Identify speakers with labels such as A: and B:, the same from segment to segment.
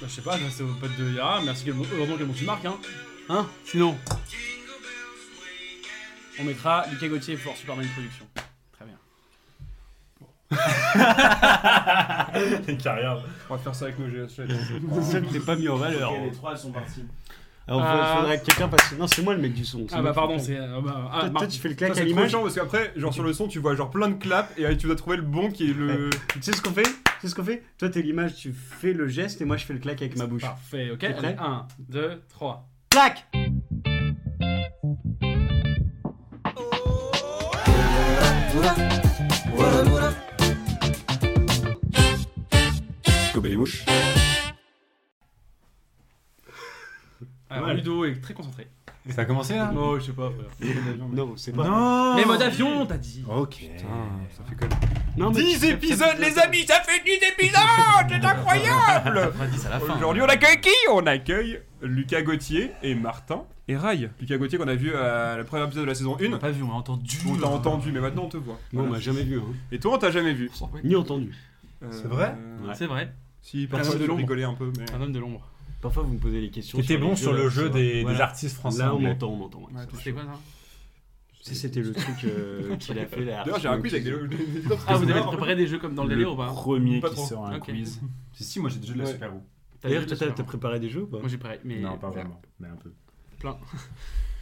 A: Bah, je sais pas, c'est au pote de Yara, merci qu'elle heureusement qu'elle monte une marque, hein. Hein Sinon. On mettra Lucas Gauthier pour Superman Production. Très bien.
B: Les carrières.
C: On va faire ça avec nos GSF.
D: Celle que t'es pas mis en valeur.
E: Ok, les trois, elles sont parties.
D: Alors,
A: Euh.
D: fa- faudrait que quelqu'un passe. Non, c'est moi le mec du son. c'est
A: Ah
D: moi
A: bah
D: qui
A: pardon,
D: fais le
A: c'est... ah bah,
D: clap.
A: ah,
D: Toi,
A: Marc,
D: toi, tu fais le
C: Ça,
D: clac à
C: c'est trop
D: l'image.
C: chiant parce qu'après, genre sur le son, tu vois genre plein de claps et euh, tu dois trouver le bon qui est le.
D: Tu sais ce qu'on fait Tu sais ce qu'on fait Toi, t'es l'image, tu fais le geste et moi, je fais le clac avec ma bouche.
A: Parfait, ok.
D: T'es prêt
A: 1, 2, 3.
D: Clac
B: Gober les mouches.
A: Alors,
D: Mal.
A: Ludo est très concentré.
B: Ça a commencé là
A: Oh, je sais pas, frère. Oh.
D: Non, c'est pas.
B: Non
A: Mais mode avion, t'as dit
B: Ok.
C: ça fait colle.
D: Non, mais tu
C: 10
D: fais-
C: épisodes,
D: fais-
C: les amis, ça fait 10 épisodes C'est incroyable
B: On a dit ça à la fin.
C: Aujourd'hui, on accueille qui On accueille Lucas Gauthier et Martin et Rai. Lucas Gauthier qu'on a vu à la première épisode de la saison 1.
B: pas vu, on a entendu.
C: On t'a entendu, mais maintenant on te voit.
D: Non, on
B: bah,
D: m'a jamais vu, hein.
C: Et toi, on t'a jamais vu.
D: ni entendu.
C: C'est
B: vrai
A: C'est vrai,
C: Si,
A: Un
C: parfois
A: homme de
C: je
A: l'ombre.
C: rigolais un peu, mais.
A: un homme de l'ombre.
D: Parfois, vous me posez des questions.
B: T'étais
D: les
B: bon
D: jeux,
B: sur le
D: là,
B: jeu
D: ça-
B: des,
D: voilà.
B: des artistes français.
D: Là, on
B: anglais.
D: m'entend, on m'entend. ouais.
C: Ouais,
A: C'était quoi ça
D: Ça, C'était le truc euh, qu'il a fait là.
C: D'ailleurs, j'ai un quiz avec des.
A: Ah, vous avez préparé des jeux comme dans le délire ou pas
B: premier
C: Pas
B: qui
C: trop.
B: sort un
A: Ok.
B: quiz. Si, si, moi j'ai déjà de la
C: Ouais.
B: super roue.
A: T'as
D: D'ailleurs,
A: des jeux
D: toi, t'as
A: sur-
D: t'as préparé des jeux ou pas
A: Moi j'ai préparé, mais...
B: Non, pas vraiment, mais un peu.
A: Plein.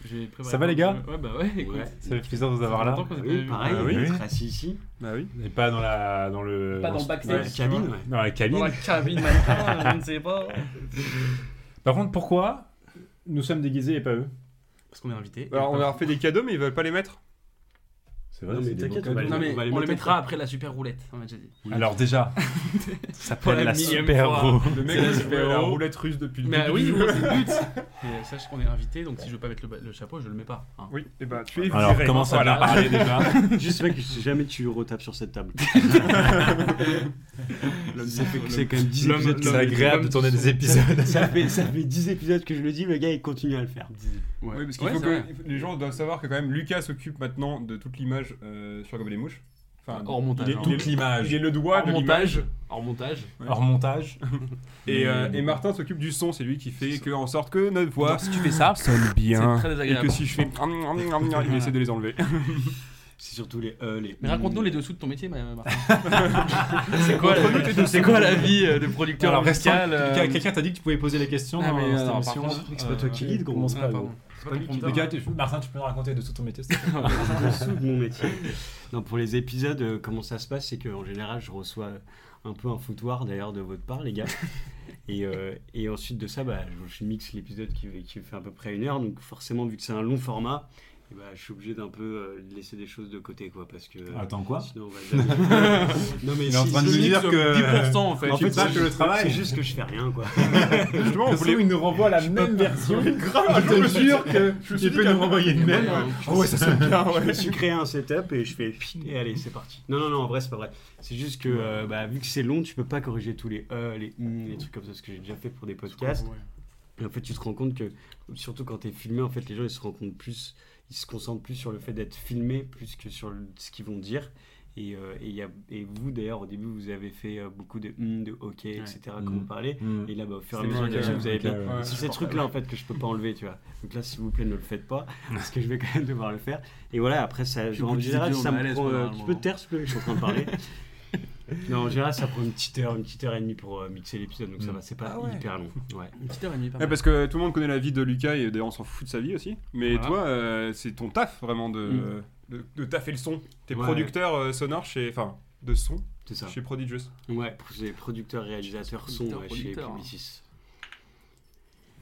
A: J'ai préparé
B: Ça
A: plein
B: va, les gars
A: de jeux. Ouais, bah ouais, écoute.
D: Ouais.
B: Ça fait plaisir de vous avoir là.
A: Longtemps qu'on s'est pas
D: Oui,
A: vu.
D: pareil,
B: Ah
D: on
B: oui.
D: est assis ici.
C: Bah oui.
B: Mais pas dans la. Dans le.
A: Pas dans le
D: Dans
A: backstage.
D: la
A: tu
D: cabine,
A: vois.
D: ouais.
B: Dans la cabine.
A: Dans la cabine Minecraft, je ne sais pas.
B: Par contre, pourquoi nous sommes déguisés et pas eux
A: Parce qu'on est invité.
C: Alors, on leur fait des cadeaux, mais ils veulent pas les mettre.
B: C'est
D: Non, mais t'inquiète, on va
A: Non
D: les-
A: mais
D: on va les
A: on le
D: mettre
A: mettra après la super roulette, on l'a déjà dit.
B: Alors déjà, ça
A: Pour
B: s'appelle
A: la
B: la
A: millième
B: super
A: fois.
B: roue.
C: Le mec,
A: C'est
C: il
A: la
C: joue à la
A: super-héros.
C: roulette russe depuis le
A: Mais
C: début.
A: oui,
C: du
A: moi,
C: jeu.
A: c'est le but. Mais euh, sache qu'on est invité, donc si je veux pas mettre le, ba- le chapeau, je le mets pas. hein.
C: Oui, et bah tu es
B: Alors
C: viré.
B: commence à bien
A: Voilà.
B: parler déjà.
D: Juste mec, si jamais tu retapes sur cette table. Ça fait- C'est quand même 10
A: L'homme-
D: épisodes. que-
B: C'est agréable de tourner des épisodes.
D: Ça fait, ça fait 10 épisodes que je le dis, le gars il continue à le faire.
C: Oui, parce qu'il
A: Ouais,
C: faut
A: c'est
C: que
A: vrai.
C: les gens doivent savoir que quand même Lucas s'occupe maintenant de toute l'image euh, sur Gobelet Mouche. Enfin,
A: Hors montage.
C: il est-
A: hein.
C: il est-
B: Toute
C: il est
B: l'image.
C: le doigt
A: Hors
C: de l'image
A: montage. Hors montage.
B: Hors montage.
C: et, euh, et Martin s'occupe du son, c'est lui qui fait que en sorte que notre voix
B: si tu fais ça,
C: sonne
A: C'est très
C: Et
A: désagréable.
C: que si je fais il essaie de les enlever.
D: C'est surtout les euh, les.
A: Mais raconte-nous les dessous de ton métier, ma- Martin. c'est quoi, la... c'est quoi la vie euh, de producteur
B: Alors reste
A: musical euh,
B: Quelqu'un t'a dit que tu pouvais poser les questions
A: Ah,
B: dans
A: mais,
B: cette
A: euh,
B: émission.
A: par contre,
D: c'est pas toi qui
B: Euh,
D: lead, gros.
B: commence
A: Ah,
B: pas,
A: pardon.
B: gros.
A: C'est pas ton
B: Les
A: prompteur.
B: gars, tu- Martin, tu peux nous raconter de tout ton métier s'il te plaît
D: dessous de mon métier. Non, pour les épisodes, euh, comment ça se passe, c'est qu'en général, je reçois un peu un foutoir d'ailleurs de votre part, les gars. Et, euh, et ensuite de ça, bah, je mixe l'épisode qui, fait- qui fait à peu près une heure. Donc forcément, vu que c'est un long format, eh bah, je suis obligé d'un peu euh, laisser des choses de côté, quoi, parce que. euh,
B: Attends quoi
D: Sinon, on va jamais- non mais
B: Il est
D: si-
B: en train de
D: si-
B: nous
A: euh,
B: dire que-
A: 10% en fait.
D: en fait,
B: tu bâches
D: c'est-
B: le travail.
D: C'est juste que je fais rien quoi.
C: Justement, on voulait.
B: il nous renvoie la même version. Grave,
C: un jour, je me suis dit
B: que
C: je me suis dit qu'un-
D: Ouais, hein.
B: Ah ouais, ça sonne bien,
D: Je me suis créé un setup et je fais pfff, et allez c'est parti. Non non non en vrai c'est pas vrai. C'est juste que euh, bah, vu que c'est long tu peux pas corriger tous les euh, les hum, les trucs comme ça ce que j'ai déjà fait pour des podcasts. Et en fait tu te rends compte que surtout quand t'es filmé en fait les gens ils se rendent compte plus ils se concentrent plus sur le fait d'être filmé plus que sur le- ce qu'ils vont dire. Et, euh, et, il y a- et vous d'ailleurs au début vous avez fait euh, beaucoup de hum, de ok etc quand
B: Hum.
D: vous parlez. Et là bah, au fur et à
C: C'est
D: mesure
C: moi
D: de
C: qui-
D: l'action, vous avez
B: ok,
D: bien
B: ouais.
C: Ouais.
D: c'est ces trucs-là en fait que je peux pas enlever, tu vois. Donc là, s'il vous plaît, ne le faites pas, parce que je vais quand même devoir le faire. Et voilà, après, ça,
A: Puis
D: genre,
A: au bout
D: en
A: de
D: général,
A: dix
D: ça
A: vidéos, on est à
D: me
A: l'aise,
D: prend.
A: quoi,
D: euh,
A: à un
D: tu peux
A: moment.
D: te taire, s'il te plaît, je suis en train de parler. non, en général, ça prend une petite heure, une petite heure et demie pour euh, mixer l'épisode, donc ça
B: Mm.
D: va, c'est pas
C: Ah ouais.
D: hyper long. Ouais.
A: Une petite heure et demie, pas
C: Ouais, parce que tout le monde connaît la vie de Lucas et d'ailleurs on s'en fout de sa vie aussi. Mais
A: Voilà.
C: toi, euh, c'est ton taf vraiment de,
D: Mm.
C: de, de taffer le son. T'es
D: Ouais.
C: producteur euh, sonore chez. Enfin, de son
D: C'est ça.
C: chez Prodigious.
D: Ouais, c'est producteur, réalisateur, son
A: Producteur,
D: ouais, chez
A: producteur, hein.
D: Publicis.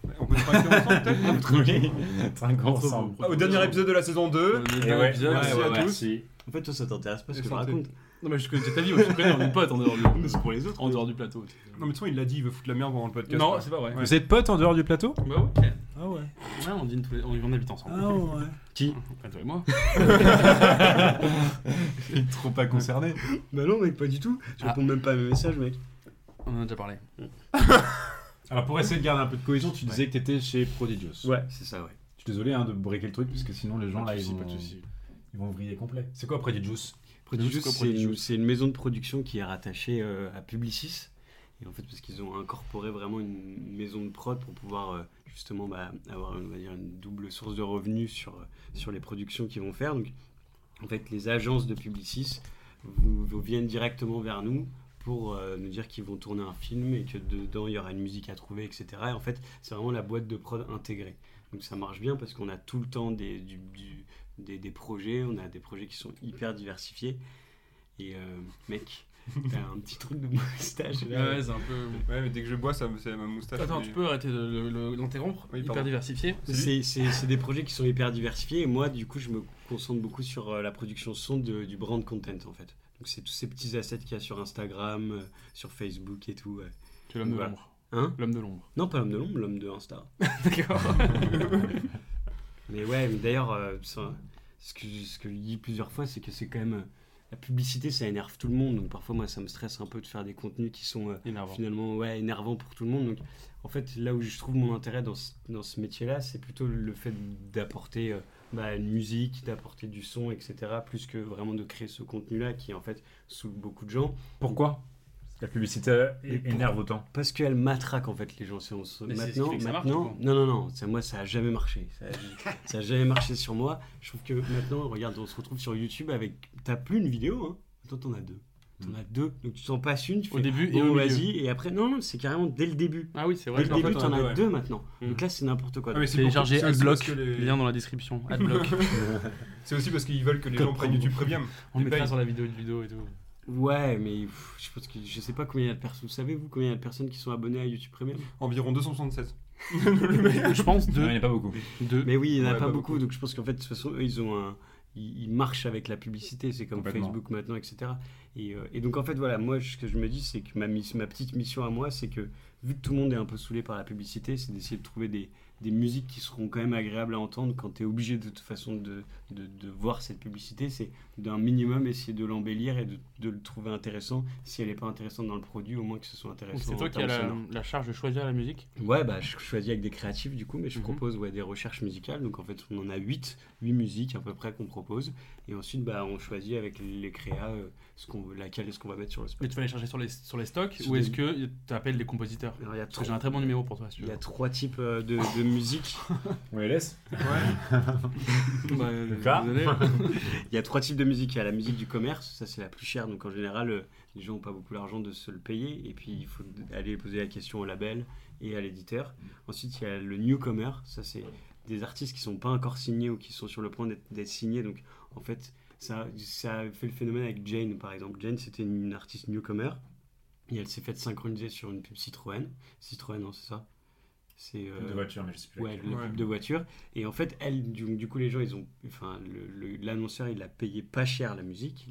C: On peut se parler ensemble peut-être
B: C'est un grand ensemble.
C: Ah, Au dernier épisode de la saison 2.
A: Le
B: Et
A: dernier
B: ouais,
A: épisode,
C: merci
A: c'est-
C: à tous.
D: En fait, toi, ça t'intéresse pas ce que je
A: Santé.
D: raconte.
A: Non, mais je connais ta vie, moi je te connais, on est potes en dehors du,
D: C'est pour les autres.
A: en dehors du plateau.
C: Non, mais de toute façon, il l'a dit, il veut foutre la merde pendant le podcast.
A: Non,
C: quoi.
A: c'est pas vrai.
C: Ouais.
B: Vous êtes potes en dehors du plateau
A: Bah ouais.
B: Ah ouais. Ah
A: Ouais, on dîne tous les. On, on habite ensemble.
B: ouais.
A: Enfin, toi et moi.
B: Il est trop pas concerné.
D: Bah non, mec, pas du tout. Je
A: Ah.
D: réponds même pas à mes messages, mec.
A: On en a déjà parlé.
B: Alors pour essayer de garder un peu de cohésion, tu disais que t'étais chez Prodigious.
D: Ouais, c'est ça, ouais.
B: Je suis désolé hein, de breaker le truc parce que sinon les gens là ils vont,
A: Ah, pas de soucis.
B: ils vont vriller complet. C'est quoi Prodigious
D: Prodigious,
A: Prodigious,
D: c'est une, c'est une maison de production qui est rattachée euh, à Publicis. Et en fait, parce qu'ils ont incorporé vraiment une maison de prod pour pouvoir euh, justement bah, avoir on va dire, une double source de revenus sur, euh, sur les productions qu'ils vont faire. Donc, en fait, les agences de Publicis vous, vous viennent directement vers nous pour euh, nous dire qu'ils vont tourner un film et que dedans il y aura une musique à trouver, etc. Et en fait, c'est vraiment la boîte de prod intégrée. Donc ça marche bien parce qu'on a tout le temps des, du- du- des, des projets, on a des projets qui sont hyper diversifiés. Et euh, mec, t'as un petit truc de moustache là.
A: Ouais, c'est un peu.
C: Ouais, mais dès que je bois, ça me c'est ma moustache.
A: Attends,
C: mais-
A: tu peux arrêter de le- le- l'interrompre
C: Oui,
A: Hyper
C: pardon.
A: diversifié.
D: C'est c'est- c'est des projets qui sont hyper diversifiés et moi, du coup, je me concentre beaucoup sur euh, la production son de- du brand content en fait. Donc c'est tous ces petits assets qu'il y a sur Instagram, euh, sur Facebook et tout. ouais.
A: Tu es l'homme de
D: Voilà.
A: l'ombre.
D: Hein
A: L'homme de l'ombre.
D: Non, pas l'homme de l'ombre, l'homme de Insta.
A: D'accord.
D: Mais ouais, mais d'ailleurs, euh, ça- ce, que, je- ce que je dis plusieurs fois, c'est que c'est quand même. euh, La publicité, ça énerve tout le monde. Donc parfois, moi, ça me stresse un peu de faire des contenus qui sont euh,
A: Énervant.
D: finalement ouais, énervants pour tout le monde. Donc en fait, là où je trouve mon intérêt dans ce, dans ce métier-là, c'est plutôt le fait d'apporter euh, bah, une musique, d'apporter du son, etc. Plus que vraiment de créer ce contenu-là qui, en fait, saoule beaucoup de gens.
E: Pourquoi La publicité é- énerve autant.
D: Parce qu'elle matraque, en fait, les gens. C'est- on se-
A: Mais c'est ce qui
D: maintenant,
A: fait que ça marche,
D: maintenant-
A: ou quoi
D: non, non, non. Ça, moi, ça a jamais marché. Ça a, ça a jamais marché sur moi. Je trouve que maintenant, regarde, on se retrouve sur YouTube avec. T'as plus une vidéo, hein. Attends, t'en as deux. T'en as deux. Donc tu t'en passes une, tu
A: Hmm. Au
D: fais.
A: début et
D: Bon,
A: au milieu.
D: vas-y. Et après, non, non, c'est carrément dès le début.
A: Ah oui, c'est
D: Dès
A: vrai.
D: le
C: en
A: genre,
C: fait,
D: début,
C: on a
D: t'en
C: deux,
D: as
C: ouais.
D: deux maintenant.
A: Mm.
D: Donc là, c'est n'importe quoi.
C: Ah, mais c'est pour-
A: Télécharger
C: c'est aussi parce
A: Adblock,
C: que les-
A: lien dans la description. Adblock.
C: C'est aussi parce qu'ils veulent que les
D: Code
C: gens prennent
D: promo.
C: YouTube Premium.
A: On
C: Tu
A: le mettra
C: payes.
A: sur la vidéo de vidéo et tout.
D: Ouais, mais pff, je pense que je sais pas combien il y a de personnes. Vous savez vous combien il y a de personnes qui sont abonnées à YouTube Premium
C: Environ 267.
A: Je pense
E: Non, il n'y en
A: deux.
E: a pas beaucoup.
A: Deux.
D: Mais oui, il n'y en a
C: Ouais,
D: pas,
C: pas
D: beaucoup,
C: beaucoup.
D: donc je pense qu'en fait, de toute façon, eux, ils ont un. Ils ils marchent avec la publicité, c'est comme
E: Complètement.
D: Facebook maintenant, etc. Et, euh, et donc, en fait, voilà, moi, ce que je me dis, c'est que ma, miss- ma petite mission à moi, c'est que, vu que tout le monde est un peu saoulé par la publicité, c'est d'essayer de trouver des, des musiques qui seront quand même agréables à entendre quand tu es obligé de toute façon de, de, de voir cette publicité. C'est d'un minimum essayer de l'embellir et de, de le trouver intéressant. Si elle n'est pas intéressante dans le produit, au moins que ce soit intéressant.
A: C'est
D: en
A: toi qui as
D: termes
A: la,
D: sonores.
A: la charge de choisir la musique
D: Ouais, bah, je choisis avec des créatifs du coup, mais je
A: Mhm.
D: propose ouais, des recherches musicales. Donc en fait, on en a 8, 8 musiques à peu près qu'on propose. Et ensuite, bah, on choisit avec les créas euh, ce qu'on, laquelle est-ce qu'on va mettre sur le spot.
A: Mais tu vas les chercher sur les, sur les stocks
D: Sur
A: ou
D: des-
A: est-ce que tu appelles les compositeurs
D: Alors, il y a
A: Parce que j'ai
D: trois,
A: un très bon numéro pour toi si tu
D: il y
A: veux.
D: a trois types euh, de, de musiques.
E: On les laisse
A: Bah, euh,
E: Lucas
A: désolé.
D: Il y a trois types de musique. Il y a la musique du commerce, ça c'est la plus chère. Donc en général, euh, les gens n'ont pas beaucoup l'argent de se le payer. Et puis, il faut aller poser la question au label et à l'éditeur. Ensuite, il y a le newcomer. Ça, c'est des artistes qui sont pas encore signés ou qui sont sur le point d'être d'être signés. Donc, en fait, ça, ça a fait le phénomène avec Jane, par exemple. Jane, c'était une, artiste newcomer. Et elle s'est faite synchroniser sur une pub Citroën. Citroën, non, c'est ça C'est. euh,
E: De voiture, mais je sais plus.
D: Ouais,
E: laquelle.
D: le
C: Ouais.
D: pub de voiture. Et en fait, elle, du, du coup, les gens, ils ont, enfin, le- le- l'annonceur, il a payé pas cher la musique,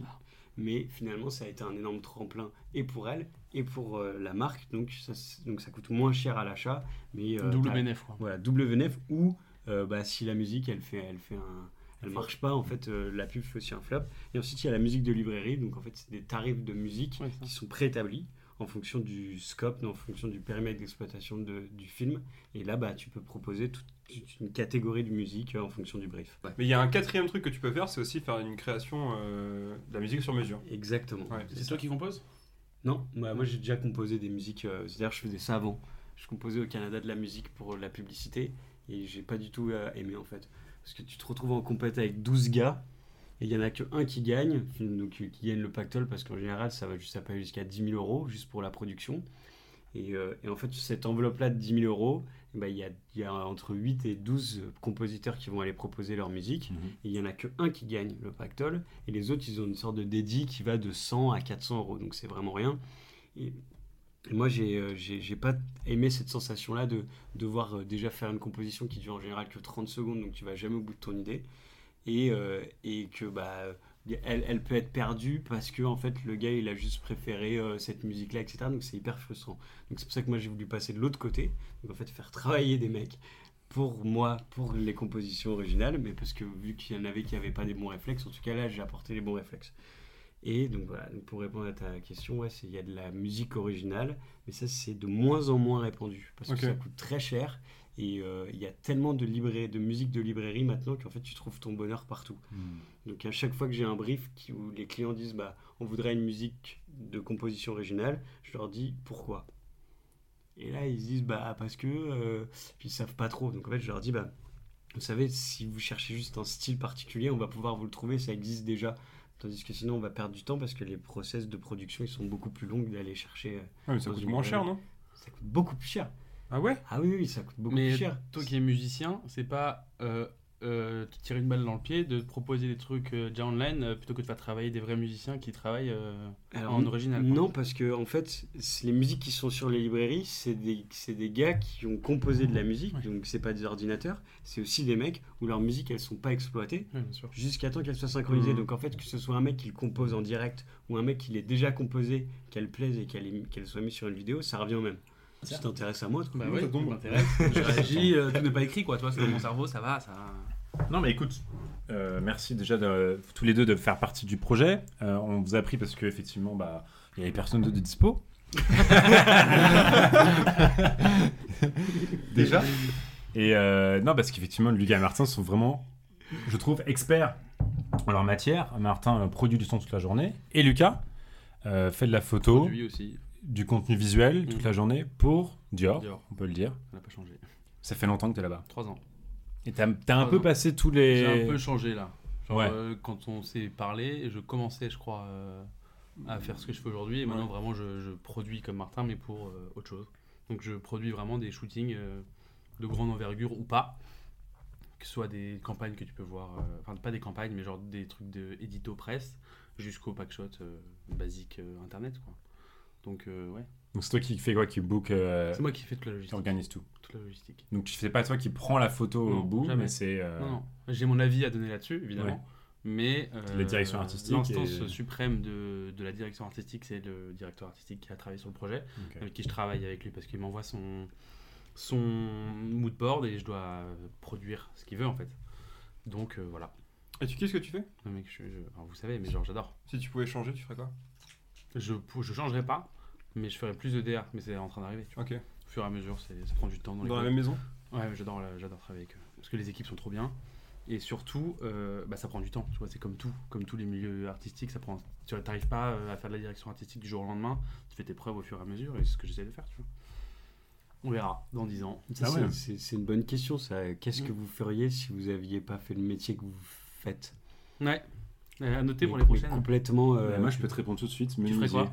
D: mais finalement, ça a été un énorme tremplin et pour elle et pour euh, la marque. Donc ça, c'est- donc ça coûte moins cher à l'achat, mais euh,
A: Double
D: t'as-
A: bénéf quoi.
D: Voilà, double bénéf ou euh, bah, si la musique, elle fait, elle fait un, elle marche pas, en fait, euh, la pub fait aussi un flop. Et ensuite, il y a la musique de librairie. Donc en fait, c'est des tarifs de musique
A: Ouais, ça.
D: qui sont préétablis en fonction du scope, en fonction du périmètre d'exploitation de- du film. Et là, bah, tu peux proposer toute, toute une catégorie de musique euh, en fonction du brief.
C: Mais il y a un quatrième truc que tu peux faire, c'est aussi faire une création euh, de la musique sur mesure.
D: Exactement.
C: Ouais.
A: C'est toi qui compose
D: Non, bah, moi j'ai déjà composé des musiques, euh, c'est-à-dire je faisais ça avant. Je composais au Canada de la musique pour la publicité et j'ai pas du tout euh, aimé en fait. Parce que tu te retrouves en compète avec 12 gars et il y en a que un qui gagne, donc euh, qui gagne le pactole parce qu'en général ça va juste ça peut aller jusqu'à 10 000 euros juste pour la production. Et, euh, et en fait, cette enveloppe-là de 10 000 euros, eh ben, il y, a, il y a entre 8 et 12 compositeurs qui vont aller proposer leur musique.
E: Mhm.
D: Et il y en a que un qui gagne le pactole, et les autres, ils ont une sorte de dédit qui va de 100 à 400 euros, donc c'est vraiment rien. Et, et moi, j'ai euh, j'ai j'ai pas aimé cette sensation-là de devoir euh, déjà faire une composition qui dure en général que 30 secondes, donc tu vas jamais au bout de ton idée, et, euh, et que bah, elle, elle peut être perdue parce que en fait le gars il a juste préféré euh, cette musique-là, etc. Donc c'est hyper frustrant. Donc c'est pour ça que moi j'ai voulu passer de l'autre côté, donc en fait faire travailler des mecs pour moi, pour les compositions originales, mais parce que vu qu'il y en avait qui n'avaient pas des bons réflexes, en tout cas là, j'ai apporté les bons réflexes. Et donc voilà, donc pour répondre à ta question, ouais, c'est- il y a de la musique originale, mais ça c'est de moins en moins répandu, parce
C: Ok.
D: que ça coûte très cher, et euh, il y a tellement de, libra- de musique de librairie maintenant qu'en fait tu trouves ton bonheur partout. Donc à chaque fois que j'ai un brief qui- où les clients disent bah on voudrait une musique de composition originale, je leur dis pourquoi. Et là, ils se disent, bah, parce que. euh, puis ils savent pas trop. Donc en fait, je leur dis, bah, vous savez, si vous cherchez juste un style particulier, on va pouvoir vous le trouver, ça existe déjà. Tandis que sinon, on va perdre du temps parce que les process de production, ils sont beaucoup plus longs que d'aller chercher. euh,
C: Ah, mais ça
D: Dans
C: coûte
D: une
C: moins
D: vraie
C: cher,
D: vie.
C: non
D: Ça coûte beaucoup plus cher.
C: Ah ouais
D: Ah oui, oui, ça coûte beaucoup
A: Mais
D: plus cher.
A: toi qui es musicien, c'est pas euh, euh, te tirer une balle dans le pied de te proposer des trucs euh, déjà online euh, plutôt que de faire travailler des vrais musiciens qui travaillent euh,
D: Alors,
A: en original. quoi.
D: Non, parce que en fait, c'est- les musiques qui sont sur les librairies, c'est des, c'est des gars qui ont composé de la musique,
A: Ouais.
D: donc c'est pas des ordinateurs, c'est aussi des mecs où leurs musiques elles sont pas exploitées
A: Ouais, bien sûr.
D: jusqu'à temps qu'elles soient synchronisées.
A: Hmm.
C: Mhm.
D: Donc en fait, que ce soit un mec qui le compose en direct ou un mec qui l'ait déjà composé, qu'elle plaise et qu'elle est- qu'elle soit mise sur une vidéo, ça revient au même. Si
F: Tiens.
D: t'intéresses à moi,
A: Bah
C: Comment
A: ouais,
C: ça tombe
A: ça m'intéresse.
F: Je réagis, euh, tout n'est pas écrit, quoi. Tu vois, c'est dans mon cerveau, ça va, ça.
E: Non, mais écoute, euh, merci déjà de, tous les deux de faire partie du projet. Euh, on vous a pris parce qu'effectivement, bah, il n'y avait personne d'autre de dispo. déjà Et euh, non, parce qu'effectivement, Lucas et Martin sont vraiment, je trouve, experts en leur matière. Martin euh, produit du son toute la journée et Lucas euh, fait de la photo,
A: Lui aussi,
E: du contenu visuel toute
A: Mhm.
E: la journée pour Dior,
A: Dior.
E: on peut le dire.
A: ça n'a pas changé.
E: Ça fait longtemps que tu es là-bas.
A: Trois ans.
E: Et tu as, un
A: Ah
E: peu
A: non.
E: passé tous les.
A: J'ai un peu changé là. Genre,
E: Ouais.
A: euh, quand on s'est parlé, je commençais, je crois, euh, à faire ce que je fais aujourd'hui. Et maintenant, vraiment, je, je produis comme Martin, mais pour euh, autre chose. Donc, je produis vraiment des shootings euh, de grande envergure ou pas. Que ce soit des campagnes que tu peux voir, euh, enfin, pas des campagnes, mais genre des trucs de édito presse jusqu'au packshot euh, basique euh, internet, quoi. Donc, euh, ouais.
E: Donc c'est toi qui fais quoi Qui book, euh,
A: C'est moi qui fais toute la logistique.
E: qui organise tout.
A: Toute la logistique.
E: Donc tu fais pas toi qui prends la photo
A: Non,
E: au bout,
A: jamais.
E: mais c'est. euh,
A: Non, non. J'ai mon avis à donner là-dessus, évidemment.
E: Ouais.
A: Mais euh,
E: La direction artistique
A: l'instance
E: et-
A: suprême de, de la direction artistique, c'est le directeur artistique qui a travaillé sur le projet,
E: Ok.
A: avec qui je travaille avec lui parce qu'il m'envoie son son mood board et je dois produire ce qu'il veut en fait. Donc euh, voilà.
C: Et tu qu'est-ce que tu fais
A: Non, mec, je- je- alors, vous savez, mais genre j'adore.
C: Si tu pouvais changer, tu ferais quoi
A: Je pou- je changerai pas, mais je ferai plus de DR, mais c'est en train d'arriver. tu vois.
C: Ok.
A: Au fur et à mesure, c'est- ça prend du temps dans les
C: Dans la
A: boîtes.
C: même maison
A: Ouais, mais j'adore, la- j'adore travailler avec eux. Parce que les équipes sont trop bien. Et surtout, euh, bah, ça prend du temps. Tu vois, c'est comme tout, comme tous les milieux artistiques, ça prend. Tu n'arrives pas euh, à faire de la direction artistique du jour au lendemain. Tu fais tes preuves au fur et à mesure, et c'est ce que j'essaie de faire. Tu vois. On verra dans 10 ans.
D: Ça,
E: Ah
D: c'est-
E: ouais.
D: c'est c'est une bonne question. ça.
A: Hmm.
D: Qu'est-ce que vous feriez si vous aviez pas fait le métier que vous faites
A: Ouais. Euh, à noter pour
D: Mais-
A: les
D: mais
A: prochaines.
D: Complètement. euh,
E: Bah, moi je peux te répondre tout de suite.
A: tu ferais quoi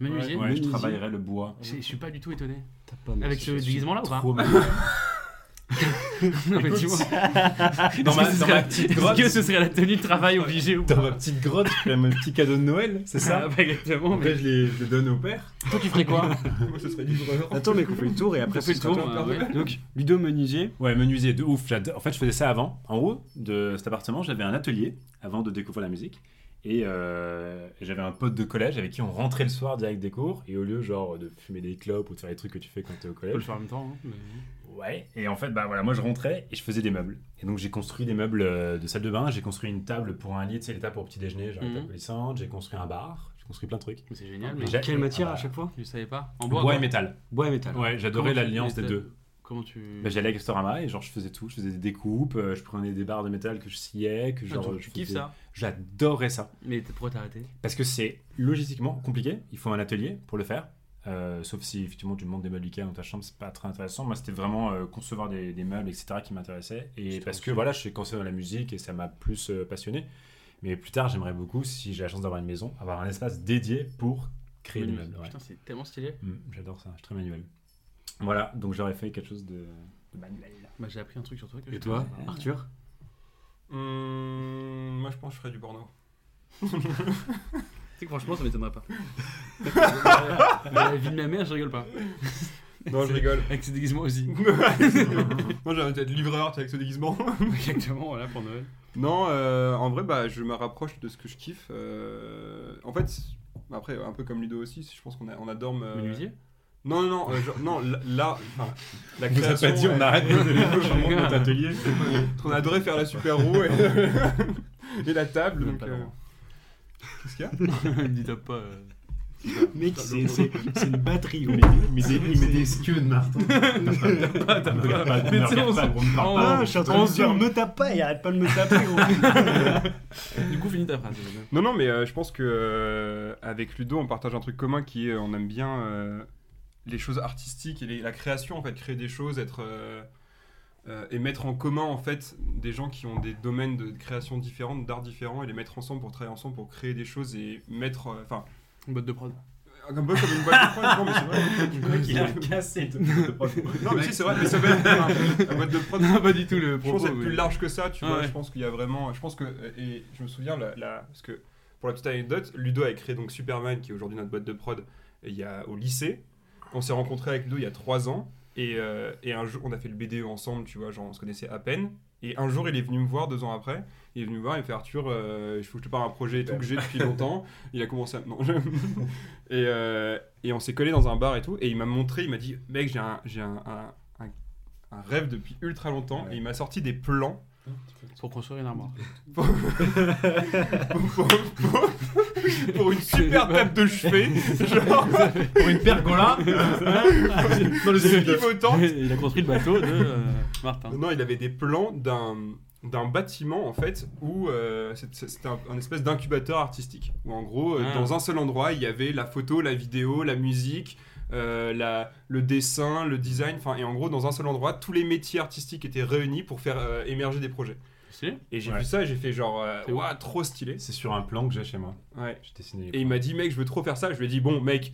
A: Menuisier
E: Ouais, je
D: Menuisier.
E: travaillerais le bois.
A: Je je suis pas du tout étonné.
D: t'as pas mal
A: Avec
D: ce
A: ce
D: geste.
A: déguisement là Ah, ou pas
E: Trop mal.
A: Non, mais dis-moi.
E: dans, ma,
A: Est-ce que ce
E: dans
A: serait-
E: ma petite grotte,
A: Est-ce que ce serait la tenue de travail obligée ou pas
E: dans ma petite grotte, je fais mon petit cadeau de Noël, c'est ça
A: Pas exactement, Ah, mais
E: Après je les, je les donne au père.
A: toi tu ferais quoi
C: Moi, ce serait livreur.
D: Attends, mais qu'on fait le tour et après
A: fait
D: ce
A: le
D: sera
A: tour,
D: toi.
A: bah, ouais.
D: Donc, Ludo Menuisier,
E: Ouais, menuisier de ouf. j'adore. En fait, je faisais ça avant. En haut de cet appartement, j'avais un atelier avant de découvrir la musique. Et euh, j'avais un pote de collège avec qui on rentrait le soir direct des cours. Et au lieu genre de fumer des clopes ou de faire les trucs que tu fais quand t'es au
A: On
E: collège,
A: peut le faire en même temps. hein, mais-
E: Ouais, et en fait, bah voilà, moi je rentrais et je faisais des meubles. Et donc j'ai construit des meubles euh, de salle de bain, j'ai construit une table pour un lit, tu sais, les tables pour petit déjeuner, genre les
A: Mhm.
E: tables coulissantes, j'ai construit un bar, j'ai construit plein de trucs.
A: Mais c'est génial, mais
E: Déjà-
D: quelle matière
E: Ah bah.
D: à chaque fois
A: tu le savais pas En
E: Bois,
A: bois
E: et
A: quoi.
E: métal.
D: Bois et métal.
E: Ouais, j'adorais
A: Comment tu-
E: l'alliance
A: mais
E: des
A: t'as-
E: deux.
A: Comment tu.
E: Bah, J'allais à Castorama et genre je faisais tout, je faisais des découpes, euh, je prenais des barres de métal que je sciais, que
A: Ah,
E: genre.
A: donc,
E: je
A: tu kiffes
E: faisais-
A: ça
E: J'adorais ça.
A: Mais t- pourquoi t'as arrêté
E: Parce que c'est logistiquement compliqué. Il faut un atelier pour le faire. Euh, sauf si effectivement tu montes des meubles Ikea dans ta chambre, c'est pas très intéressant. Moi, c'était vraiment euh, concevoir des, des meubles, etc., qui m'intéressait. Et parce que voilà, je suis commencé dans la musique et ça m'a plus euh, passionné. Mais plus tard, j'aimerais beaucoup, si j'ai la chance d'avoir une maison, avoir un espace dédié pour créer des
A: Menu-
E: meubles. ouais.
A: Putain, c'est tellement stylé.
E: Mm, J'adore ça, je suis très manuel. Voilà, donc j'aurais fait quelque chose de, de manuel.
A: Bah, j'ai appris un truc sur toi. Que
D: Et
A: je
D: toi,
A: connaissais pas.
D: Arthur
C: Hum, Moi, je pense que je ferais du porno.
A: Tu sais que franchement, ça m'étonnerait pas. Euh, La vie de ma mère, je rigole pas.
C: Non, je rigole.
A: Avec ses déguisements aussi.
C: Moi, j'aimerais être livreur tu sais, avec ce déguisement.
A: Exactement, voilà, pour Noël.
C: Non, euh, en vrai, bah, je me rapproche de ce que je kiffe. euh, en fait, c'est- après, un peu comme Ludo aussi, je pense qu'on a- on adore. me-
A: Menuisier
C: Non, non, non, euh, genre- non, la- la, enfin, la
E: Vous avez
C: création.
E: pas dit, on
C: elle-
E: arrête de je remonte notre atelier.
C: On a adoré faire la super roue et, et la table.
A: Même
C: donc,
A: pas
C: euh,
A: drôle.
C: Qu'est-ce qu'il y a
A: Me dis top pas. euh.
D: Mec, c'est c'est- c'est une batterie.
E: Mais, mais des, mais des skieux de Martin. T'as pas, t'as
A: Ah, bah,
E: pas, t'as pas,
A: Mais tu sais, on
E: t'as
A: se-
E: pas.
A: Oh,
D: Ah, je suis en train de dire, me tape pas et arrête pas de me taper. gros.
A: Du coup, finis ta phrase.
C: Non, non, mais euh, je pense que euh, avec Ludo, on partage un truc commun qui est euh, on aime bien euh, les choses artistiques et les- la création, en fait, créer des choses, être. euh, euh, et mettre en commun en fait des gens qui ont des domaines de création différents, d'art différents, et les mettre ensemble pour travailler ensemble pour créer des choses et mettre, euh, enfin,
A: Une botte de prod.
C: un peu comme une boîte de prod, non mais c'est vrai.
D: Le mec, il a cassé de- de prod.
C: Non, mais si, c'est vrai, mais ça peut être un mode de prod.
A: pas du tout le
C: Je pense
A: propos.
C: être
A: mais-
C: plus large que ça, tu
A: Ah
C: vois.
A: ouais.
C: Je pense qu'il y a vraiment. Je pense que. Et je me souviens, là, parce que pour la petite anecdote, Ludo a créé donc Superman, qui est aujourd'hui notre boîte de prod, il y a, au lycée. On s'est rencontrés avec Ludo il y a trois ans. Et, euh, et un jour, on a fait le BDE ensemble, tu vois, genre on se connaissait à peine. Et un jour, il est venu me voir deux ans après. Il est venu me voir, il me fait Arthur, euh, il faut que je te parle d'un projet et tout que j'ai depuis longtemps. Il a commencé à. Non, je- et, euh, et on s'est collé dans un bar et tout. Et il m'a montré, il m'a dit Mec, j'ai un, j'ai un, un- un- un rêve depuis ultra longtemps. Et il m'a sorti des plans
A: Pour construire une armoire.
C: pour, pour- pour- pour une super table de chevet, genre
B: Pour une pergola
C: dans le pivotant.
A: Il a construit le bateau de euh, Martin.
C: Non, il avait des plans d'un d'un bâtiment en fait où euh, c'est- c'est- c'était un, un espèce d'incubateur artistique où en gros euh,
A: Ah.
C: dans un seul endroit il y avait la photo, la vidéo, la musique, euh, la, le dessin, le design, enfin et en gros dans un seul endroit tous les métiers artistiques étaient réunis pour faire euh, émerger des projets.
A: Si
C: Et j'ai
E: Ouais.
C: vu ça et j'ai fait genre euh,
A: C'est
C: Ouah, trop stylé.
E: C'est sur un plan que j'ai chez moi.
C: Ouais.
E: J'ai dessiné.
C: Et il m'a dit, mec, je veux trop faire ça. Je lui ai dit, bon, mec,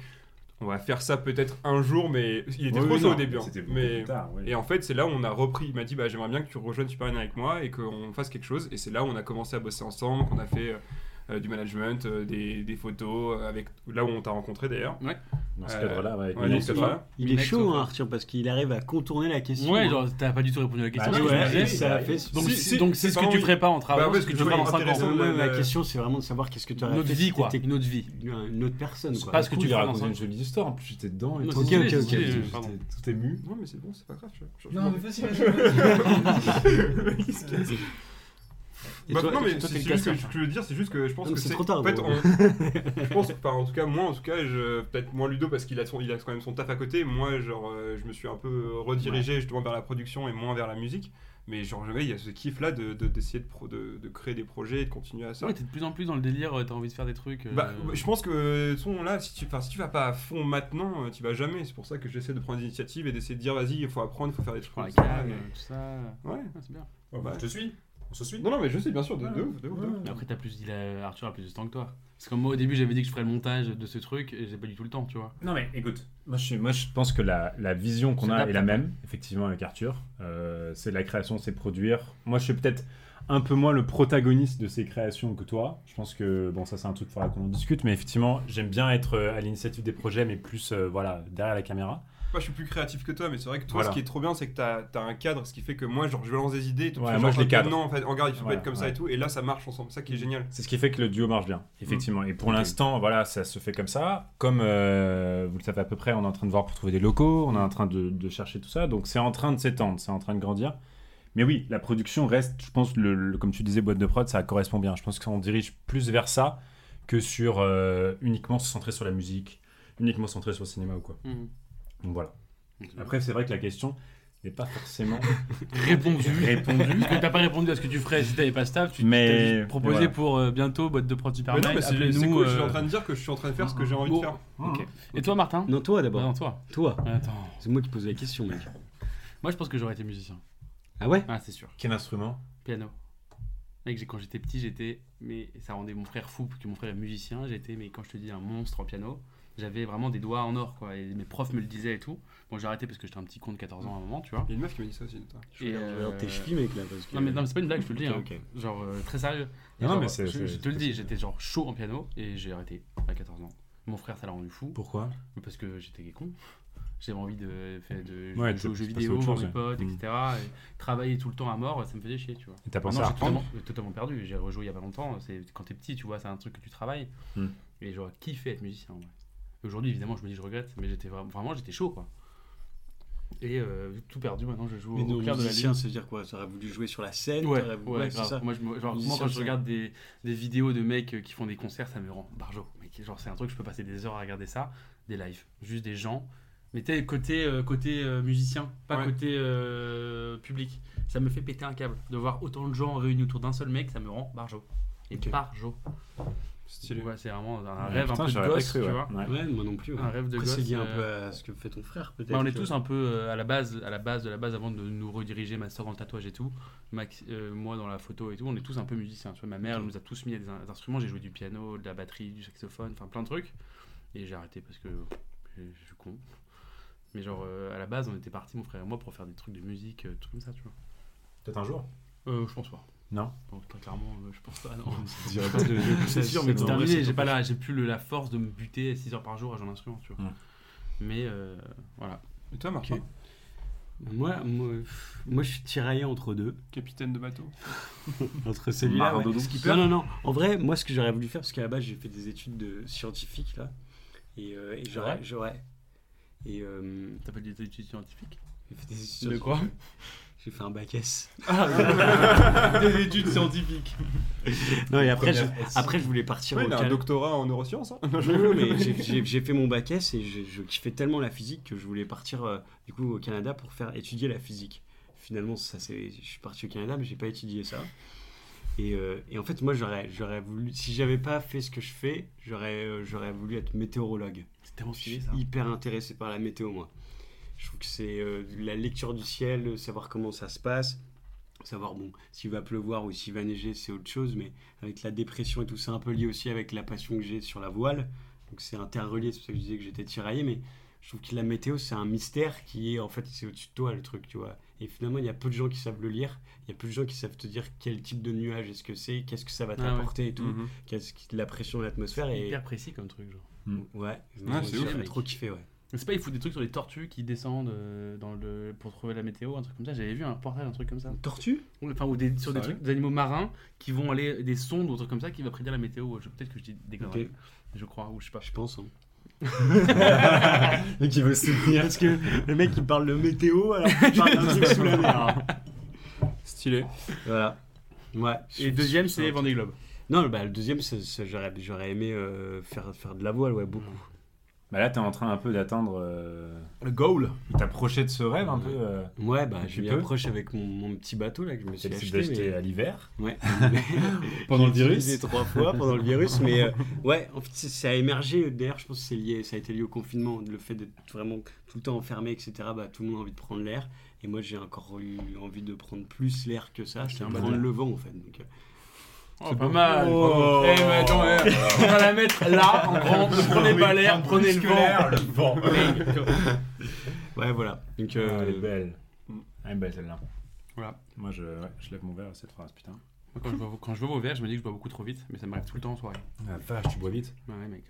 C: on va faire ça peut-être un jour, mais il était trop chaud au début. hein.
E: C'était beaucoup
C: Mais...
E: plus tard, ouais.
C: Et en fait, c'est là où on a repris. Il m'a dit, bah, j'aimerais bien que tu rejoignes Superman avec moi et qu'on fasse quelque chose. Et c'est là où on a commencé à bosser ensemble, qu'on a fait euh, euh, du management, euh, des, des photos, euh, avec là où on t'a rencontré d'ailleurs.
E: Dans ce
C: Euh,
E: cadre-là, ouais.
C: Ouais,
E: Mais
C: donc,
E: c'est-
C: ça va.
D: Il est
A: Minex,
D: chaud,
A: au
D: hein, Arthur, parce qu'il arrive à contourner la question.
A: Ouais,
D: hein.
A: genre t'as pas du tout répondu à la question.
E: Bah,
A: c'est
D: Ouais,
A: ce que
E: ouais,
A: je disais.
D: et ça a fait
A: Donc
C: Si,
A: c'est
C: si,
A: donc, c'est
C: c'est
A: ce
C: pas
A: que tu
C: envie.
A: ferais pas en travail,
C: Bah ouais,
A: ce que
C: parce
A: tu
C: que
A: ferais dans
C: c'est
A: 5
C: intéressant.
A: ans.
D: Ouais, ouais,
C: le-
D: ma
C: le-
D: question, c'est vraiment de savoir qu'est-ce que tu
A: euh, Une
D: aurais
A: autre
D: fait
A: vie,
D: si
A: quoi.
D: t'étais
A: Une autre vie.
D: une autre personne,
A: C'est
D: quoi.
A: pas ce que
E: Du coup,
A: tu
E: il a
A: ferais dans
E: raconté
A: 5
E: une jolie histoire, en plus j'étais dedans et
A: Non,
E: tout.
D: c'est stylé, c'est
A: stylé,
E: J'étais
A: pardon.
E: tout ému.
C: Non, mais c'est bon, c'est pas grave. je- je-
G: Non, mais vas-y, vas-y, vas-y.
D: Et
C: Bah,
D: toi-
C: non, mais
D: toi,
C: c'est
D: t'es le
C: juste que
D: casseur.
C: je, je veux dire, c'est juste que je pense
D: Non, mais
C: que
D: c'est trop tard,
C: En fait,
D: gros.
C: on- je pense que, enfin, en tout cas, moi, en tout cas, je- peut-être moins Ludo parce qu'il a, son- il a quand même son taf à côté. Moi, genre, euh, je me suis un peu redirigé justement vers la production et moins vers la musique. Mais genre, jamais, il y a ce kiff-là de- de- d'essayer de, pro- de, de créer des projets et de continuer à ça.
A: Ouais, t'es de plus en plus dans le délire, euh, t'as envie de faire des trucs. euh,
C: Bah, je pense que son là, si tu, enfin, si tu vas pas à fond maintenant, euh, tu vas jamais. C'est pour ça que j'essaie de prendre des initiatives et d'essayer de dire, vas-y, il faut apprendre, il faut faire des
A: je
C: trucs.
A: prends la
C: comme ça,
A: cave,
C: mais-
A: euh, tout ça.
C: Ouais.
A: Ah, c'est bien.
C: bah, je
E: te suis. On se suit.
C: Non, non, mais je sais, bien sûr, de, de ouf, de ouf, de ouf.
A: Mais après, t'as plus dit, là, Arthur a plus de temps que toi. Parce que moi, au début, j'avais dit que je ferais le montage de ce truc et j'ai pas du tout le temps, tu vois.
E: Non mais écoute, moi je, suis- moi, je pense que la, la vision qu'on a
A: S'adapte.
E: est la même, effectivement, avec Arthur. Euh, c'est la création, c'est produire. Moi je suis peut-être un peu moins le protagoniste de ces créations que toi. Je pense que, bon ça c'est un truc, il faudra qu'on en discute, mais effectivement j'aime bien être euh, à l'initiative des projets, mais plus euh, voilà, derrière la caméra.
C: Moi, je suis plus créatif que toi, mais c'est vrai que toi,
E: Voilà.
C: ce qui est trop bien, c'est que t'as as un cadre, ce qui fait que moi, genre, je lance des idées, et tout,
E: Ouais,
C: tu fais
E: moi,
C: genre,
E: je les cadre.
C: Non, en fait, regarde, il faut
E: Voilà,
C: pas être comme ça
E: ouais.
C: et tout, et là, ça marche ensemble, ça qui est génial.
E: C'est ce qui fait que le duo marche bien, effectivement. Et pour l'instant, voilà, ça se fait comme ça. Comme euh, vous le savez à peu près, on est en train de voir pour trouver des locaux, on est en train de, de chercher tout ça. Donc c'est en train de s'étendre, c'est en train de grandir. Mais oui, la production reste, je pense, le, le- comme tu disais, boîte de prod, ça correspond bien. Je pense qu'on dirige plus vers ça que sur euh, uniquement se centrer sur la musique, uniquement se centrer sur le cinéma ou quoi. Donc voilà. Après, c'est vrai que la question n'est pas forcément
A: Répondu.
E: répondue.
A: Parce que t'as pas répondu à ce que tu ferais si t'avais pas staff, tu
E: Mais-
A: t'as juste
E: mais
A: proposé
E: voilà.
A: pour euh, bientôt boîte de prod
C: Mais
A: Superman.
C: non, mais c'est c'est
A: appelez-nous,
C: cool, je suis en
A: euh,
C: train de dire que je suis en train de faire ce que j'ai envie
A: bon.
C: de faire.
A: Ok. Et toi, Martin
D: Ah. Non, toi
A: Ah
D: d'abord.
A: Non, toi.
D: Toi.
A: Attends.
D: C'est moi qui pose la question, mec.
A: Moi, je pense que j'aurais été musicien.
D: Ah ouais
A: Ah, c'est sûr.
E: Quel instrument
A: Piano. Mec, j'ai- quand j'étais petit, j'étais. Mais ça rendait mon frère fou, parce que mon frère est musicien. J'étais, mais quand je te dis, un monstre en piano. J'avais vraiment des doigts en or, quoi. Et mes profs me le disaient et tout. Bon, j'ai arrêté parce que j'étais un petit con de 14 ans à un moment, tu vois.
C: Il y a une meuf qui m'a dit ça aussi. toi.
D: Je regarde,
A: Et,
D: je regarde tes
A: euh,
D: chevilles, mec, là. Parce que...
A: Non mais, non, mais c'est pas une blague, je te le dis.
D: Ok,
A: hein.
D: ok.
A: Genre euh, très sérieux. Et
E: Non,
A: genre,
E: mais c'est-
A: je,
E: c'est-
A: je te le dis, j'étais genre chaud en piano et j'ai arrêté à 14 ans. Mon frère, ça l'a rendu fou
E: Pourquoi
A: mais parce que j'étais con. J'avais envie de faire de,
E: Ouais,
A: de jouer aux
E: tu-
A: jeux
E: tu passais à
A: vidéo,
E: autre
A: voir
E: chose,
A: mes
E: ouais.
A: potes,
E: Mm.
A: etc. Et travailler tout le temps à mort, ça me faisait chier, tu vois.
E: Et t'as pensé
A: Maintenant,
E: à
A: j'ai
E: reprendre
A: totalement, j'ai totalement perdu. J'ai rejoué il y a pas longtemps. C'est quand t'es petit, tu vois, c'est un truc que tu travailles.
E: Mm.
A: Et j'aurais kiffé être musicien. en vrai. Et Aujourd'hui, évidemment, je me dis je regrette, mais j'étais vra- vraiment, j'étais chaud, quoi. Et euh, tout perdu. Maintenant, je joue
D: Mais
A: au
D: non,
A: clair de la lune.
D: musicien, ça veut dire quoi Ça aurait voulu jouer sur la scène
A: Ouais,
D: t'aurais-
A: ouais,
D: c'est
A: grave.
D: ça.
A: Moi, je me- genre, moi,
D: Musicien,
A: quand je
D: ça.
A: regarde des, des vidéos de mecs euh, qui font des concerts, ça me rend barjo. Mec, genre, c'est un truc, je peux passer des heures à regarder ça, des lives, juste des gens. Mais t'es côté, euh, côté euh, musicien, pas
C: Ouais.
A: côté euh, public. Ça me fait péter un câble. De voir autant de gens réunis autour d'un seul mec, ça me rend barjo. Et
D: Ok.
A: barjo.
C: Stylé.
A: Ouais, c'est vraiment un
E: Ouais,
A: rêve
E: putain,
A: un peu de
E: j'aurais pas
A: gosse,
E: cru,
A: tu
E: ouais.
A: vois.
E: Ouais.
D: Ouais, moi non plus. ouais.
A: Un rêve de
D: Après,
A: gosse.
D: c'est lié un
A: euh,
D: peu à ce que fait ton frère, peut-être.
A: Bah, on est
D: tu
A: tous
D: vois.
A: un peu euh, à la base, à la base de la base avant de nous rediriger, ma soeur dans le tatouage et tout, Max, euh, moi dans la photo et tout, on est tous un peu musiciens. Tu vois, ma mère elle nous a tous mis à des, in- des instruments. J'ai joué du piano, de la batterie, du saxophone, enfin plein de trucs. Et j'ai arrêté parce que je je suis con. Mais genre euh, à la base, on était partis mon frère et moi pour faire des trucs de musique, euh, trucs comme ça, tu vois.
E: Peut-être un jour.
A: Euh, je pense pas.
E: Non.
A: Bon, très clairement, euh, je pense pas. Non.
E: Je dirais pas de- de-
A: C'est sûr, mais
E: non.
A: c'est terminé. J'ai pas la, j'ai plus le- la force de me buter 6 heures par jour à jouer un instrument, tu vois.
E: Ouais.
A: Mais euh, voilà.
C: Et toi, Martin
D: Ok. Moi, moi, pff, moi, je suis tiraillé entre deux.
C: Capitaine de bateau.
D: Entre celui-là. ouais.
E: Maradona.
D: Non, non, non. En vrai, moi, ce que j'aurais voulu faire, parce qu'à la base, j'ai fait des études de scientifiques, là. Et, euh, et j'aurais.
A: Ouais.
D: j'aurais- Et euh,
A: T'as pas des études scientifiques
D: j'ai fait des études
F: De quoi
D: scientifiques. J'ai fait un bac S.
F: Des études scientifiques.
D: Non, et après, je,
C: Première S.
D: après, je voulais partir
C: Ouais,
D: au
C: il a un
D: Cal-
C: doctorat en neurosciences. hein.
D: Non, non, mais j'ai- j'ai j'ai fait mon bac S et je, je kiffais tellement la physique que je voulais partir euh, du coup au Canada pour faire étudier la physique. Finalement, ça c'est, je suis parti au Canada, mais j'ai pas étudié ça. Et, euh, et en fait, moi, j'aurais, j'aurais voulu, si j'avais pas fait ce que je fais, j'aurais, euh, j'aurais voulu être météorologue.
A: C'est tellement
D: Je suis hyper intéressé par la météo, moi. Je trouve que c'est euh, la lecture du ciel, euh, savoir comment ça se passe, savoir bon, s'il va pleuvoir ou s'il va neiger, c'est autre chose, mais avec la dépression et tout, c'est un peu lié aussi avec la passion que j'ai sur la voile. Donc c'est interrelié, c'est pour ça que je disais que j'étais tiraillé, mais je trouve que la météo, c'est un mystère qui est en fait, c'est au-dessus de toi le truc, tu vois. Et finalement, il y a peu de gens qui savent le lire, il y a peu de gens qui savent te dire quel type de nuage est-ce que c'est, qu'est-ce que ça va
A: Ah ouais.
D: t'apporter et tout,
C: Mhm.
D: qu'est-ce qui- la pression de l'atmosphère.
A: C'est
D: Et...
A: hyper précis comme truc. Genre.
D: Ouais,
C: Ouais,
D: j'ai
C: c'est
A: ouf, mec.
D: trop kiffé, ouais.
A: Mais C'est pas, ils foutent des trucs sur les tortues qui descendent euh, dans le, pour trouver la météo, un truc comme ça. J'avais vu un reportage, un truc comme ça.
D: Tortue
A: Enfin, ou des, sur des,
C: Sérieux
A: trucs, des animaux marins qui vont aller, des sondes ou un truc comme ça qui va prédire la météo. Je- Peut-être que je dis des conneries.
D: Ok.
A: Je crois, ou je sais pas.
D: Je pense. le mec, il veut soutenir. Parce que le mec, il parle de météo alors qu'il parle d'un truc sous la mer.
C: Stylé.
D: Voilà. Ouais.
A: Et deuxième, c'est Vendée Globe.
D: Non, bah, le deuxième, c'est- c'est- j'aurais j'aurais aimé euh, faire, faire de la voile, ouais, beaucoup.
E: Bah là, t'es en train un peu d'atteindre. euh,
F: Le goal.
E: de t'approcher de ce rêve un peu. euh,
D: Ouais, bah, je
E: Tu
D: m'y
E: peux
D: approche avec mon, mon petit bateau là que je me
E: C'est
D: suis
E: possible
D: acheté.
E: d'acheter
D: mais-
E: à l'hiver.
D: Ouais.
E: Pendant le
D: J'ai
E: virus.
D: utilisé trois fois pendant le virus, mais euh, ouais, en fait, c'est- ça a émergé. D'ailleurs, je pense que c'est lié, ça a été lié au confinement, le fait d'être vraiment tout le temps enfermé, etc. Bah, tout le monde a envie de prendre l'air, et moi, j'ai encore eu envie de prendre plus l'air que ça, c'est
A: un
D: prendre
A: bâtard.
D: le vent, en fait. Donc, euh,
A: Oh, pas mal.
E: Oh.
A: Eh, mais attends, eh, on va la mettre là, en grand. Prenez pas l'air, prenez le vent.
E: le vent.
D: ouais, voilà. Donc, euh,
E: Ah, Elle est belle. Mm. Elle est belle celle-là.
A: Voilà.
E: Moi, je, ouais, je lève mon verre à cette phrase, putain.
A: Moi, Quand je, vois, quand je vois vos verres, je me dis que je bois beaucoup trop vite, mais ça m'arrive tout le temps en soirée.
E: Ah, vache, tu bois vite.
A: Ouais, mec.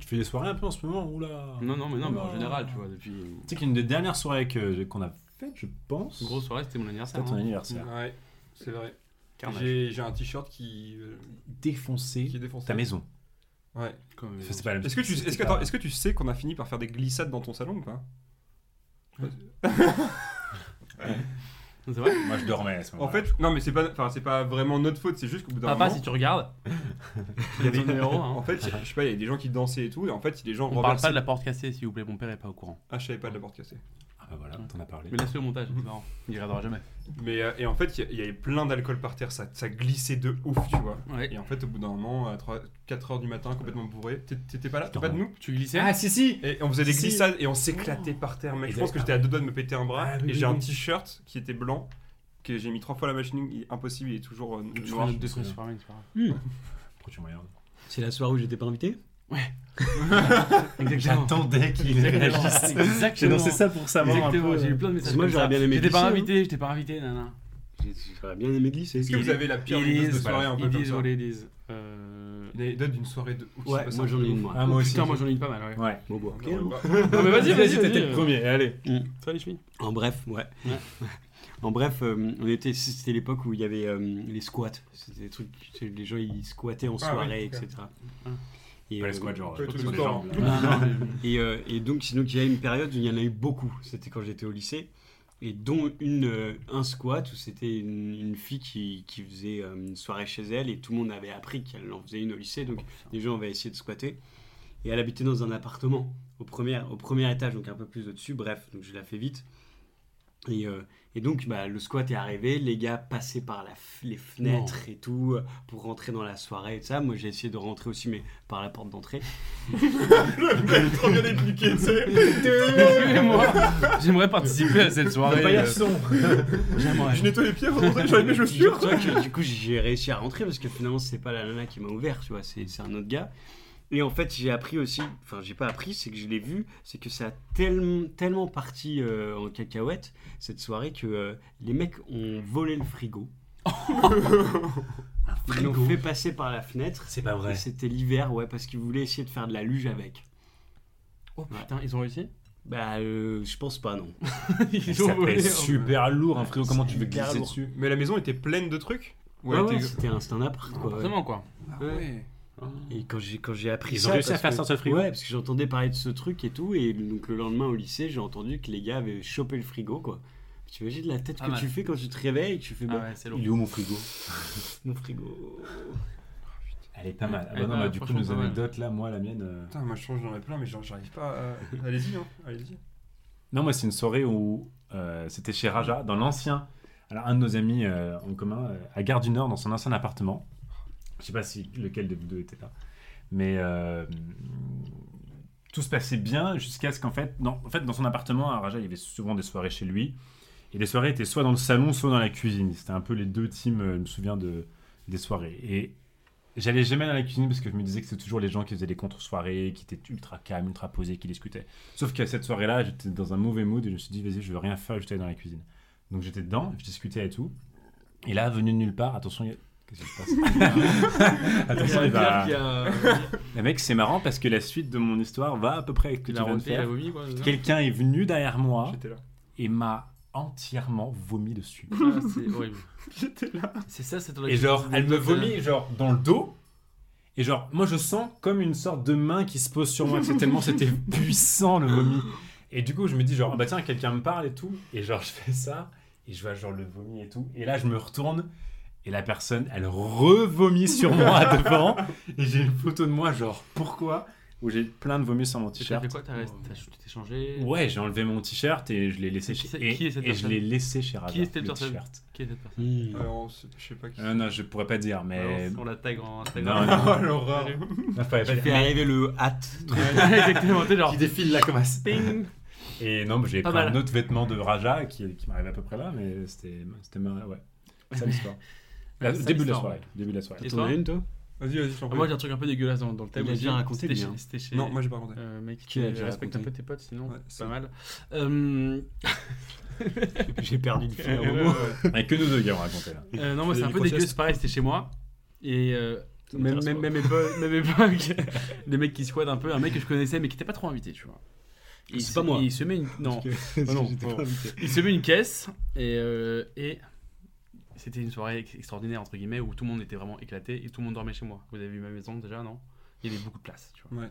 E: Tu fais des soirées un peu en ce moment, oula.
A: Non, non, mais non, mais en
E: Oh.
A: général, tu vois, depuis. euh,
E: Tu sais qu'une des dernières soirées que- qu'on a faites, je pense.
A: Une grosse soirée, c'était mon anniversaire.
E: C'était ton
A: hein.
E: anniversaire.
C: Ouais, c'est vrai.
A: Carnage.
C: J'ai j'ai un t-shirt qui, euh, qui
E: Défoncé
C: est défoncé.
E: ta maison.
C: Ouais.
A: Comme-
E: Ça, c'est pas la même
C: Est-ce que, tu,
E: c'est
C: est-ce, que,
E: pas-
C: attends, est-ce que tu sais qu'on a fini par faire des glissades dans ton salon ou pas
A: C'est vrai
E: Moi, je dormais à ce
C: En
E: moment-là.
C: fait, non, mais c'est pas, enfin, c'est pas vraiment notre faute, c'est juste qu'au bout d'un
A: Papa,
C: moment.
A: si tu regardes, Ah, il y a des numéros.
C: En
A: Hein.
C: fait, je sais pas, il y a des gens qui dansaient et tout, et en fait, les gens
A: On parle
C: renversaient.
A: pas de la porte cassée, s'il vous plaît, mon père est pas au courant. Mm.
C: Ah, je savais pas de la porte cassée.
E: Ah, bah voilà, t'en as parlé.
A: Mais laisse-le au montage, c'est marrant. Il regardera jamais.
C: Mais, euh, et en fait, il y a- il y, avait plein d'alcool par terre, ça, ça glissait de ouf, tu vois.
A: Ouais.
C: Et en fait, au bout d'un moment, à 3, 4 heures du matin, complètement bourré, t'é- t'étais pas là T'étais pas de nous
A: Tu glissais
E: si, si
C: Et on faisait des
E: Si.
C: glissades et on s'éclatait par terre, mec. Je pense que j'étais à deux doigts de me péter un bras,
E: Ah, oui,
C: et j'ai
E: oui,
C: un
E: oui.
C: t-shirt qui était blanc, que j'ai mis trois fois à la machine, il- impossible, il est toujours euh,
A: Tu
C: noir.
A: feras notre dessin
E: souviens.
A: Superman, c'est pas grave.
E: Pourquoi tu me regardes
D: c'est la soirée où j'étais pas invité
A: Exactement.
E: J'attendais qu'il réagisse. J'ai
A: Exactement.
E: lancé ça pour savoir un
A: Exactement,
E: peu.
A: j'ai eu plein de messages.
D: Moi,
A: comme
D: j'aurais
A: ça.
D: bien aimé
A: J'étais pas
D: glisser,
A: invité, j'étais pas invité, nana.
D: J'ai- J'aurais bien aimé glisser.
C: Est-ce que vous avez la pire anecdote de soirée un peu
A: It
C: comme
A: is
C: ça
A: what it is. Euh,
C: Une anecdote d'une soirée de ouf.
D: Ouais, moi j'en ai une, moi.
E: Ah, moi aussi.
A: Putain, moi j'en ai une pas mal, ouais.
E: Ouais.
D: Bon, bon, ok, hein.
C: bah,
E: Ah,
A: Non, mais vas-y, vas-y,
E: t'étais
A: vas-y.
E: le premier, allez.
A: Toi, les chemins.
D: En bref, ouais.
A: Ouais.
D: en bref, euh, on était, c'était l'époque où il y avait euh, les squats. C'était des trucs, c'est- les gens ils squattaient en
C: Ah
D: soirée,
C: oui,
D: etc. Et,
E: Pas
D: euh,
E: les squats, genre.
C: Pas les
E: euh,
C: trucs de
E: les
C: sport.
E: jambes, là.
D: non, non, et, euh, et donc, sinon, il y a une période où il y en a eu beaucoup. C'était quand j'étais au lycée. Et dont une, euh, un squat où c'était une, une fille qui, qui faisait euh, une soirée chez elle et tout le monde avait appris qu'elle en faisait une au lycée. Donc, les gens avaient essayé de squatter. Et elle habitait dans un appartement au premier, au premier étage, donc un peu plus au-dessus. Bref, donc je la fais vite. Et, euh, et donc, bah, le squat est arrivé, les gars passaient par la f- les fenêtres et tout euh, pour rentrer dans la soirée et tout ça. Moi, j'ai essayé de rentrer aussi, mais par la porte d'entrée.
C: Trop bien expliqué, tu sais.
A: Excusez-moi, j'aimerais participer à cette soirée. euh, J'aimerais.
C: Je nettoie les pieds avant d'entrer, j'enlève mes chaussures.
D: Figure-toi que, du coup, j'ai réussi à rentrer parce que finalement, c'est pas la nana qui m'a ouvert, tu vois, c'est c'est un autre gars. Et en fait, j'ai appris aussi, enfin, j'ai pas appris, c'est que je l'ai vu, c'est que ça a tellement, tellement parti euh, en cacahuète cette soirée que euh, les mecs ont volé le frigo. Ils l'ont fait passer par la fenêtre.
E: C'est pas
D: Et C'était l'hiver, ouais, parce qu'ils voulaient essayer de faire de la luge avec.
A: Oh putain, ils ont réussi
D: Bah, euh, je pense pas, non.
A: Ils
E: Ça
A: ont volé.
E: pèse super lourd un frigo. Comment
D: C'est
E: tu veux
D: hyper
E: glisser
D: lourd.
E: dessus
C: Mais la maison était pleine de trucs
D: Ouais,
C: elle
D: ouais,
C: était-
D: c'était un stand appart quoi. ouais.
A: Vraiment quoi.
D: Et quand j'ai quand j'ai appris
E: Ils
D: ça,
E: ont réussi à
D: parce
E: faire
D: que-
E: sortir le frigo.
D: Ouais, parce que j'entendais parler de ce truc et tout, et donc le lendemain au lycée, j'ai entendu que les gars avaient chopé le frigo, quoi. Tu imagines la tête
A: Pas
D: que
A: mal.
D: tu fais quand tu te réveilles et que tu fais
A: Ah
D: bah,
A: ouais, c'est lourd.
E: Il est où mon frigo
D: mon frigo.
E: Elle est pas mal. Ah
A: Elle
E: bah non,
A: va
E: bah, du coup,
A: franchement
E: nos
A: pas mal.
E: anecdotes là, moi, la mienne. euh,
C: Putain, moi je change, j'en ai plein, mais j'en- j'arrive pas. euh, Allez-y, hein. Allez-y.
E: Non, moi, c'est une soirée où euh, c'était chez Raja, dans l'ancien. Alors, un de nos amis euh, en commun, euh, à Gare du Nord, dans son ancien appartement. Je sais pas si lequel de vous deux était là. Mais euh, tout se passait bien jusqu'à ce qu'en fait, non, en fait, dans son appartement, à Raja, il y avait souvent des soirées chez lui. Et les soirées étaient soit dans le salon, soit dans la cuisine. C'était un peu les deux teams, euh, je me souviens, de, des soirées. Et j'allais jamais dans la cuisine parce que je me disais que c'était toujours les gens qui faisaient des contre-soirées, qui étaient ultra calmes, ultra posés, qui discutaient. Sauf qu'à cette soirée-là, j'étais dans un mauvais mood et je me suis dit, vas-y, je veux rien faire, je vais aller dans la cuisine. Donc j'étais dedans, je discutais et tout. Et là, venu de nulle part, attention, il y a- qu'est-ce qui se passe Attention, il va. Mais mec, c'est marrant parce que la suite de mon histoire va à peu près avec ce que
A: Il
E: tu
A: a
E: viens de
A: roté, il a
E: faire.
A: vomi quoi. c'est ça
E: Quelqu'un est venu derrière moi
C: J'étais là.
E: et m'a entièrement vomi dessus.
A: Ah, C'est horrible.
C: J'étais là.
A: C'est ça cette
E: Et genre, elle me vomit genre dans le dos. Et genre, moi je sens comme une sorte de main qui se pose sur moi. C'est tellement c'était puissant le vomi. Et du coup, je me dis genre, ah bah tiens, quelqu'un me parle et tout. Et genre, je fais ça. Et je vois genre le vomi et tout. Et là, je me retourne. Et la personne, elle revomit sur moi devant. Et j'ai une photo de moi, genre, pourquoi Où j'ai plein de vomi sur mon
A: Tu as
E: t-shirt.
A: fait quoi T'as resté- t'as- Tu t'es changé
E: Ouais, j'ai enlevé mon t-shirt et je l'ai laissé
A: Qui
E: chez.
A: c'est-
E: Et,
A: qui est cette
E: et je
A: personne
E: l'ai laissé chez Radar,
A: était cette
E: le
A: personne
E: t-shirt.
A: Qui est cette personne
C: Euh, on sait- je sais pas qui.
E: Euh, non, je pourrais pas dire, mais.
A: Alors, On la tag en
E: Non,
A: Instagram.
E: non.
C: Oh l'horreur.
E: Non, je pourrais pas
D: J'ai
E: dire.
D: fait arriver le hâte.
A: Exactement, t'es genre.
E: qui défile là comme un sping. Et non, mais j'ai
A: Pas
E: pris un
A: mal.
E: autre vêtement de Raja qui, qui m'arrive à peu près là, mais c'était c'était marrant, ouais. Ça l'histoire. La-
A: Sale
E: début de la
A: histoire,
E: soirée. Début de la soirée.
A: Et
D: T'en as
A: toi
D: une, toi
C: Vas-y, vas-y, je t'en
A: Ah, Moi
C: prie.
A: j'ai un truc un peu dégueulasse dans, dans le thème.
D: Il a déjà
A: aussi.
D: raconté,
A: C'était
D: lui,
A: chez-
D: hein.
A: C'était chez.
C: Non, moi j'ai pas raconté.
A: Euh, mec, tu
D: Qui a déjà
A: respectes un
D: raconté
A: peu tes potes sinon,
C: Ouais,
A: c'est
C: c'est-
A: pas mal. Euh,
D: J'ai perdu le fil à un
A: Euh,
D: moment.
E: Avec que nous deux gars, on racontait là.
A: euh, non, moi
C: Fais
A: c'est un
C: du
A: peu dégueu,
C: protest.
A: c'est pareil, c'était chez moi. Et euh,
D: Ça
A: même,
D: m'intéresse
A: même,
D: pas.
A: même époque, même époque, les mecs qui squattent un peu, un mec que je connaissais mais qui était pas trop invité, tu vois. Et il
D: Ah, C'est
A: se-
D: pas moi.
A: Il se met une. Non. Oh
D: Parce
A: non,
D: que j'étais
A: non.
D: pas invité.
A: il se met une caisse et, euh, et c'était une soirée ex- extraordinaire entre guillemets où tout le monde était vraiment éclaté et tout le monde dormait chez moi. Vous avez vu ma maison déjà, non Il y avait beaucoup de place, tu vois.
C: Ouais.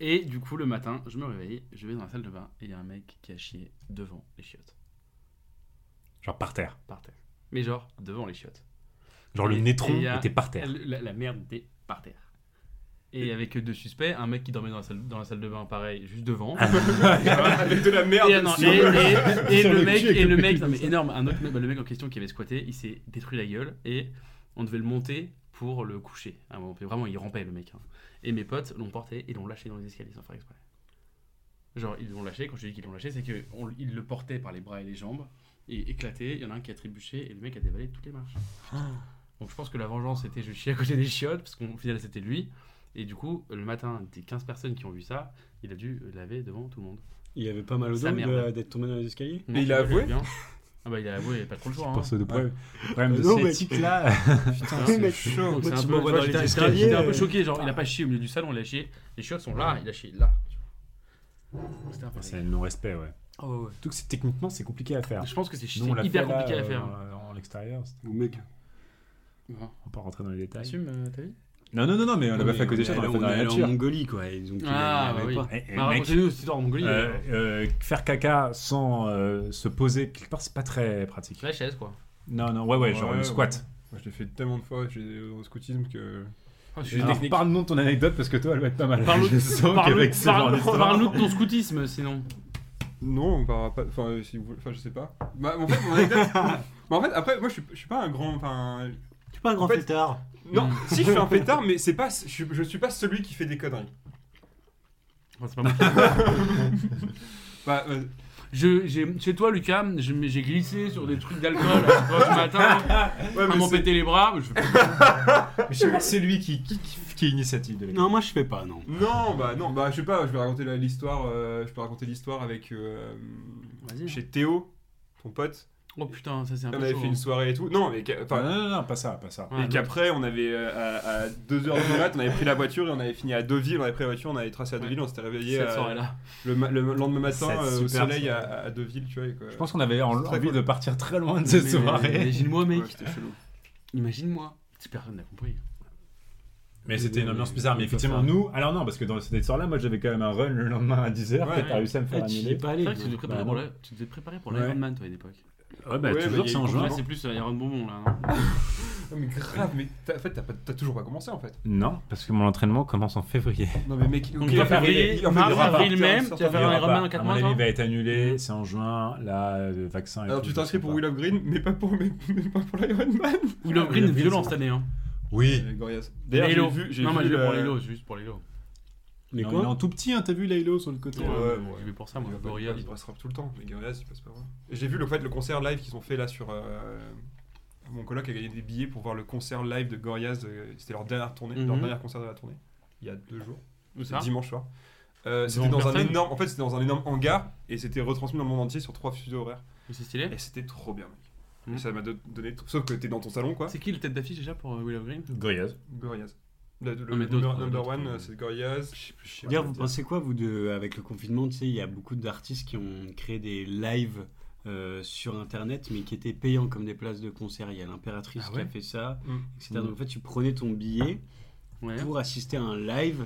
A: Et du coup le matin, je me réveille, je vais dans la salle de bain et il y a un mec qui a chié devant les chiottes,
E: Genre par terre.
A: par terre. Mais genre devant les chiottes.
E: Genre le
A: Et- et
E: nétron
A: il y a-
E: était par terre.
A: Elle- La, la merde était par terre. Et avec deux suspects, un mec qui dormait dans la salle, dans la salle de bain, pareil, juste devant.
C: Avec de la merde.
A: Et, non,
C: dessus.
A: et- et- et
E: Sur
A: le
E: le
A: mec,
E: cul avec
A: et le
E: le pénis
A: mec, non,
E: comme
A: mais énorme, un autre, mec- bah, le mec en question qui avait squatté, il s'est détruit la gueule et on devait le monter pour le coucher. à un moment. Mais vraiment, il rampait le mec. hein. Et mes potes l'ont porté et l'ont lâché dans les escaliers sans faire exprès. Genre, ils l'ont lâché, quand je dis qu'ils l'ont lâché, c'est qu'ils le portaient par les bras et les jambes et éclaté. Il y en a un qui a trébuché et le mec a dévalé toutes les marches. Donc je pense que la vengeance c'était je chie à côté des chiottes parce qu'au final c'était lui. Et du coup, le matin, des 15 personnes qui ont vu ça, il a dû laver devant tout le monde.
D: Il avait pas mal au
A: Sa
D: dos
A: merde.
D: de- d'être tombé dans les escaliers.
A: Non,
C: il a
A: je l'ai
C: avoué
A: bien. Ah bah il a avoué, il n'y a pas trop le choix. hein.
E: Pour de problème, problème de
D: Non, mais-
E: éthique là.
C: Putain,
D: Oui,
C: c'est
D: mais-
C: chaud.
A: Donc, c'est
D: Ah, Moi,
A: un
D: tu
A: peu-
D: m'envoies
A: tu vois,
D: dans les
A: j'étais-
D: escaliers,
A: J'étais un
D: euh.
A: peu choqué, genre il a pas chié au milieu du salon, il a chié. Les chiottes sont là, il a chié là. tu vois. C'était un peu-
E: C'est un non-respect, ouais.
A: Ah ouais, ouais.
E: Tout que c'est techniquement, c'est compliqué à faire.
A: Je pense que c'est
E: Nous, on
A: c'est
E: l'a
A: hyper
E: fait, là,
A: compliqué à
E: euh,
A: faire.
E: En, en l'extérieur, c'est-
B: Ou mec.
E: on peut pas rentrer dans les détails.
A: T'assumes euh, ta vie
E: Non, non, non, non, mais on Ah, l'a pas fait à côté de chez
D: on
E: toi,
D: est
E: on l'a fait dans la
D: allé en
E: nature.
D: Mongolie, quoi. Et donc, il y
A: Ah,
D: avait
A: bah oui.
D: pas.
E: Eh, eh,
A: Bah,
E: mec,
A: Racontez-nous cette histoire en Mongolie.
E: Euh,
A: euh,
C: hein.
E: euh, faire caca sans euh, se poser quelque part, c'est pas très pratique.
A: Sur la chaise quoi.
E: Non, non, ouais, ouais, genre
C: Ouais,
E: le squat.
C: ouais. Moi, je l'ai fait tellement de fois j'ai au scoutisme que.
A: Ah,
E: Alors, Parle-nous de ton anecdate parce que toi, elle va être pas mal.
A: Parle-nous
E: Je sens
A: parle-nous-
E: qu'avec ce genre
A: parle-nous-
E: d'histoire-
A: parle-nous de ton scoutisme sinon.
C: Non, on parlera pas. Enfin, euh, si vous voulez- enfin, je sais pas. Bah, en fait, mon anecdote. mais Bah, en fait, après, moi, je suis, je suis pas un grand. Enfin,
D: Tu es pas un grand
C: En fait-
D: fêtard.
C: non,
A: Mm.
C: si je suis un pétard, mais c'est pas. Je, suis- je suis pas celui qui fait des conneries.
A: Enfin, Oh, c'est pas moi.
C: Bah, euh,
A: Je- j'ai- chez toi, Lucas, je m'ai- j'ai glissé sur des trucs d'alcool à 3 du matin,
C: ouais,
A: à
C: mais
A: m'en
C: c'est-
A: péter les bras. Je fais-
E: C'est lui qui, qui, qui- qui est initiative de l'équipe.
D: Non, moi je fais pas, non.
C: Non, bah non, bah je sais pas, je vais raconter la- l'histoire, euh, je peux raconter l'histoire avec euh,
A: Vas-y.
C: chez Théo, ton pote.
A: Oh putain, ça c'est un hein.
C: On
A: peu
C: avait
A: chaud.
C: fait une soirée et tout. Non, mais qu'a-
E: Enfin,
C: enfin,
E: non, non, non, pas ça, pas ça.
A: Ouais,
C: et qu'après on avait euh, à, 2h du mat, on avait pris la voiture et on avait fini à Deauville, on avait pris la voiture, on avait tracé à Deauville, on s'était réveillé
A: cette
C: euh,
A: soirée-là.
C: le, ma- le lendemain matin
E: Cette
C: euh, au
E: super
C: soleil
E: soirée.
C: à, à Deauville, tu vois. et quoi.
E: Je pense qu'on avait en-
C: C'est très
E: envie
C: cool.
E: de partir très loin de cette
A: Mais-
E: soirée.
A: Imagine-moi,
C: Ouais,
A: mec.
C: c'était chelou.
A: Imagine-moi. Si Personne n'a compris.
E: Mais c'était une ambiance
A: Mais-
E: bizarre. Mais
A: mais
E: effectivement,
A: ça-
E: nous, alors non, parce que dans cette histoire-là, moi j'avais quand même un run le lendemain à 10h
C: Ouais,
E: que t'as
A: ouais.
E: réussi à me faire
D: Eh, tu y es
E: annuler.
D: pas
A: C'est
D: allé.
A: vrai que tu devais préparer
E: Bah,
A: pour
E: non.
A: la- tu devais préparer pour
E: Ouais.
A: l'Iron Man, toi, à l'époque.
E: Ouais, bah
C: Ouais, bah,
E: toujours, c'est
C: il y a
E: en
C: eu
E: juin.
A: Ouais, c'est plus euh, Iron Bonbon là. non
C: Non, mais grave, mais t'as- en fait t'as pas- t'as toujours pas commencé en fait.
E: Non, parce que mon entraînement commence en février.
C: Non, mais mec,
A: Donc,
C: ok,
A: tu vas faire
C: mais-
A: février,
C: il y aura
A: mars,
C: pas-
A: avril,
C: il y aura
A: mai,
C: certains-
A: tu vas faire
E: Ah, Il y
A: un
E: aura
A: Iron
E: pas.
A: Man en quatre
E: À
A: mois,
E: mon avis,
A: toi
E: il va être annulé, c'est en juin, là, euh, vaccin et
C: Alors
E: tout,
C: tu
E: je sais
C: t'inscris pour
E: pas.
C: Will of Green, mais pas pour, mais, mais pas pour l'Ironman.
A: Will of Green, violent cette année. Hein.
E: Oui.
C: Ah, Euh, Gorillaz.
A: Lilo.
C: D'ailleurs, j'ai vu. j'ai
A: non, moi
C: vu
A: je vais
C: la-
A: pour Lilo, juste pour Lilo.
D: Mais
E: Non, il est
D: quoi
E: en tout petit, hein, t'as vu Laylo sur le côté
A: Ouais,
E: là.
C: ouais,
A: bon,
C: ouais.
A: J'y vais pour ça,
C: Il
A: moi.
C: va pas-
A: Gorillaz.
C: il passera tout le temps. Les Gorillaz, ils passent pas. vraiment. J'ai vu le, en fait, le concert live qu'ils ont fait là sur. euh, Mon coloc a gagné des billets pour voir le concert live de Gorillaz. euh, C'était leur dernière tournée, leur
A: Mhm.
C: dernier concert de la tournée. Il y a deux jours,
A: Où
C: c'est
A: ça
C: dimanche soir. Euh,
A: Devant
C: c'était dans un
A: personne
C: énorme, en fait, c'était dans un énorme hangar et c'était retransmis dans le monde entier sur trois fuseaux horaires.
A: Où c'est stylé
C: Et c'était trop bien, mec.
A: Mhm.
C: Et ça m'a do- donné. tr- Sauf que t'es dans ton salon, quoi.
A: C'est qui le tête d'affiche déjà pour euh, Will of Green
E: Gorillaz.
C: Gorillaz. Le, le-
A: Non, mais
C: le
A: d'autres,
C: number, number
A: d'autres,
C: one,
A: euh,
C: euh, c'est Gorillaz.
D: D'ailleurs, vous pensez quoi, vous, de, avec le confinement Tu sais, il y a beaucoup d'artistes qui ont créé des lives euh, sur Internet, mais qui étaient payants comme des places de concert. Il y a l'impératrice
A: Ah
D: qui a
A: ouais
D: fait ça,
C: Mm.
D: etc. Donc, en fait, tu prenais ton billet
E: Ah,
A: Ouais.
D: pour assister à un live.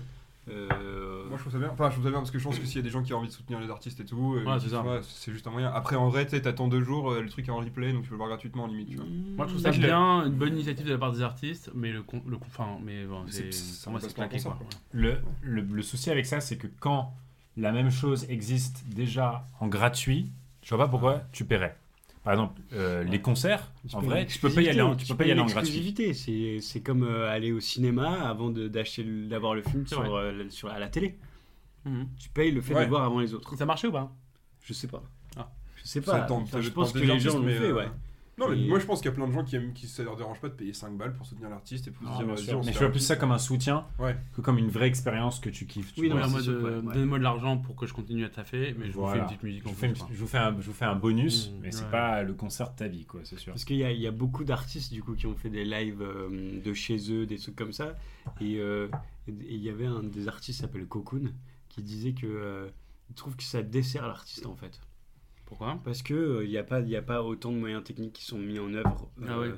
D: euh,
C: Moi je trouve ça bien, enfin je trouve ça bien parce que je pense que s'il y a des gens qui ont envie de soutenir les artistes et tout, euh,
A: Ouais, c'est ça.
C: tu vois, c'est juste un moyen. Après en vrai, tu sais, t'attends deux jours, euh, le truc est en replay donc tu peux le voir gratuitement en limite. Tu vois.
A: Moi je trouve ça
C: C'est vrai que
A: bien, une bonne initiative de la part des artistes, mais le con- le con- enfin mais bon, c'est
C: C'est- c'est-
A: pour moi
C: ça
A: c'est
C: passe pas en
A: claqué
C: concert,
A: quoi.
E: Le, le, le souci avec ça, c'est que quand la même chose existe déjà en gratuit, je vois pas pourquoi tu paierais. Par exemple, euh, les concerts, en
D: peux
E: vrai,
D: une
E: tu peux pas y aller en, tu
D: exclusivité,
E: peux pas y aller en
D: une
E: gratuit.
D: exclusivité. C'est- C'est comme euh, aller au cinéma avant de- d'acheter le- d'avoir le film
A: C'est
D: sur,
A: vrai.
D: euh, le- sur- à la télé.
A: Mhm.
D: Tu payes le fait de
C: Ouais.
D: le voir avant les autres.
A: Ça marchait ou pas
D: Je sais pas.
A: Ah.
D: Je sais
C: Ça
D: pas.
C: dépend-
D: Enfin,
C: ça
D: je
C: dépend
D: pense que
C: des
D: les
C: artistes,
D: gens l'ont
C: mais,
D: fait,
C: euh,
D: ouais.
C: Non mais
D: Et-
C: moi je pense qu'il y a plein de gens qui aiment, qui ça leur dérange pas de payer 5 balles pour soutenir l'artiste et pour se
E: Ah,
C: dire
E: bien
C: vas-y,
E: sûr.
C: on
E: Mais
C: se
E: je
C: fait
E: vois plus
C: un-
E: ça comme un soutien
C: Ouais.
E: que comme une vraie expérience que tu kiffes. Tu
D: Oui,
A: Ouais,
D: non,
E: vois.
A: en
D: c'est
A: mode
D: sûr,
A: euh,
D: ouais, ouais.
A: donnez-moi de l'argent pour que je continue à taffer, mais je vous fais
E: Voilà.
A: une petite musique
E: je,
A: en
E: vous fais une
A: plus,
E: petite- je vous fais un, je vous fais un bonus,
A: Mm,
E: mais c'est
A: ouais.
E: pas le concert de ta vie, quoi, c'est sûr.
D: Parce qu'il y, a- il y a beaucoup d'artistes du coup qui ont fait des lives euh, de chez eux, des trucs comme ça. Et euh, et il y avait un des artistes qui s'appelle Cocoon qui disait que euh, il trouve que ça dessert l'artiste en fait.
A: quoi. Pourquoi
D: Parce que euh, il n'y a pas il y a pas autant de moyens techniques qui sont mis en œuvre euh,
A: Ah ouais.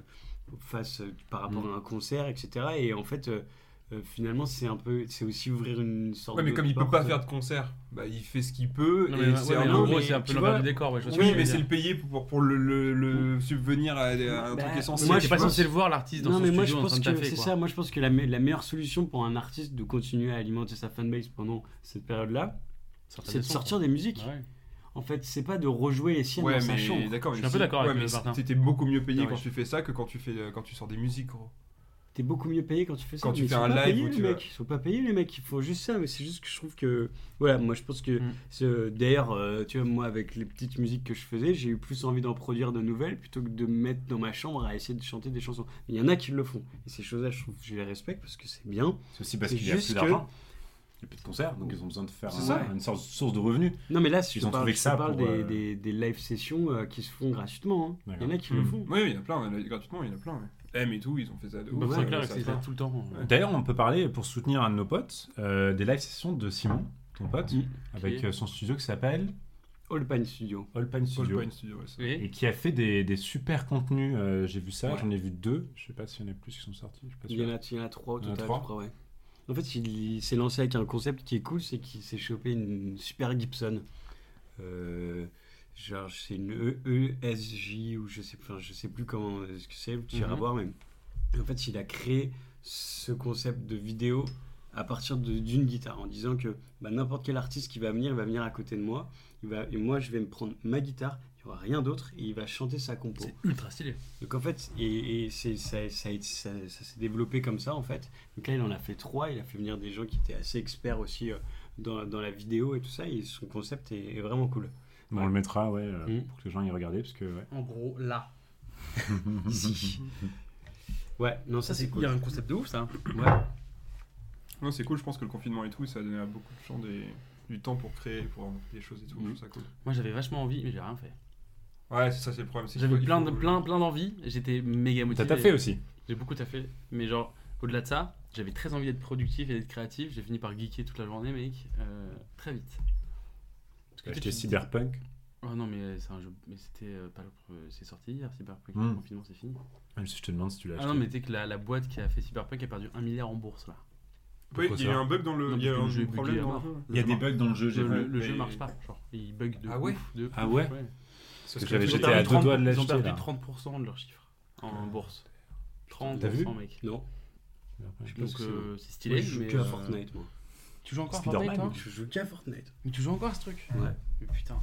D: face euh, par rapport
C: Mm.
D: à un concert, etc. Et en fait. euh, euh, finalement, c'est un peu, c'est aussi ouvrir une sorte.
C: Ouais mais
D: de
C: comme il peut
D: porte.
C: pas faire de concert, bah il fait ce qu'il peut
A: Non,
C: et
A: mais, ouais,
C: c'est
A: mais
C: un
A: en
C: nom,
A: gros,
C: mais
A: c'est un peu
C: tu
A: l'envers
C: vois,
A: du décor. ouais, je vois ce que
C: Oui
A: tu veux
C: mais c'est
A: dire.
C: le payer pour, pour le, le- le subvenir à, à un
D: Bah,
C: truc essentiel.
D: moi,
A: T'es
D: je
A: pas
D: pense-
A: censé le voir l'artiste dans
D: Non,
A: son
D: mais moi je
A: studio en train
D: pense
A: de
D: que
A: taffer
D: c'est
A: quoi.
D: ça. Moi je pense que la, me- la meilleure solution pour un artiste de continuer à alimenter sa fanbase pendant cette période-là, c'est de
A: sons,
D: sortir des musiques.
A: quoi. Ouais. Bah,
D: En fait, c'est pas de rejouer les siennes
C: Ouais
D: dans sa
C: mais
D: chambre.
C: d'accord,
A: Je suis
C: mais
A: un peu
C: si-
A: d'accord
C: ouais,
A: avec
C: mais
A: Martin.
C: T'étais beaucoup mieux
A: Ah
C: payé
A: ouais.
C: quand tu fais ça que quand tu fais euh, quand tu sors des musiques gros.
D: T'es beaucoup mieux payé quand tu fais ça.
C: Quand tu
D: Mais ils
C: fais
D: sont
C: un
D: pas
C: live
D: payés,
C: où
D: les
C: tu
D: mecs. Ils sont pas payés, les mecs. Ils font juste ça. Mais c'est juste que je trouve que. Voilà, moi je pense que.
A: Mm.
D: ce- D'ailleurs, euh, tu vois, moi avec les petites musiques que je faisais, j'ai eu plus envie d'en produire de nouvelles plutôt que de me mettre dans ma chambre à essayer de chanter des chansons. Mais Il y en a qui le font. Et ces choses-là, je trouve que je les respecte parce que c'est bien.
E: C'est aussi parce
D: C'est
E: qu'il y a
D: juste
E: plus d'argent. Il n'y a plus de concerts, donc ils ont besoin de faire
D: C'est ça.
E: un- une sorte- source de revenus.
D: Non, mais là, si
E: Ils
D: je
E: ont
D: te parle,
E: trouvé
D: je
E: que
D: te
E: ça
D: parle
E: pour,
D: des,
E: euh,
D: des- des live sessions euh, qui se font gratuitement. hein. Il y en a qui le
E: Mmh.
A: Mm.
D: font.
C: Oui, il y en a plein, il y en a- gratuitement, il y en a plein. Ouais. M et tout, ils ont fait ça de ouf.
A: Bob
D: Ouais,
A: Sinclair,
C: ouais,
A: il
C: ça
A: faisait
C: va.
A: ça tout le temps. hein.
E: D'ailleurs, on peut parler, pour soutenir un de nos potes, euh, des live sessions de Simon, ton pote,
D: Mm.
E: avec
A: Qui est-
E: euh, son studio qui s'appelle
D: All Pine Studio.
E: All Pine
C: Paul
E: Studio.
C: Pine Studio, ouais, ça.
A: Et
E: Et qui a fait des, des super contenus. euh, j'ai vu ça,
D: Ouais.
E: j'en ai vu deux. Je sais pas s'il y en a plus qui sont sortis. Je suis pas
D: Il y,
E: sûr.
D: en a, il y en a trois au
E: Il y en a
D: total,
E: trois.
D: je crois, ouais. En fait, il, il s'est lancé avec un concept qui est cool, c'est qu'il s'est chopé une super Gibson. Euh, genre, c'est une E- ESJ ou je sais, enfin, je sais plus comment euh, ce que c'est, tu iras
A: Mhm.
D: voir, mais en fait, il a créé ce concept de vidéo à partir de- d'une guitare en disant que bah, n'importe quel artiste qui va venir, il va venir à côté de moi il va, et moi je vais me prendre ma guitare, il n'y aura rien d'autre, et il va chanter sa compo.
A: C'est ultra stylé.
D: Donc en fait, et, et c'est, ça, ça, ça- ça s'est développé comme ça en fait. Donc là, il en a fait trois, il a fait venir des gens qui étaient assez experts aussi euh, dans, dans la vidéo et tout ça, et son concept est, est vraiment cool.
E: Bon, On le mettra, ouais, euh,
D: Mm.
E: pour que les gens y regardent, parce que. ouais.
F: En gros, là.
D: Si. Ouais, non, ça c'est
A: Il y
D: cool.
A: a un concept de ouf, ça.
D: Ouais.
C: Non, c'est cool, je pense que le confinement et tout, ça a donné à beaucoup de gens des- du temps pour créer, pour inventer des choses et tout.
A: Mhm.
C: Je trouve ça cool.
A: Moi, j'avais vachement envie, mais j'ai rien fait.
C: Ouais, c'est ça, c'est le problème. c'est qu'il
A: J'avais
C: faut- il
A: plein,
C: faut-
A: de, plein, plein d'envie. J'étais méga
E: T'as
A: motivé.
E: t'as fait aussi.
A: J'ai beaucoup taffé. Mais genre, au-delà de ça, j'avais très envie d'être productif et d'être créatif. J'ai fini par geeker toute la journée, mec. euh, très vite. Parce que toi,
E: Acheté
A: tu te dis-
E: euh, Cyberpunk.
A: Oh non, mais euh, c'est un jeu. Mais c'était euh, pas le. pre- C'est sorti hier, Cyberpunk.
E: Hmm.
A: Le confinement, c'est fini.
E: Même si je te demande si tu l'as
A: Ah
E: acheté.
A: non, mais t'es que la, la boîte qui a fait Cyberpunk a perdu 1 milliard en bourse là.
C: Oui, il y a eu un bug dans le.
A: Non,
C: Il y a
A: parce que le jeu
C: un
A: est bugué
C: problème
A: à
C: dans
A: mort.
C: le jeu.
B: Il y
A: Le
B: a des
A: jeu
B: bugs dans le jeu,
A: Le,
B: j'ai
A: Euh, le-
B: vu.
A: le jeu
C: mais-
A: marche pas, genre il bug de
C: Ah
A: ouf,
C: ouais
A: de
E: Ah
A: ouf,
E: ouais
C: Parce
E: j'avais
A: Ils ont
E: J'étais
A: perdu
E: à deux
A: 30
E: doigts de
A: Ils ont
E: l'acheter,
A: perdu
E: là.
A: 30% de leur chiffre en bourse. 30%
E: T'as vu
A: mec.
D: Non, je pense
A: Donc
D: que
A: euh, c'est
D: c'est... Moi,
A: stylé.
D: je joue
A: mais,
D: que à
A: euh,
D: Fortnite, moi.
A: Tu joues encore à
E: Spider-Man,
A: Fortnite toi
D: Je joue qu'à Fortnite.
A: Mais tu joues encore à ce truc
D: Ouais.
A: Mais putain.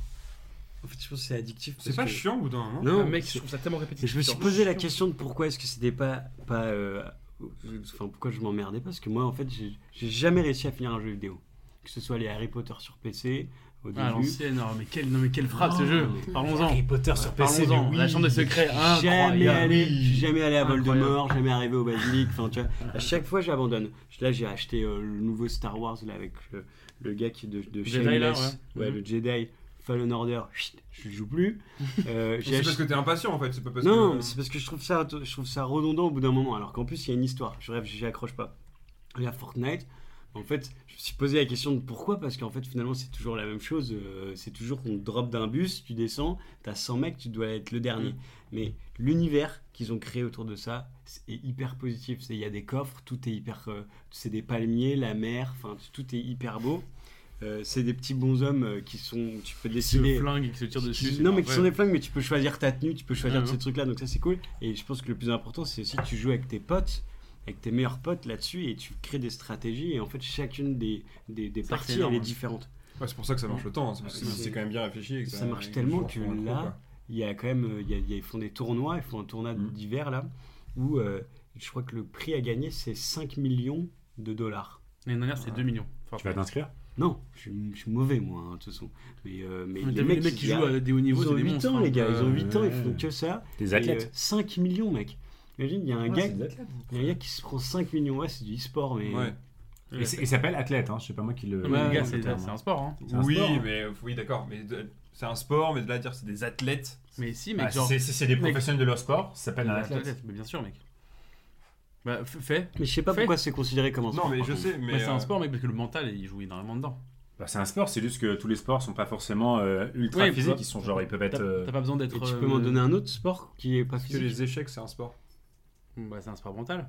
D: En fait, je pense que c'est addictif.
C: C'est
D: parce
C: pas
D: que-
C: chiant au bout d'un moment.
D: Non,
A: Ah, mec,
D: c'est-
A: je trouve ça tellement répétitif.
D: Et je me suis
A: genre,
D: posé la
A: chiant.
D: question de pourquoi est-ce que c'était pas pas euh, enfin pourquoi je m'emmerdais parce que moi en fait j'ai j'ai jamais réussi à finir un jeu vidéo que ce soit les Harry Potter sur PC au début
A: Ah, l'ancienne, oh, mais quelle, non, mais quelle frappe ce jeu Parlons-en.
E: Potter sur
A: Parlons-en.
E: mais oui.
A: La chambre des secrets,
D: jamais
A: incroyable.
D: allé je suis jamais allé à
A: Incroyable.
D: Voldemort jamais arrivé au basilic enfin tu vois à chaque fois j'abandonne là j'ai acheté euh, le nouveau Star Wars là avec le, le gars qui est de, de
A: Jedi,
D: Shameless.
A: là, ouais.
D: ouais
A: Mhm.
D: le Jedi Fallen Order chut, je joue plus Euh,
C: C'est parce que t'es impatient en fait, c'est pas parce
D: non,
C: que.
D: mais c'est parce que je trouve ça, je trouve ça redondant au bout d'un moment. Alors qu'en plus, il y a une histoire. Je rêve, j'y accroche pas. Et à Fortnite, en fait, je me suis posé la question de pourquoi, parce qu'en fait, finalement, c'est toujours la même chose. Euh, c'est toujours qu'on te drop d'un bus, tu descends, t'as 100 mecs, tu dois être le dernier. Mais l'univers qu'ils ont créé autour de ça c'est- est hyper positif. C'est- Il y a des coffres, tout est hyper. euh, c'est des palmiers, la mer, enfin, tout est hyper beau. Euh, c'est des petits bonshommes euh, qui sont. Tu peux
A: Ce
D: décider.
A: flingue qui se tire dessus. c'est
D: Non,
A: pas
D: mais qui
A: vrai.
D: sont des flingues, mais tu peux choisir ta tenue, tu peux choisir
A: Ah,
D: tous ces trucs-là, donc ça c'est cool. Et je pense que le plus important, c'est aussi que tu joues avec tes potes, avec tes meilleurs potes là-dessus, et tu crées des stratégies. Et en fait, chacune des, des, des
A: Ça, c'est
D: parties,
A: énorme,
D: elle est
A: hein.
D: différente.
C: Ouais, c'est pour ça que ça marche autant. hein, C'est parce que
D: C'est-
C: c'est quand même bien réfléchi. et que
D: ça marche tellement que
C: les gens font un
D: là-
C: coup, quoi.
D: Il y a quand même, euh, il y a- il y a- ils font des tournois, ils font un tournoi
E: Mm.
D: d'hiver là, où euh, je crois que le prix à gagner c'est 5 millions de dollars.
A: L'année dernière, c'est 2 millions. Enfin,
E: Tu vas t'inscrire
D: Non, je suis, je suis mauvais moi, hein, de toute façon. Mais, euh, mais
A: Mais
D: les
A: t'as vu
D: mecs,
A: les mecs qui
D: il y a-
A: jouent à des hauts niveaux,
D: ils
A: c'est
D: ont
A: des
D: 8
A: monstres.
D: ans,
A: hein.
D: les gars, ils ont 8 ans, ils
E: ouais.
D: font que ça.
E: Des
D: Et, euh,
E: athlètes.
D: 5 millions, mec. Imagine, il y a un
E: Ah,
D: gars
E: c'est des athlètes.
D: Il y a un gars qui se prend 5 millions, ouais, c'est du e-sport, mais.
C: Ouais.
E: Et c'est- et ça s'appelle athlète, hein. je sais pas moi qui le.
A: Non, mais
D: Ouais,
A: Euh, les gars,
E: le
A: c'est
E: terme,
A: c'est
E: hein.
A: un sport. hein.
E: C'est un
C: Oui,
E: sport, hein.
C: mais oui, d'accord. Mais de- c'est un sport, mais de là à dire c'est des athlètes.
A: Mais si,
E: Ah,
A: mec, genre.
E: c'est- c'est c'est des
A: mec.
E: professionnels de leur sport, ça s'appelle un
A: Athlète,
E: athlète.
A: Mais bien sûr, mec. Bah, f- fait.
D: Mais je sais pas
A: Fait.
D: pourquoi c'est considéré comme un sport.
C: Non, mais
D: par
C: je
D: contre.
C: sais. Mais
A: Bah, c'est
C: euh,
A: un sport, mec, parce que le mental, il joue énormément dedans.
E: Bah, c'est un sport, c'est juste que tous les sports sont pas forcément euh, ultra
A: Ouais,
E: physiques,
A: bah,
E: ils sont genre, ils peuvent être.
A: T'as
E: euh,
A: t'as pas besoin d'être.
D: Et tu
A: euh,
D: peux m'en donner un autre sport qui est pas
C: Est-ce que
D: physique
C: les échecs c'est un sport
A: Bah, c'est un sport mental.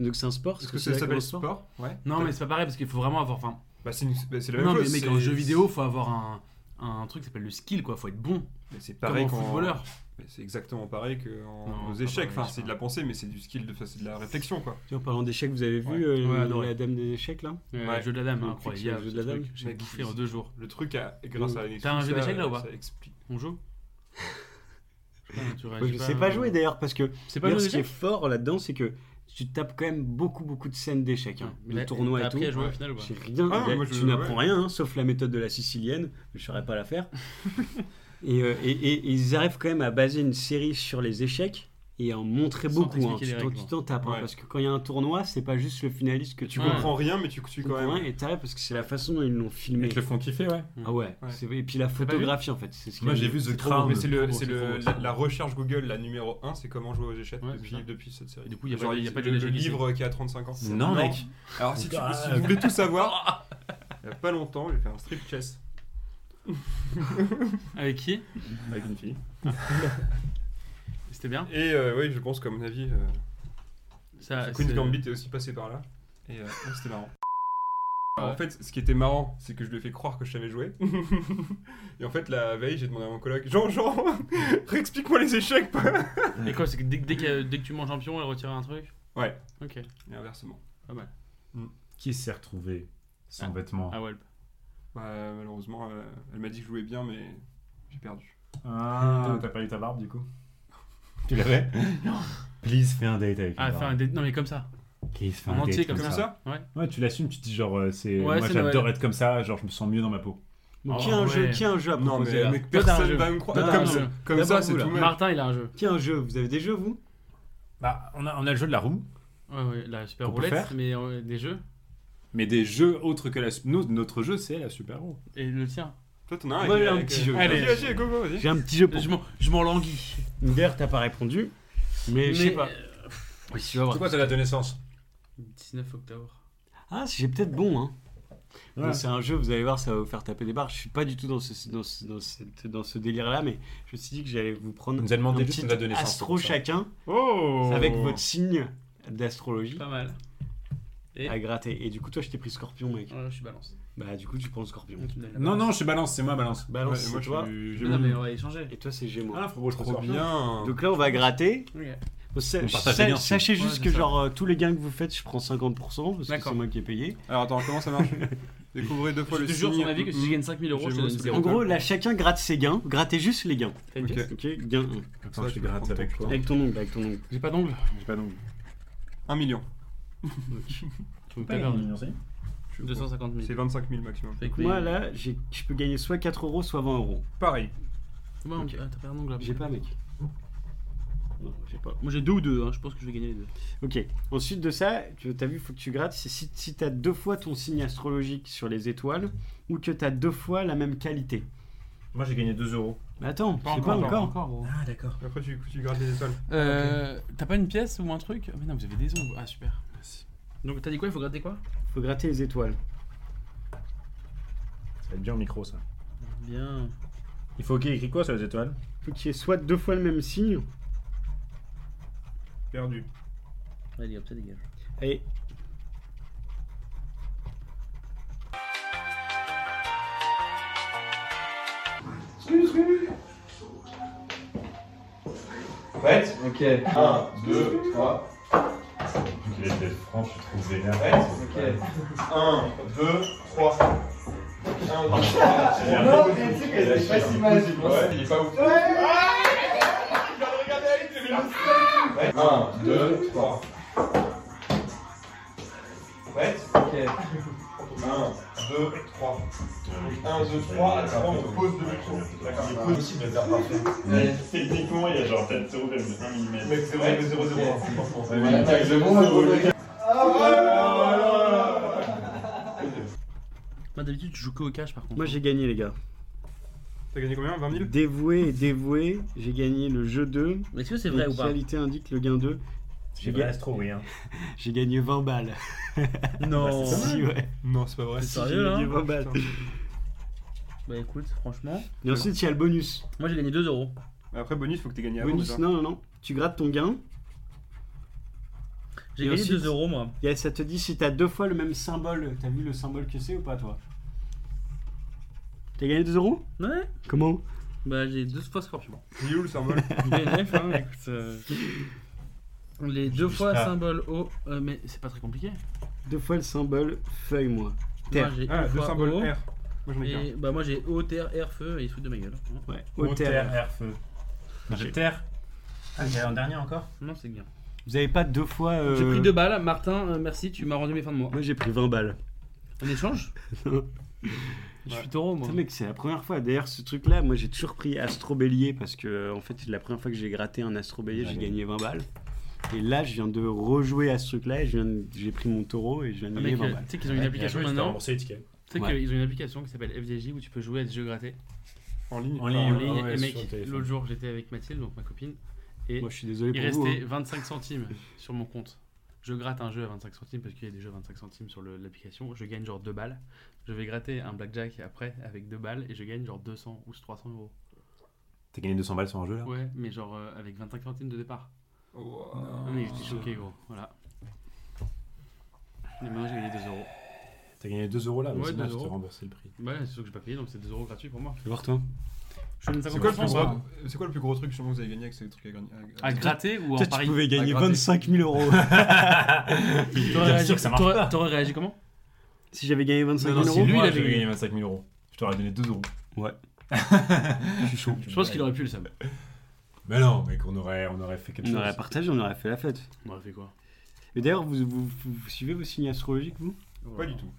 D: Donc c'est un sport
C: Est-ce que ça s'appelle sport Ouais.
A: Non, mais c'est pas pareil, parce qu'il faut vraiment avoir. Enfin,
C: Bah, c'est une- bah, c'est la même
A: non, mais
C: chose.
A: mec,
C: c'est-
A: en jeu vidéo, faut avoir un. Un truc qui s'appelle le skill, quoi, faut être bon.
C: Mais C'est
A: Comme un
C: pareil qu'en
A: footballeur.
C: mais C'est exactement pareil qu'en
A: Non,
C: aux
A: pas
C: échecs.
A: pareil,
C: Enfin,
A: c'est
C: c'est de
A: pas-
C: la pensée, mais c'est du skill, de... enfin, c'est de la réflexion, quoi.
D: En parlant d'échecs, vous avez vu
C: Ouais.
D: euh,
A: Ouais,
D: la-
A: adoré.
D: la dame des échecs là
A: Euh,
C: Ouais.
A: Le jeu de la dame,
D: Le
A: incroyable.
D: jeu de la
A: ce
D: dame.
A: truc. J'ai
C: Mec,
A: bouffé
C: il-
A: en deux jours.
C: Le truc, a... grâce à la
A: T'as un jeu
C: ça-
A: d'échecs, là, ou pas
C: ça explique.
A: On joue Je sais pas, tu
D: Je
A: réagis
D: sais pas jouer d'ailleurs, parce que
A: C'est pas
D: d'ailleurs,
A: jouer
D: ce qui est
A: d'échecs
D: fort là-dedans, c'est que tu tapes quand même beaucoup beaucoup de scènes d'échecs, hein,
A: Mais
D: de
A: là,
D: tournois
A: T'as
D: et tout.
A: appris à jouer au
C: Ouais.
A: final ou pas
D: J'ai rien,
C: Ah non,
D: là,
C: moi, je-
D: tu n'apprends
C: ouais.
D: rien, hein, sauf la méthode de la sicilienne, je saurais pas la faire. et, euh, et- et- et ils arrivent quand même à baser une série sur les échecs et à en montrer
A: Sans
D: beaucoup. hein.
A: t'expliquer
D: Tu
A: les
D: t'en-
A: règles,
D: tu t'en tapes, hein,
C: Ouais.
D: parce que quand il y a un tournoi, c'est pas juste le finaliste que tu
C: Tu
A: Ouais.
D: comprends.
C: comprends rien, mais tu
D: Tu
C: suis quand
D: comprends
C: même.
D: rien et t'arrives parce que c'est la façon dont ils l'ont filmé.
E: Ils te le font kiffer, ouais.
D: Ah ouais,
C: Ouais.
D: c'est- et puis la
A: pas vu
D: photographie en fait, c'est ce qui
E: Moi,
D: est-
E: j'ai vu The
C: C'est trop beau,
E: Crown.
C: mais c'est le,
E: Trop beau,
C: c'est le,
E: trop
C: la,
E: beau.
C: la recherche Google, la numéro 1, c'est comment jouer aux échecs
A: Ouais, c'est
C: depuis,
A: ça.
C: depuis cette série.
A: Et du coup, il y a
C: Genre,
A: pas- il y a
C: le-
A: pas de
C: le,
A: jeu d'échecs.
C: livre qui a 35 ans.
E: Non, mec.
C: Alors, si, tu,
E: Ah.
C: si vous voulez tout savoir, il y a pas longtemps, j'ai fait un strip chess
A: Avec qui
C: avec une fille.
A: C'était bien
C: Et euh, oui, je pense qu'à mon avis, euh,
A: Ça,
C: Queen's
A: Ah, c'est-
C: Gambit est aussi passé par là. Et euh, ouais, c'était marrant. Alors, en fait, ce qui était marrant, c'est que je lui ai fait croire que je savais jouer. Et en fait, la veille, j'ai demandé à mon collègue Jean, Jean, réexplique-moi les échecs.
A: Et quoi, c'est que dès, que- dès que, dès que tu manges un pion, elle retire un truc
C: Ouais.
A: Ok.
C: Et inversement.
E: Qui s'est retrouvé sans
A: Ah.
E: vêtements
A: Ah ouais.
C: Bah, malheureusement, euh, elle m'a dit que je jouais bien, mais j'ai perdu.
E: Ah, t'as pas eu ta barbe du coup Tu l'avais
D: Please, fais un date avec
A: Ah, faire un dé- Non, mais comme ça.
D: Please, fais
A: en
D: un
A: entier,
D: date
A: comme
C: Comme ça
A: Ouais.
E: Ouais, tu l'assumes, tu te dis genre, euh, c'est.
A: Ouais,
E: moi
A: c'est
E: j'adore
A: Noël.
E: être comme ça, genre je me sens mieux dans ma peau.
D: Donc, qui
A: Oh,
D: a un jeu
A: ouais.
D: Qui a un jeu à
C: Non,
D: proposer
C: mais, euh,
D: là
C: mais
A: Toi, t'as un
C: personne
A: jeu.
C: va me croire.
A: Toi, t'as un
C: comme ça,
A: jeu.
C: comme
D: D'abord,
C: ça, c'est
D: vous, là.
C: tout mal.
A: Martin, il a un jeu.
D: Qui a un jeu Vous avez des jeux, vous
E: Bah, on a, on a le jeu de la roue,
A: Ouais, ouais, la super
E: Qu'on peut
A: roulette,
E: faire
A: mais euh, des jeux.
E: mais des jeux autres que la. Nous, notre jeu, c'est la super roue.
A: Et le tien.
C: Toi, t'en as un.
D: Ouais,
C: avec-
D: un
C: avec-
D: petit jeu.
C: Allez,
A: Allez.
C: vas-y, vas-y, go, go, vas-y.
D: J'ai un petit jeu pour
A: Je m'en- Je m'en languis.
D: Hubert, t'as pas répondu. Mais, je sais pas.
A: euh, Oui, tu vas voir.
E: C'est quoi ta date de naissance
A: 19 octobre.
D: Ah, si j'ai peut-être bon, hein.
E: Ouais.
D: Donc, C'est un jeu, vous allez voir, ça va vous faire taper des barres. Je suis pas du tout dans ce, dans ce, dans cette- dans ce délire-là, mais je me suis dit que j'allais vous prendre
E: On nous a
D: un
E: demandé juste
D: petit
E: notre date de naissance.
D: astro
E: pour ça.
D: chacun
C: Oh
D: avec votre signe d'astrologie
A: Pas mal. Et
D: à gratter. Et du coup, toi, je t'ai pris scorpion, mec.
A: Ouais, je suis balance.
D: Bah, du coup, tu prends le scorpion.
A: Donc, tu me donnes la
E: Non,
A: balance.
E: non, je suis balance, c'est moi balance.
D: Balance,
C: Ouais,
D: c'est
C: moi, je
D: toi.
C: suis-
A: Mais Non, mais on va échanger.
D: Et toi, c'est Gémeaux.
E: Ah, frérot, je
C: Trop
E: bien.
C: bien.
D: Donc là, on va gratter. Bon, sa-
E: On partage
D: sa-
E: les liens, si.
D: sachez
A: Ouais,
D: juste
A: c'est
D: que
A: ça.
D: genre euh, tous les gains que vous faites, je prends 50% parce que
A: D'accord.
D: c'est moi qui ai payé.
C: Alors attends, comment ça marche Découvrez deux fois
A: Je
C: le
A: te jure
C: signe.
A: sur ma vie que si je gagne 5000 euros, je te
C: J'ai
A: donne
C: mon-
A: 0.
D: En gros, là chacun gratte ses gains, grattez juste les gains.
A: T'as une
C: Ok.
A: pièce
D: OK, gain un.
E: Attends, je te gratte avec quoi
D: Avec ton ongle, avec ton ongle.
A: J'ai pas d'ongle.
E: J'ai pas d'ongle.
C: Un million.
A: Tu me perds.
C: Je-
A: 250 000.
C: C'est 25 000 maximum.
A: Fait que
D: Moi
A: les-
D: là, j'ai- je peux gagner soit 4 euros, soit 20 euros.
C: Pareil.
A: Moi, on- ah, t'as pas un ongle là.
D: J'ai pas, mec. Non, j'ai pas.
A: Moi j'ai deux ou deux, hein, je pense que je vais gagner les deux.
D: Ok. Ensuite de ça, tu as vu, faut que tu grattes. c'est Si, si tu as deux fois ton signe astrologique sur les étoiles ou que tu as deux fois la même qualité.
E: Moi, j'ai gagné 2 euros.
D: Mais attends,
C: Pas
D: c'est
C: encore,
D: pas
C: pas
D: encore.
A: gros.
F: Ah, d'accord.
C: Après, tu, tu grattes les étoiles.
A: Euh, T'as pas une pièce ou un truc Mais non, vous avez des ongles. Ah, super.
E: Merci.
A: Donc t'as dit quoi Il faut gratter quoi
D: Faut gratter les étoiles.
E: Ça va être bien au micro, ça.
A: Bien.
E: Il faut qu'il écrit quoi sur les étoiles
D: Faut qu'il y ait soit deux fois le même signe
C: Perdu.
A: Allez, hop, ça dégage.
D: et
G: Prête
F: Ok.
G: 1, 2, 3.
E: Il était franc, je trouve vénère.
G: Prête 1, 2, 3. 1, 2, 3.
E: Non,
G: mais tu sais
E: qu'elle était pas si
G: magique. Il est pas ouf. Il va le regarder aller, tu le 1, 2, 3. Prête 1, 2, 3. 1, 2, 3. Attends, on pose le micro. D'accord, il est possible de faire parfait.
E: Techniquement, il y a genre peut-être 0,1 mm.
G: Mais c'est vrai que 0, 0. Ah
A: Moi d'habitude, je joue que au cash par contre.
D: moi j'ai gagné les gars.
C: T'as gagné combien 20 000
D: Dévoué et dévoué, j'ai gagné le jeu 2.
A: Mais Est-ce que c'est vrai
D: Les
A: ou pas
D: qualités indiquent le gain 2. J'ai gagné,
E: trop, oui. Hein.
D: j'ai gagné 20 balles.
A: Non.
D: Si, ouais.
C: Non, c'est pas vrai.
A: C'est hein
D: J'ai
A: sérieux
D: gagné
A: là
D: 20 balles.
A: Bah écoute, franchement,
D: Et ensuite, il y a le bonus.
A: moi j'ai gagné 2 euros.
C: Mais Après, bonus, faut que t'aies gagné avant.
D: Bonus, hein.
C: déjà.
D: non, non, non. Tu grattes ton gain.
A: J'ai
D: Et
A: gagné
D: ensuite-
A: 2 euros moi.
D: Et ça te dit si t'as deux fois le même symbole. T'as vu le symbole que c'est ou pas, toi T'as gagné 2 euros
A: Ouais
D: Comment
A: Bah j'ai deux fois scorpion.
C: Il est où le symbole
A: BNF, hein, écoute. euh, Les deux fois
E: pas.
A: symbole O. euh, mais c'est pas très compliqué.
D: Deux fois le symbole feuille, moi.
A: Moi
D: Terre.
A: j'ai
C: Ah,
A: une
C: le
A: fois
C: symbole
A: O,
C: R. Moi, j'en ai qu'un.
A: Et bah moi j'ai O, terre, R, feu et ils se foutent de ma gueule. hein.
D: Ouais.
E: Au terre,
D: Terre.
E: air, feu. Non, j'ai terre. Ah, j'ai un dernier encore
A: Non, c'est bien.
D: Vous avez pas deux fois. euh,
A: J'ai pris deux balles. Martin, euh, merci, tu m'as rendu mes fins de mois.
D: Moi, j'ai pris 20 balles.
A: On échange
D: Non.
A: Je suis taureau moi.
D: Putain, mec, c'est la première fois. D'ailleurs, ce truc-là, moi, j'ai toujours pris Astro Bélier parce que, euh, en fait, c'est la première fois que j'ai gratté un Astro Bélier, j'ai
E: Allez.
D: gagné 20 balles. Et là, je viens de rejouer à ce truc-là et je viens de- j'ai pris mon taureau et je viens de
A: Ah,
D: gagner
A: mec,
D: 20
A: euh,
D: balles.
A: tu sais qu'ils ont une application maintenant.
E: remboursé les tickets.
A: Tu sais
D: Ouais.
A: qu'ils ont une application qui s'appelle FDJ où tu peux jouer à des jeux grattés.
C: En ligne.
E: En
A: en
E: ligne,
A: ligne.
E: Ah, ouais,
A: et
E: sur
A: mec,
E: le téléphone.
A: l'autre jour, j'étais avec Mathilde, donc ma copine, et
D: Moi, je suis désolé
A: il
D: pour vous.
A: restait
D: hein.
A: 25 centimes sur mon compte. Je gratte un jeu à 25 centimes parce qu'il y a des jeux à 25 centimes sur le- l'application. Je gagne genre 2 balles. Je vais gratter un blackjack après avec 2 balles et je gagne genre 200 ou 300 euros.
E: T'as gagné 200 balles sur un jeu là
A: Ouais, mais genre euh, avec 25 centimes de départ.
C: Oh, Wow.
A: Non, mais j'étais choqué, gros. Voilà. Et maintenant j'ai gagné 2 euros.
E: T'as gagné 2 euros là, mais
A: Ouais,
E: c'est bien,
A: 2
E: je te
A: euros.
E: remboursé le prix.
A: Ouais, c'est sûr que j'ai pas payé donc c'est 2 euros gratuits pour moi.
D: Fais voir, toi.
A: Je suis une
C: C'est quoi, le
A: 50
C: plus gros-
A: euros.
C: c'est quoi le plus gros truc sûrement que vous avez gagné avec ces trucs à gagner à- à-
A: À gratter ou en
D: Toi, tu
A: pari
D: pouvais gagner
F: gratter.
D: 25 000 euros.
A: T'aurais
E: Bien
A: réagi-
E: sûr que ça marche
A: t'aurais- T'aurais réagi comment
D: Si j'avais gagné 25 000
E: non, si
D: euros,
E: lui, il
D: moi,
E: avait
D: j'aurais-
E: gagné 25 000 euros. Je t'aurais donné 2 euros.
D: je suis chaud.
A: Je pense qu'il aurait pu le savoir.
E: Mais non, mec, on aurait, on aurait fait quelque
D: On
E: chose.
D: aurait partagé, on aurait fait la fête.
A: On aurait fait quoi
D: Et d'ailleurs, vous, vous, vous- vous suivez vos signes astrologiques, vous
C: Pas du tout.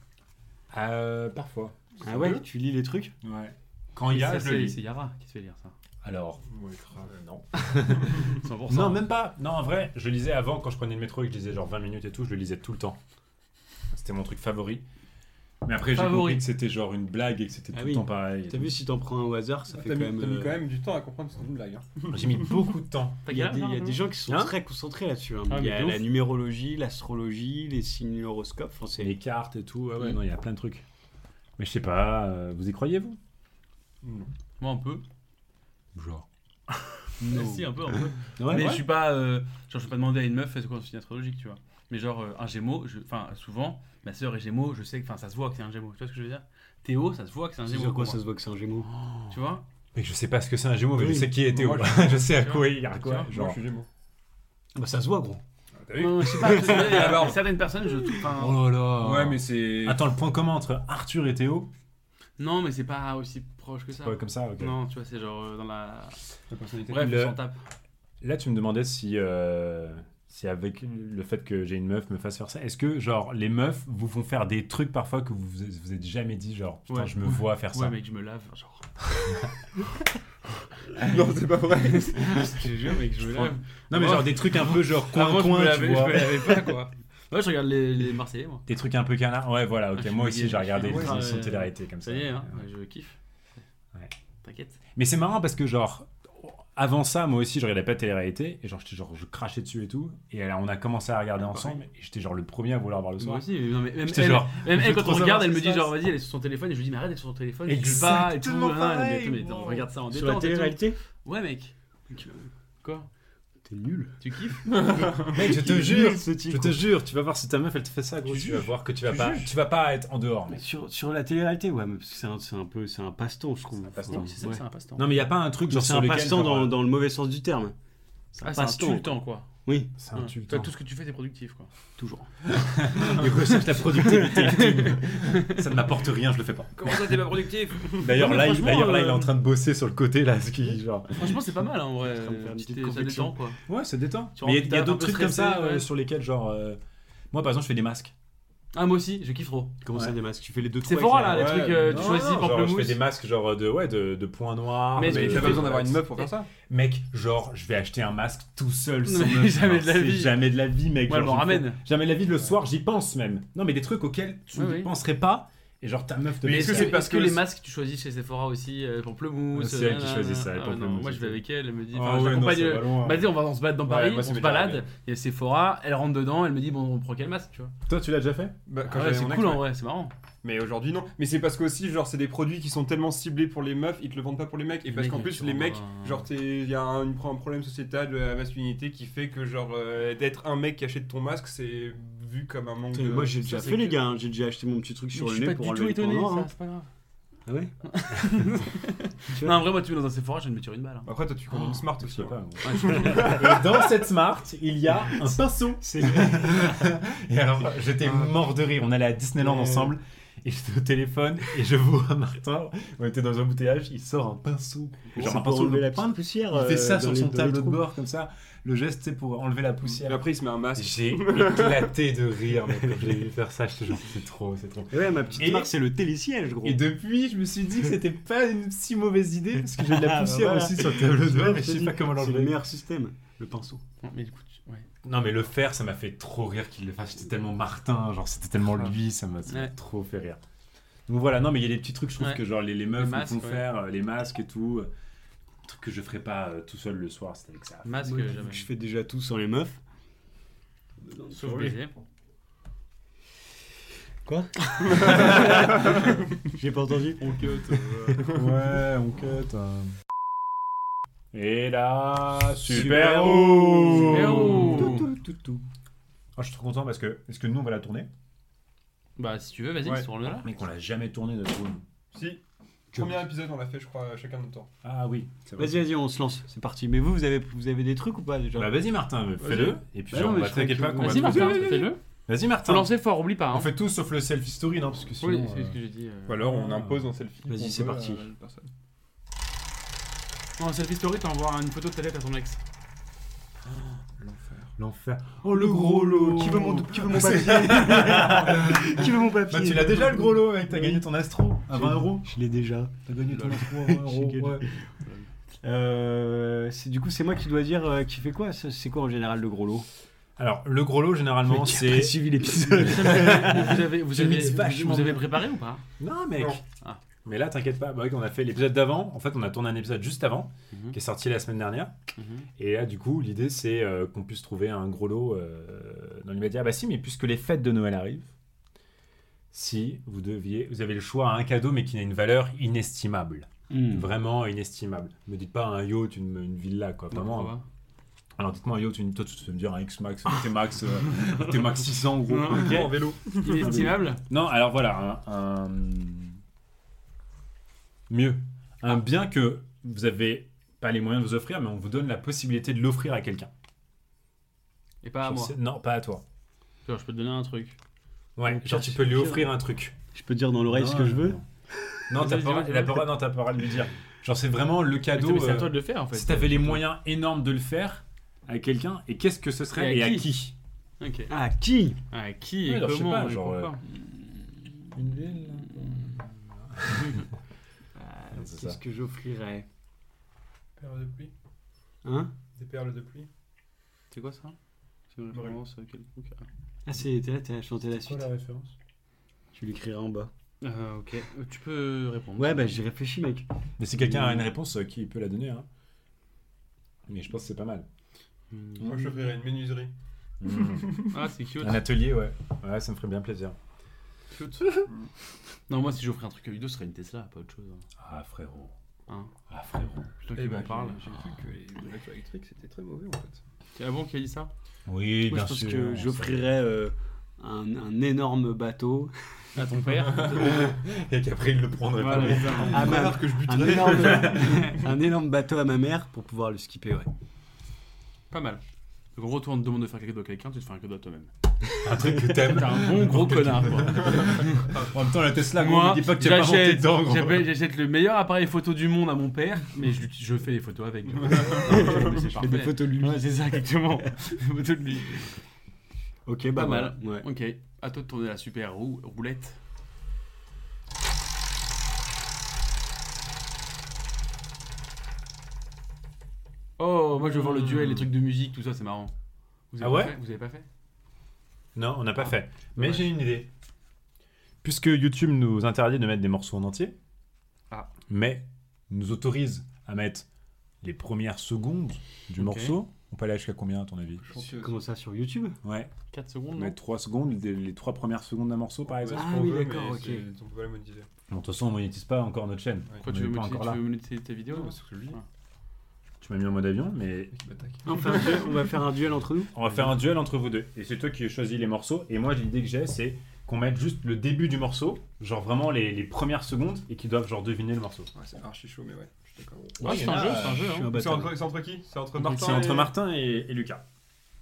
E: Euh, parfois.
D: Ah ouais, tu lis les trucs
E: Ouais. Quand il y a,
A: Ça,
E: je le
A: C'est
E: lis.
A: c'est Yara qui se fait lire ça.
E: Alors,
C: Ouais, grave.
E: euh, non.
A: 100%.
E: Non, même pas. Non, en vrai, je lisais avant quand je prenais le métro et que je lisais genre 20 minutes et tout, je le lisais tout le temps. C'était mon truc favori. Mais après, j'ai
A: Favori.
E: compris que c'était genre une blague et que c'était
D: Ah
E: tout
D: oui.
E: le temps pareil.
D: T'as vu, si t'en prends un au hasard, ça
C: Ah,
D: fait
C: T'as mis,
D: quand
C: t'as
D: même.
C: mis
D: euh,
C: quand même du temps à comprendre que c'est une blague. hein.
E: J'ai mis beaucoup de temps.
A: T'as
D: Il y a
A: galéré,
D: des, il y a
A: Ah, non
D: des gens qui sont
E: Hein
D: très concentrés là-dessus. hein.
A: Ah,
D: il y
A: mais
D: a
A: de
D: la
A: ouf.
D: numérologie, l'astrologie, les signes, l'horoscope. Enfin,
E: C'est
D: c'est-
E: les cartes et tout. Ah Ouais, ouais,
A: Mm.
E: non, il y a plein de trucs. Mais je sais pas, euh, vous y croyez, vous
C: Hmm.
A: Moi, un peu.
E: Genre.
A: Ah, si, un peu, un peu.
D: Ouais,
A: mais
D: ouais.
A: je suis pas. euh, genre, je vais pas demander à une meuf, c'est quoi son signe astrologique, tu vois. Mais genre, euh, un gémeau, je- enfin, souvent, ma sœur est gémeau, je sais que. Enfin, ça se voit que c'est un gémeau. Tu vois ce que je veux dire Théo, ça se voit que c'est un
D: C'est
A: gémeau.
D: sur quoi
A: pour
D: ça se voit que c'est un gémeau
A: moi, Tu vois
E: Mec, je sais pas ce que c'est un Gémeaux, mais
D: Oui.
E: je sais qui est Théo.
C: Moi,
E: je sais à
A: Tu
E: quoi il y a
A: vois,
E: quoi.
A: moi,
E: Genre.
C: Moi, je suis Gémeaux.
D: Bah ça se voit gros.
C: T'as
A: Non, non, je sais pas. je sais pas, il y a- il y a certaines personnes, je. enfin,
E: là là.
C: Ouais, mais c'est.
E: Attends, le point commun entre Arthur et Théo
A: Non, mais c'est pas aussi proche que
E: C'est
A: ça.
E: pas comme ça, ok.
A: Non, tu vois, c'est genre euh, dans la.
C: La personnalité.
A: Bref,
E: Le-
A: on s'en tape.
E: Là, tu me demandais si, euh, si avec le fait que j'ai une meuf me fasse faire ça, est-ce que, genre, les meufs vous font faire des trucs parfois que vous vous vous êtes jamais dit, genre, putain,
A: Ouais.
E: je me vois faire
A: Ouais,
E: Ah, ça
A: mec, je me lave. Genre,
C: Non, c'est pas vrai. Ah,
A: je te jure, mec, je me
E: prends-
A: lave.
E: Non, mais
A: Ouais.
E: genre des trucs un peu, genre,
A: Avant, je me
E: coin-coin, tu
A: lavais- je
E: vois.
A: me lavais pas, quoi. Ouais, je regarde les, les Marseillais, moi.
E: Des trucs un peu canards. Ouais, voilà,
A: Ah,
E: ok.
A: je
E: Moi
A: suis
E: aussi,
A: gay,
E: j'ai regardé
A: je suis
E: des
A: gay.
E: émissions de
A: Ouais.
E: télé-réalité comme ça.
A: Ça y est, hein,
E: Ouais.
A: je kiffe.
E: Ouais.
A: T'inquiète.
E: Mais c'est marrant parce que, genre, avant ça, moi aussi, je regardais pas de télé-réalité. Et genre, j'étais genre, je crachais dessus et tout. Et alors, on a commencé à regarder ensemble. Et j'étais genre le premier à vouloir voir le
A: Ah, Moi
E: soir.
A: aussi, mais non, mais même
E: J'étais
A: elle,
E: genre,
A: même
E: je
A: elle,
E: veux
A: quand
E: trop
A: on regarde,
E: savoir
A: elle
E: ce
A: me
E: qui
A: dit
E: se
A: genre,
E: passe.
A: vas-y, elle est sur son téléphone. Et je lui dis, mais arrête, elle est sur son téléphone. Je joue pas et tout.
E: Exactement
A: hein, mais
E: pareil,
A: attends, mais
E: wow.
A: on regarde ça en
D: Sur la
A: détente. et tout.
D: télé-réalité
A: Ouais, mec. euh, Quoi
D: T'es nul.
A: Tu kiffes
E: mec, je te
D: Nul,
E: jure,
D: ce type,
E: je te
D: quoi.
E: jure, tu vas voir si ta meuf elle te fait ça, gros.
D: Tu
E: Tu vas voir que tu vas pas, tu vas pas être en dehors. mec.
D: Sur, sur la télé-réalité, ouais, mais parce que c'est un, c'est un peu, c'est un passe-temps, je trouve.
E: C'est un passe-temps.
D: Enfin,
A: C'est ça,
D: ouais.
A: c'est un passe-temps.
E: Non, mais il y a pas un truc genre
D: C'est
E: sur
D: un
E: lequel,
D: passe-temps
E: genre,
D: dans,
E: euh,
D: dans le mauvais sens du terme. C'est un
A: Ah, c'est un
D: passe-temps.
A: tue-le-temps, quoi.
D: Oui,
E: C'est un
A: Ouais.
E: tue le
A: Toi,
E: temps.
A: tout ce que tu fais, t'es productif, quoi.
D: toujours.
E: Il recherche la productivité. ça ne m'apporte rien, je le fais pas.
A: Comment ça, t'es pas productif
E: D'ailleurs,
A: Non, mais
E: là, il-
A: franchement,
E: d'ailleurs, là,
A: euh,
E: il est en train de bosser sur le côté là, ce qui genre.
A: Franchement, c'est pas mal, hein, en vrai.
D: Je suis en train de faire une
A: Petite-
D: petite
A: Ça
D: conviction.
A: détend, quoi.
E: Ouais, ça détend.
A: Tu
E: Mais
A: rentres,
E: il y a- il y a,
A: t'es un
E: d'autres
A: peu
E: trucs comme ça
A: stressé,
E: euh,
A: ouais.
E: sur lesquels, genre. euh, Moi, par exemple, je fais des masques.
A: Ah, moi aussi, je kiffe trop.
D: Comment ça, des masques Tu fais les deux trois.
A: C'est fort là,
D: avec
A: les
C: Ouais,
A: trucs, euh, tu
C: non,
A: choisis
E: Genre, je fais
A: pamplemousse.
E: des masques, genre de, ouais, de, de points noirs.
A: Mais est-ce
C: Mais
A: que
C: t'as
A: tu
C: pas
A: fais-
C: besoin d'avoir une meuf pour faire ça.
E: Mec, genre, je vais acheter un masque tout seul. sans
A: Mais
E: meuf,
A: jamais
E: genre,
A: de la
E: c'est
A: vie.
E: Jamais de la vie, mec.
A: Moi, elle
E: genre,
A: m'en
E: je-
A: ramène.
E: Jamais de la vie, le soir, j'y pense même. Non, mais des trucs auxquels tu
A: Ouais,
E: ne
A: oui.
E: penserais pas. Et genre, ta meuf te
A: Mais
E: met
A: est-ce
E: ça.
A: que c'est parce que,
C: le-
A: les masques tu choisis chez Sephora aussi euh, Pamplemousse
E: C'est elle qui
A: nanana.
E: choisit ça, les
A: Ah ouais, non,
E: pamplemousses.
A: Moi je vais avec elle, elle me dit.
E: Ah
A: enfin,
E: ouais, non,
A: j'accompagne,
E: c'est
A: euh,
E: pas loin.
A: Bah dis, on va on se battre dans
E: Ouais,
A: Paris,
E: moi, ça
A: on se
E: m'est
A: balade,
E: arrivé.
A: il y a Sephora, elle rentre dedans, elle me dit bon on prend quel masque tu vois.
E: Toi, tu l'as déjà fait
C: Bah,
A: Ah
C: quand
A: ouais,
C: j'avais
A: c'est
C: mon ex,
A: cool
C: ouais.
A: en vrai, c'est marrant.
C: Mais aujourd'hui non. Mais c'est parce que aussi genre c'est des produits qui sont tellement ciblés pour les meufs, ils te le vendent pas pour les mecs. Et
A: Les
C: parce
A: mecs,
C: qu'en
A: ils
C: plus
A: sont
C: les
A: dans
C: mecs,
A: un-
C: genre t'es- il y a un, un problème sociétal de la masculinité qui fait que genre euh, d'être un mec qui achète ton masque c'est vu comme un manque. de...
D: Moi j'ai déjà
C: Ça, c'est
D: fait les
C: que-
D: gars, hein. j'ai déjà acheté mon petit truc sur
A: Mais
D: le nez pour enlever le point noir, hein.
A: c'est pas grave.
D: Ah ouais
A: Non, en vrai, moi tu vas dans un Sephora, je vais me tuer une balle. hein.
C: Après toi tu connais une smart
E: Je
C: aussi.
E: sais
C: hein.
E: pas. Et dans cette Smart, il y a un pinceau. et alors, j'étais mort de rire. On allait à Disneyland ensemble. Et j'étais au téléphone. Et je vois Martin. On était dans un bouteillage. Il sort un pinceau. Genre un
D: C'est pour
E: pinceau
D: enlever
E: de
D: la
E: pointe.
D: petite poussière.
E: Il fait
D: euh,
E: ça
D: dans
E: sur
D: les-
E: son
D: dans les
E: tableau de
D: trous.
E: bord, comme ça. Le geste, c'est pour enlever la
C: Et
E: poussière.
C: après il se met un masque.
E: J'ai éclaté de rire, mec. Quand j'ai vu faire ça, j'étais genre, c'est trop, c'est trop.
D: Et Ouais, ma petite
E: Et-
D: marque, c'est le télésiège gros.
E: Et depuis, je me suis dit que c'était pas une si mauvaise idée parce que j'ai de
D: Ah,
E: la
D: bah
E: poussière
D: voilà.
E: aussi sur le tableau de bord, mais je
D: te
E: sais
D: dis,
E: pas comment
D: C'est le
E: l'enlever.
D: meilleur système, le pinceau.
A: Non, mais écoute, tu- ouais.
E: Non, mais le faire, ça m'a fait trop rire qu'il le fasse. C'était tellement Martin, genre c'était tellement lui, ça m'a ça m'a
A: Ouais.
E: trop fait rire. Donc voilà, non, mais il y a des petits trucs, je trouve
A: Ouais.
E: que genre les, les meufs
A: Les
E: me
A: masques,
E: font
A: ouais.
E: faire, euh, les masques et tout. euh, Truc que je ferais pas euh, tout seul le soir, c'était avec ça.
A: Masque,
D: Moi, vu
A: jamais.
D: que je fais déjà tout sans les meufs.
A: Sauf baiser.
D: Quoi J'ai pas entendu.
E: ouais, on cut. hein. Et là,
D: Super
E: super
D: Hero.
E: haut
A: Super Hero.
E: Ah, Je suis trop content parce que est-ce que nous on va la tourner
A: Bah si tu veux, vas-y,
C: Ouais.
A: tourne là.
E: Mec, on l'a jamais tourné notre room.
C: Si. Premier épisode on l'a fait je crois chacun de notre temps.
E: Ah oui, c'est vrai.
D: Vas-y, vas-y, on se lance, c'est parti. Mais vous, vous avez, vous avez des trucs ou pas déjà
E: Bah vas-y Martin, fais-le. Et puis
D: Bah
E: genre,
D: non, mais
E: bah,
D: je
E: t'inquiète
D: crois
E: pas
D: que-
E: qu'on va
A: Vas-y
E: te
A: Martin,
E: poser-
A: fais-le.
E: Vas-y,
A: Faut
E: Martin.
A: lancer fort, oublie pas. hein.
E: On fait tout sauf le selfie story, non Parce que sinon.
A: oui, c'est
E: euh,
A: ce que j'ai dit. euh.
C: Ou alors on impose un selfie.
D: Vas-y,
C: qu'on
D: c'est
C: veut à
D: parti.
C: la personne.
A: Non, selfie story, t'envoies une photo de ta tête à ton ex.
C: L'enfer.
D: L'enfer. Oh, le gros lot Qui veut mon, qui veut mon papier Qui veut mon papier
E: Bah, tu l'as déjà le gros lot, mec. T'as gagné ton astro à
D: J'ai-
E: 20 euros.
D: Je l'ai déjà.
E: T'as gagné ton astro à
D: 20 euros, ouais. Euh, c'est- du coup, c'est moi qui dois dire euh, qui fait quoi ça, C'est quoi en général le gros lot
E: Alors, le gros lot, généralement,
D: Mec, j'ai
E: c'est.
D: pas suivi l'épisode.
A: vous avez, vous
E: Tu
A: avez-
E: mixes
A: vous-
E: vachement
A: vous avez
E: bien.
A: préparé ou pas
E: Non, mec.
C: Non.
A: Ah.
E: Mais là, t'inquiète pas. Bah, oui, on a fait l'épisode d'avant. En fait, on a tourné un épisode juste avant,
A: Mhm.
E: qui est sorti la semaine dernière. Et là, du coup, l'idée, c'est euh, qu'on puisse trouver un gros lot euh, dans l'immédiat. Bah si, mais puisque les fêtes de Noël arrivent, si vous deviez, vous avez le choix à un cadeau, mais qui n'a une valeur inestimable,
A: Mhm.
D: Hmm.
A: Bah,
E: vraiment inestimable. Ne me dites pas un yacht, une, une villa, quoi. Vraiment. euh,
A: Pourquoi
E: Alors dites-moi un yacht, une... toi, tu peux me dire un X-Max, un T-Max, euh, un T-Max 600, gros. Ok.
C: En vélo.
A: pas Inestimable
E: Non, alors voilà, un, un- mieux,
A: Ah.
E: un bien que vous avez pas les moyens de vous offrir, mais on vous donne la possibilité de l'offrir à quelqu'un.
A: Et pas à
E: Genre,
A: moi.
E: c'est- Non, pas à toi.
A: Genre, je peux te donner un truc.
E: Ouais,
D: Donc,
E: genre
D: ça,
E: tu
D: c'est
E: peux lui
D: sûr.
E: offrir un truc.
D: Je peux te dire dans l'oreille ce que je veux
E: Non, t'as
A: Vas-y, dis-moi.
E: pas, la parole, non, t'as pas le droit de lui dire. Genre c'est vraiment le
A: Mais
E: cadeau.
A: mais c'est à
E: euh,
A: toi de le faire en fait.
E: si t'avais les moyens énormes de le faire à quelqu'un, et qu'est-ce que ce serait
A: Et
E: et
A: à
E: à
A: qui
E: qui
A: Ok.
D: Ah, qui
A: À qui et
E: Ouais, alors, je sais
A: comment
E: pas,
A: et
E: genre, euh,
A: pourquoi
E: Une ville. c'est
D: Qu'est-ce
E: ça.
D: que j'offrirais
C: Perles de pluie.
D: Hein
C: Des perles de pluie.
A: C'est quoi ça C'est une référence euh, quelconque
D: Ah, c'est t'es là, t'as chanté la suite.
C: référence
D: Tu l'écriras en bas.
A: Euh, ok, Euh, tu peux répondre.
D: Ouais, bah j'ai réfléchi, mec.
E: Mais si quelqu'un a une réponse, euh, qui peut la donner hein. Mais je pense que c'est pas mal.
A: Hmm.
D: Mmh.
C: Moi je ferais une menuiserie.
E: Mmh.
A: Ah, c'est cute.
E: Un atelier, ouais. Ouais, ça me ferait bien plaisir.
A: cute. non, moi si j'offrais un truc à Udo, ce serait une Tesla, pas autre chose. hein.
E: Ah, frérot.
A: Hein.
E: Ah, frérot.
A: Plutôt qu'il m'en parle.
C: J'ai cru que les voitures électriques c'était très mauvais en fait.
A: Ah bon, qui a dit ça
E: Oui,
D: Moi, je pense que j'offrirais euh, un, un énorme bateau.
A: À Ah, ton père
E: Et qu'après, il le prendrait pas.
A: Voilà, c'est ça.
D: Ah, bah,
C: que je
D: un, énorme, un énorme bateau à ma mère pour pouvoir le skipper, ouais.
A: Pas mal. Donc en gros, toi, on te demande de faire quelque cadeau à quelqu'un, tu te fais un cadeau à toi-même.
E: Un truc que t'aimes.
A: T'es un bon gros connard, quoi.
E: En même temps, la Tesla, gros,
A: Moi,
E: me dis pas que t'es pas monté
A: j'achète,
E: dedans, gros.
A: j'appelle- j'achète le meilleur appareil photo du monde à mon père, mais je, lui- je fais les photos avec. Non, mais c'est
D: Je fais des
A: parfait.
D: photos de lui.
A: Ouais, c'est ça, exactement. Des photos de lui.
D: Ok, bah
A: Pas
D: voilà.
A: mal.
D: Ouais.
A: Ok, à toi de tourner la super roue- roulette. Oh, moi je veux voir le duel, les trucs de musique, tout ça, c'est marrant. Vous avez
E: Ah
A: pas
E: ouais
A: fait Vous avez pas fait
E: Non, on n'a pas fait. Mais
A: dommage.
E: j'ai une idée. Puisque YouTube nous interdit de mettre des morceaux en entier,
A: Ah.
E: mais nous autorise à mettre les premières secondes du
A: Ok.
E: morceau, on peut aller jusqu'à combien à ton avis
D: Comment ça, sur YouTube
E: Ouais,
A: 4 secondes, non
E: mettre 3 secondes, les, les trois premières secondes d'un morceau par exemple.
D: Ah oui, d'accord, ok.
C: On peut pas la monétiser.
E: Bon, de toute façon, on monétise pas encore notre chaîne.
C: Ouais.
A: Pourquoi
E: On
A: tu
E: est
A: veux
E: pas
A: monétiser-
E: encore
A: tu
E: là.
A: veux monétiser tes vidéos
C: Non, c'est que lui.
E: Tu m'as mis en mode avion, mais
C: qui m'attaque.
D: on, fait un duel- on va faire un duel entre nous
E: on va faire un duel entre vous deux. Et c'est toi qui choisis les morceaux. Et moi, l'idée que j'ai, c'est qu'on mette juste le début du morceau, genre vraiment les, les premières secondes, et qu'ils doivent genre deviner le morceau.
C: Ouais, c'est archi chaud, mais ouais, je suis d'accord.
A: Ouais, c'est un jeu, c'est un jeu. hein.
C: C'est entre, c'est entre qui C'est entre Martin
E: C'est entre
C: et-
E: Martin et, et Lucas.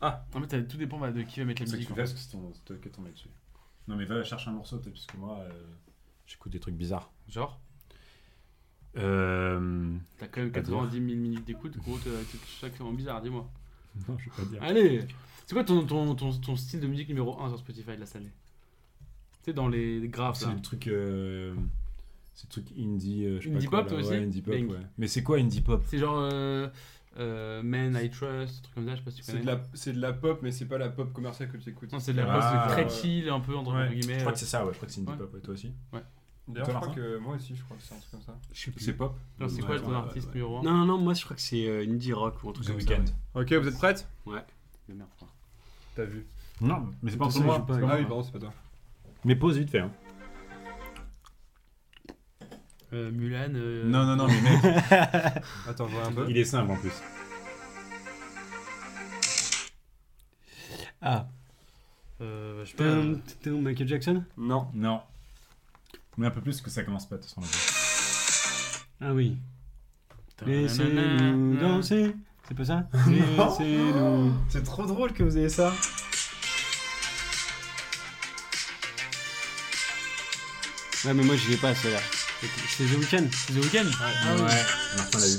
A: En fait, ça- tout dépend bah, de qui va mettre la musique. en fait.
E: parce que c'est ton- c'est toi qui es tombé dessus. Non, mais va chercher un morceau, peut-être, parce que moi, euh, j'écoute des trucs bizarres.
A: hein. Genre,
E: Euh.
A: t'as quand même
E: Pas dire.
A: 90 000 minutes d'écoute, gros, t'as- t'es sacrément bizarre, dis-moi.
E: Non, je vais pas dire.
A: Allez C'est quoi ton, ton, ton, ton style de musique numéro 1 sur Spotify de la salle Tu sais, dans les graphes
E: Ah, C'est
A: là.
E: le truc. euh, C'est le truc indie. euh, je sais pas
A: Indie
E: quoi,
A: pop,
E: là.
A: toi aussi
E: Ouais, indie pop,
A: Bang.
E: ouais. Mais c'est quoi indie pop
A: C'est genre euh, euh, Men I Trust, un truc comme ça, je sais pas si tu
C: C'est
A: connais.
C: de, la, c'est de la pop, mais c'est pas la pop commerciale que tu écoutes.
A: Non, c'est de la
E: Ah,
A: pop, c'est
E: ouais.
A: très chill, un peu entre
E: Ouais, Je
A: guillemets.
E: crois que c'est ça, ouais. Je crois que c'est indie
A: Ouais.
E: pop, ouais, toi aussi.
C: D'ailleurs,
E: Toi,
C: je crois
E: Martin
C: que moi aussi, je crois que c'est un truc comme ça.
D: Je sais plus.
E: C'est pop
A: Alors, c'est hein. quoi
D: Ouais,
A: ton
D: ouais,
A: artiste
D: ouais.
A: numéro 1
D: Non, non, non, moi je crois que c'est euh, indie rock ou un truc
E: The
D: comme
E: Weeknd.
D: ça.
C: Ok, vous êtes prêtes
A: Mais merde, putain.
C: T'as vu.
E: Non, mais c'est pas
D: pour moi.
C: Ah oui, pardon, c'est pas toi.
E: Mais pause vite fait. Hein.
A: Euh, Mulan. euh,
E: Non, non, non, mais mec,
C: Attends, je vois un peu.
E: il est simple en plus.
D: Ah,
A: euh, je sais pas, euh,
D: Tum, tum, Michael Jackson
C: Non.
E: Non. Mais un peu plus parce que ça commence pas de toute façon. là-bas.
D: Ah oui.
A: ta-
D: Laissez-nous
A: na- na- na-
D: danser. C'est pas ça Laissez-nous.
E: C'est trop drôle que vous ayez ça.
D: Ouais, mais moi, j'y vais pas à celle-là. C'est The Weeknd.
F: C'est The Weeknd Ah ouais.
E: Martin l'a eu.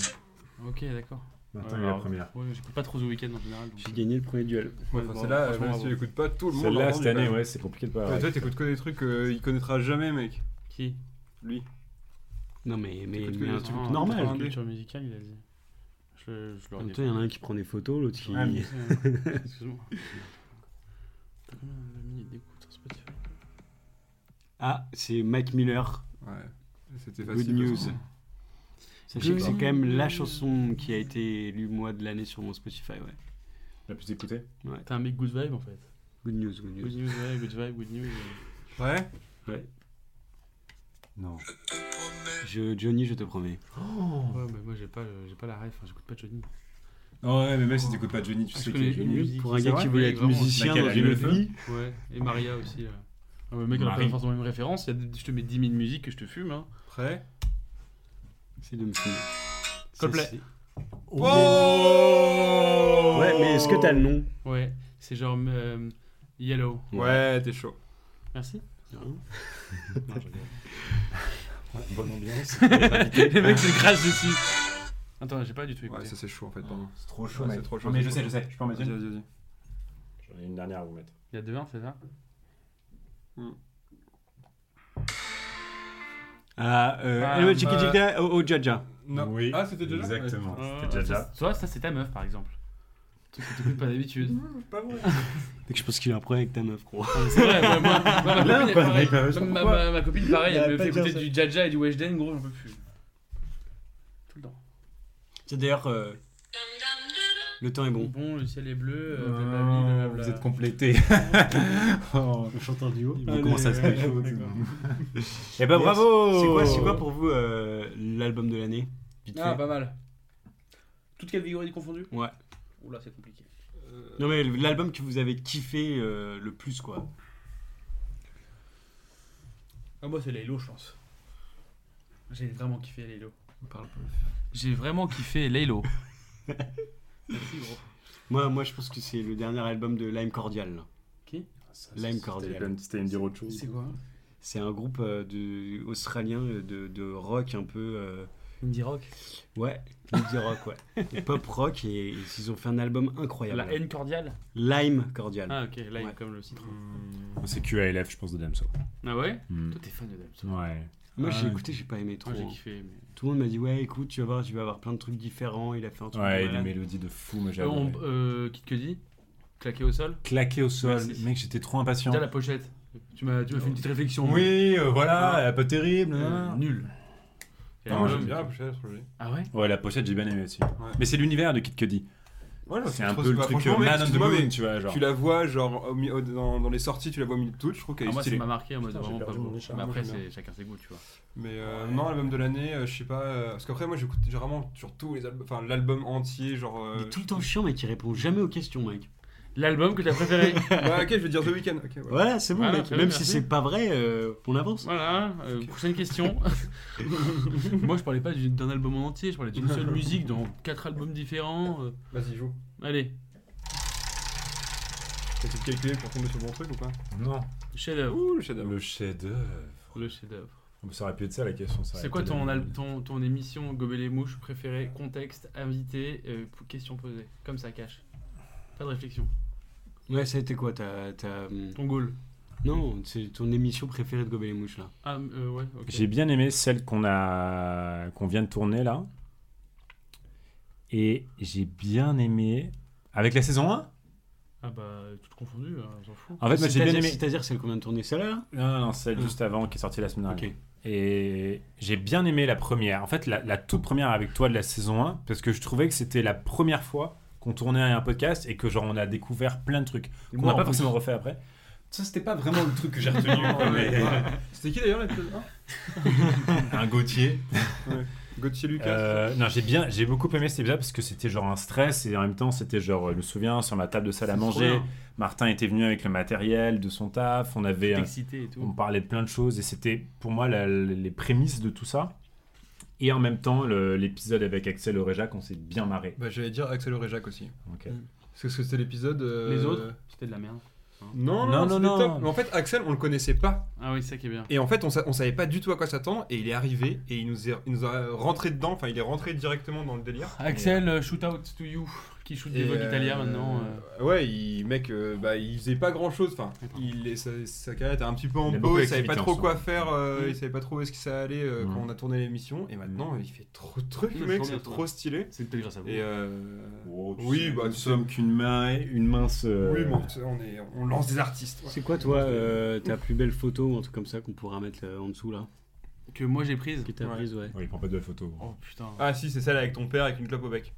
A: Ok, d'accord.
E: Martin
A: Ouais,
E: a eu la
A: alors,
E: première.
A: Ouais, j'écoute pas trop The Weeknd en général. donc,
D: J'ai
A: euh,
D: gagné le premier duel.
C: Ouais,
A: bon,
C: enfin, celle-là,
A: franchement,
C: même si
A: bravo.
C: tu l'écoutes pas, tout le monde l'a
E: Celle-là,
C: entendu,
E: cette année,
C: quand même.
E: ouais, c'est compliqué de pas.
C: Ouais, Toi, t'écoutes que des trucs euh, il connaîtra jamais, mec.
A: Qui
C: Lui.
D: Non, mais, mais,
C: T'écoutes que
D: mais
C: des
D: un truc
A: Ah,
D: normal.
A: un
D: que-
A: culture musicale, il a dit. Je, le- je
D: En
A: l'aurais
D: même
A: dit.
D: temps, il y en a un qui prend des photos, l'autre qui.
A: Ouais, mais- euh, Excuse-moi. T'as combien de minutes d'écoute sur Spotify
D: Ah, c'est Mac Miller.
C: Ouais. C'était
D: Good
C: facile.
D: news.
C: parce que-
D: Sachez que c'est
A: Good
D: quand même la
A: news.
D: chanson qui a été élue moi de l'année sur mon Spotify, ouais.
E: La plus écoutée
A: T'as un mec good vibe en fait.
D: Good news, good news.
A: Good news, ouais, good vibe, good news. ouais.
C: Ouais.
E: Non.
D: Je, Johnny, je te promets.
A: Ouais, mais moi j'ai pas, j'ai pas la ref, hein, j'écoute pas Johnny.
E: Ouais, mais même si t'écoutes pas Johnny, tu
C: Ah,
A: Je
E: sais
A: connais
E: qu'il y a
A: une
E: Johnny.
A: musique.
D: Pour un
A: c'est
D: gars
A: vrai,
D: qui voulait
A: ouais,
D: être
A: vraiment.
D: musicien
E: Laquelle
D: dans
E: a
D: une
E: le
D: autre
E: feu
D: vie.
A: Ouais, et Maria aussi. Là. Ah, le mec, on a pas
E: Marie.
A: forcément les mêmes références. Il y a des- je te mets 10 000 musiques que je te fume. Hein.
C: Prêt.
D: C'est de me filmer.
A: Coldplay.
D: Ça, c'est-
C: Oh
D: Ouais, mais est-ce que t'as le nom
A: Ouais, c'est genre euh, Yellow.
C: Ouais, t'es chaud.
A: Merci.
E: Bonne ambiance.
A: les mecs se crachent dessus. Attends, j'ai pas du tout écouté.
C: Ouais, ça c'est chaud en fait, Ah. pardon.
E: C'est trop
C: Ouais,
E: mec.
C: c'est trop chaud,
E: Non, Mais
C: c'est
E: je
C: trop
E: sais,
C: chaud.
E: je sais. Je peux en mettre
C: Vas-y,
E: une
C: vas-y, vas-y.
E: J'en ai une dernière à vous mettre.
A: Il y a deux 1 c'est ça
D: Ah, euh.
A: Ah,
D: Hello, Chicky
C: bah-
D: Chicky, oh, oh, Jaja.
C: Non.
E: Oui.
C: Ah, c'était déjà
E: Exactement. C'était
A: Ah, ça,
E: déjà.
A: c'est- Toi, ça c'est ta meuf par exemple. Tu que t'écoutes pas d'habitude.
C: Pas vrai.
D: Fait que je pense qu'il a un problème avec ta meuf, gros.
A: C'est vrai, ouais, moi, moi, ma,
E: Là,
A: copine,
E: pas-
A: pareil,
E: pas- je sais pas
A: ma,
E: pourquoi.
A: ma- ma copine, pareil,
D: Il a
A: elle me
D: pas
A: fait
D: dit
A: écouter
D: ça.
A: du Jaja et du Weshden, gros, j'en peux plus. Tout le temps.
D: C'est d'ailleurs. euh, Le temps est bon.
A: Bon, le ciel est bleu, euh, blablabla, blablabla.
E: Vous êtes complétés. Oh,
D: Le chanteur du haut.
E: On commence à se
D: C'est
E: Eh ben bravo
D: quoi, c'est quoi pour vous euh, l'album de l'année Vite
A: Ah,
D: fait.
A: pas mal. Toutes catégories confondues
D: Ouais.
A: Oula, c'est compliqué.
D: Non, mais l'album que vous avez kiffé euh, le plus, quoi.
A: Ah, moi, c'est Laylo, je pense. J'ai vraiment kiffé Laylo. J'ai vraiment kiffé Laylo. Merci, gros.
D: Moi, moi je pense que c'est le dernier album de Lime Cordial. là. Lime
E: Lime
D: Cordial.
E: Cordial. C'était une dire autre chose.
A: C'est quoi
D: C'est un groupe euh, de, australien euh, de, de rock un peu. euh,
A: Indie rock.
D: ouais, indie rock, ouais. Pop rock, et, et ils ont fait un album incroyable.
A: La haine cordiale
D: Lime Cordial.
A: Ah, ok, lime
D: Ouais.
A: comme le citron.
E: C'est QALF, je pense, de Damso.
A: Ah ouais
E: Hmm.
A: Toi, t'es fan de Damso.
E: Ouais.
D: Moi, j'ai
E: Ouais.
D: écouté, j'ai pas aimé trop.
A: Moi, j'ai
D: hein.
A: kiffé. mais-
D: Tout le monde m'a dit, ouais, écoute, tu vas voir, tu vas avoir plein de trucs différents. Il a fait un truc.
E: Ouais,
D: de
E: des
D: malade.
E: mélodies de fou, moi j'ai
A: Euh, on-
E: adoré.
A: euh, Kid Cudi Claqué au sol
E: Claqué au sol,
A: Merci.
E: mec, j'étais trop impatient.
A: Déjà la pochette. Tu m'as tu m'as fait une petite réflexion.
E: Oui, euh, voilà, elle est pas terrible.
A: Euh,
E: hein.
A: Nul. Et
E: Ah, Non,
A: alors,
E: j'aime
A: euh,
C: J'aime bien la pochette, je trouve que j'ai-
A: Ah ouais
E: Ouais, la pochette, j'ai bien aimé aussi. Mais c'est l'univers de Kid Cudi.
C: Ouais, je
E: C'est un
C: trouve
E: peu le
C: pas-
E: truc euh,
C: franchement, mec,
E: Man on the
C: excuse-moi, mais
E: Moon, tu vois, genre.
C: Tu la vois, genre, au mi- au- dans, dans les sorties, tu la vois au milieu de tout, je trouve qu'elle
A: Ah,
C: est
A: Moi, ça
C: stylée.
A: m'a marqué en mode
E: Putain, j'ai
A: vraiment pas
E: perdu mon
A: beau.
E: écharpe.
A: Mais après,
C: Ah, moi, j'aime
A: c'est- chacun ses goûts, tu vois.
C: Mais euh, non, l'album de l'année, euh, je sais pas. euh, parce qu'après, moi, j'écoute généralement sur tous les albums, enfin, l'album entier, genre. euh,
D: Il est tout le temps chiant, mec, il répond jamais aux questions, mec.
A: L'album que t'as préféré
C: bah, ok, je vais dire The Weeknd. Ok, voilà.
D: Voilà, c'est bon,
A: Voilà,
D: mec.
A: très
D: Même
A: bien,
D: si
A: merci.
D: c'est pas vrai, euh, on avance.
A: Voilà, euh, prochaine question. Moi, je parlais pas d'une- d'un album en entier, je parlais d'une seule musique dans quatre albums différents. euh.
C: Vas-y, joue.
A: Allez,
C: T'as tout calculé pour tomber sur le bon truc ou pas
E: Non.
A: chef-d'œuvre.
C: Ouh, le chef-d'œuvre.
E: Le chef-d'œuvre.
A: Le chef-d'œuvre.
E: Ça aurait pu être ça la question. ça aurait
A: C'est quoi
E: été
A: ton,
E: la-
A: al- ton, ton émission Gober les mouches préférée Contexte, invité, euh, p- question posée. Comme ça, cache. Pas de réflexion.
D: Ouais, ça a été quoi ta, ta, hum,
A: Ton goal.
D: Non, c'est ton émission préférée de Gobelet Mouche, là.
A: Ah, euh, ouais, ok.
E: J'ai bien aimé celle qu'on a qu'on vient de tourner là. Et j'ai bien aimé avec la saison 1
A: Ah bah, tout confondu, hein, on s'en fout.
E: En fait, moi j'ai bien
D: C'est-à-dire-
E: aimé.
D: C'est-à-dire celle qu'on vient de tourner, celle-là
E: Non, non, non, celle juste avant qui est sortie la semaine
D: Ok.
E: dernière. Et j'ai bien aimé la première. En fait, la, la toute première avec toi de la saison 1, parce que je trouvais que c'était la première fois qu'on tournait un podcast et que genre on a découvert plein de trucs qu'on
D: Moi,
E: n'a
D: en
E: pas
D: plus.
E: forcément refait après. Ça, c'était pas vraiment le truc que j'ai retenu. quoi, mais-
C: C'était qui d'ailleurs l'épisode 1
E: un Gauthier.
C: Gauthier Lucas.
E: Euh, non, j'ai bien, j'ai beaucoup aimé cet épisode parce que c'était genre un stress et en même temps c'était genre, je me souviens, sur la table de salle à manger, Martin était venu avec le matériel de son taf, on avait,
A: T'es
E: un-
A: excité et
E: on
A: tout.
E: parlait de plein de choses et c'était pour moi la- les prémices de tout ça. Et en même temps, le- l'épisode avec Axel Orejac, on s'est bien marré.
C: Bah, j'allais dire Axel et Jacques aussi.
E: Ok.
C: Parce que c'était l'épisode. euh,
A: Les autres C'était de la merde.
C: Non,
E: Non,
C: non, non,
E: non, non.
C: Mais en fait, Axel, on le connaissait pas.
A: Ah oui, c'est ça qui est bien.
C: Et en fait, on, sa- on savait pas du tout à quoi s'attendre. Et il est arrivé et il nous, est- il nous a rentré dedans. Enfin, il est rentré directement dans le délire.
A: Axel, euh, shoot out to you, qui shoot des
C: Et,
A: vogues
C: euh,
A: italiens maintenant. euh.
C: Ouais, il, mec, euh, bah, il faisait pas grand chose. Enfin, il, est- sa, sa carrière était un petit peu en
E: Il a
C: pause,
E: beaucoup
C: il savait pas
E: d'activités en
C: trop
E: soi.
C: quoi faire, euh,
A: Mm.
C: il savait pas trop où est-ce que ça allait euh,
E: Mm.
C: quand on a tourné l'émission. Et maintenant, il fait trop de trucs,
A: Mm,
C: mec,
A: trop bien,
C: c'est
A: trop
C: trop
A: bien.
C: stylé.
A: C'est peut-être grâce à vous.
C: Et euh,
E: Oh, tu
C: Oui,
E: sais,
C: bah,
E: nous
C: tu sais.
E: sommes qu'une main, une mince. euh,
C: Oui, bon, on, est, on lance des artistes. ouais.
D: C'est quoi, toi, euh, ta plus belle photo ou un truc comme ça qu'on pourra mettre euh, en dessous, là
A: Que moi j'ai prise.
D: Qui t'a
C: Ouais.
D: prise, ouais.
E: Ouais, il prend pas de belles photos.
A: Oh putain.
C: Ah, si, c'est celle avec ton père avec une clope au bec.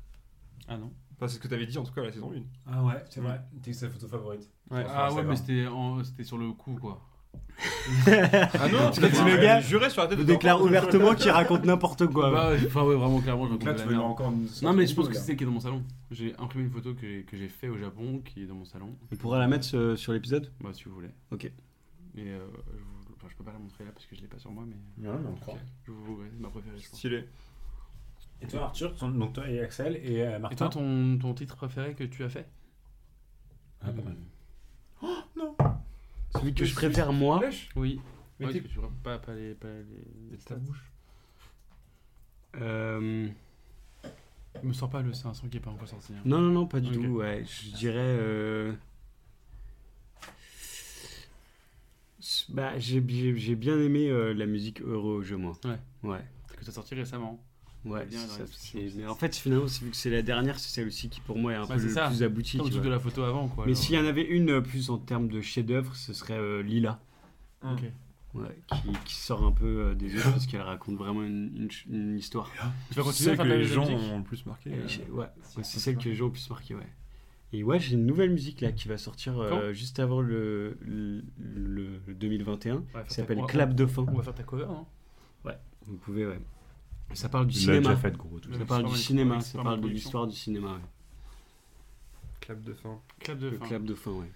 A: Ah non.
C: Enfin, c'est ce que t'avais dit en tout cas la saison 1.
E: Ah ouais, c'est
C: vrai.
E: T'es sa photo favorite.
C: Ouais.
A: Ah ouais, mais c'était en- c'était sur le coup quoi.
C: Ah non, tu l'as
D: dit, le gars
C: juré sur la tête
D: Je
C: de
D: déclare ouvertement qu'il raconte n'importe quoi.
A: Bah, Enfin, ouais, vraiment clairement, je
E: Donc là,
A: raconte de
E: tu veux
A: la merde.
E: encore une
A: Non, mais je pense que c'est celle qui est dans mon salon. J'ai imprimé une photo que, que j'ai fait au Japon, qui est dans mon salon,
D: On pourra la mettre euh, sur l'épisode
A: bah, si vous voulez.
D: Ok.
A: Et euh, je, vous- enfin, je peux pas la montrer là parce que je l'ai pas sur moi, mais je vous... ouais, c'est ma préférée, je pense.
C: Stylé.
E: Et toi, Arthur, ton- donc toi et Axel et euh, Martin.
A: Et toi, ton, ton titre préféré que tu as fait
E: Ah, pas mal.
D: Celui que je préfère, moi.
A: Oui.
C: Mais
A: Ouais,
C: t'es-
A: parce que tu vois pas, pas les. Pas les...
C: Ta bouche.
D: euh,
A: Me sors pas le, c'est un son qui est pas encore sorti. hein.
D: Non, non, non, pas du
A: Ok.
D: tout, ouais. Je dirais... euh, c'est- Bah, j'ai j'ai- j'ai bien aimé euh, la musique euro au jeu, moi.
A: Ouais.
D: Ouais.
A: Que t'as sorti récemment.
D: Ouais,
A: Bien,
D: c'est
A: dans
D: ça,
A: la description,
D: c'est-
A: c'est
D: mais
A: ça.
D: en fait, finalement, c'est vu que c'est la dernière, c'est celle aussi qui, pour moi, est un
A: Bah,
D: peu
A: c'est
D: le
A: ça.
D: plus abouti.
A: Comme
D: tu
A: le truc de
D: vois.
A: la photo avant, quoi.
D: Mais
A: genre.
D: s'il y en avait une euh, plus en termes de chef-d'œuvre, ce serait euh, Lila.
A: Ok.
D: Ouais, qui, qui sort un peu euh, des autres parce qu'elle raconte vraiment une, une ch- une histoire.
A: Tu vas
E: C'est
A: continuer à
E: que
A: faire de la
E: les gens
A: musique
E: ont le plus marqué.
D: Et
E: euh,
D: j'ai- ouais, ouais, c'est celle que les gens ont le plus marqué, ouais. Et ouais, j'ai une nouvelle musique là qui va sortir euh,
A: Quand
D: juste avant le, le, le- le 2021.
A: Ouais,
D: qui
A: faire ta-
D: s'appelle
A: on-
D: Clap de fin.
A: On va faire ta cover, hein. non
D: Vous pouvez, ouais. Et ça parle du
E: Il l'a déjà
D: cinéma.
E: fait, gros. tout
A: Ouais.
E: ça.
D: Ça parle
A: C'est
D: du
A: pas
D: cinéma,
A: mal,
D: ça
A: c'est pas
D: parle
A: mal
D: de
A: production.
D: l'histoire du cinéma. ouais.
C: Clap de fin.
A: Clap de
D: Le
A: fin.
D: clap de fin, ouais.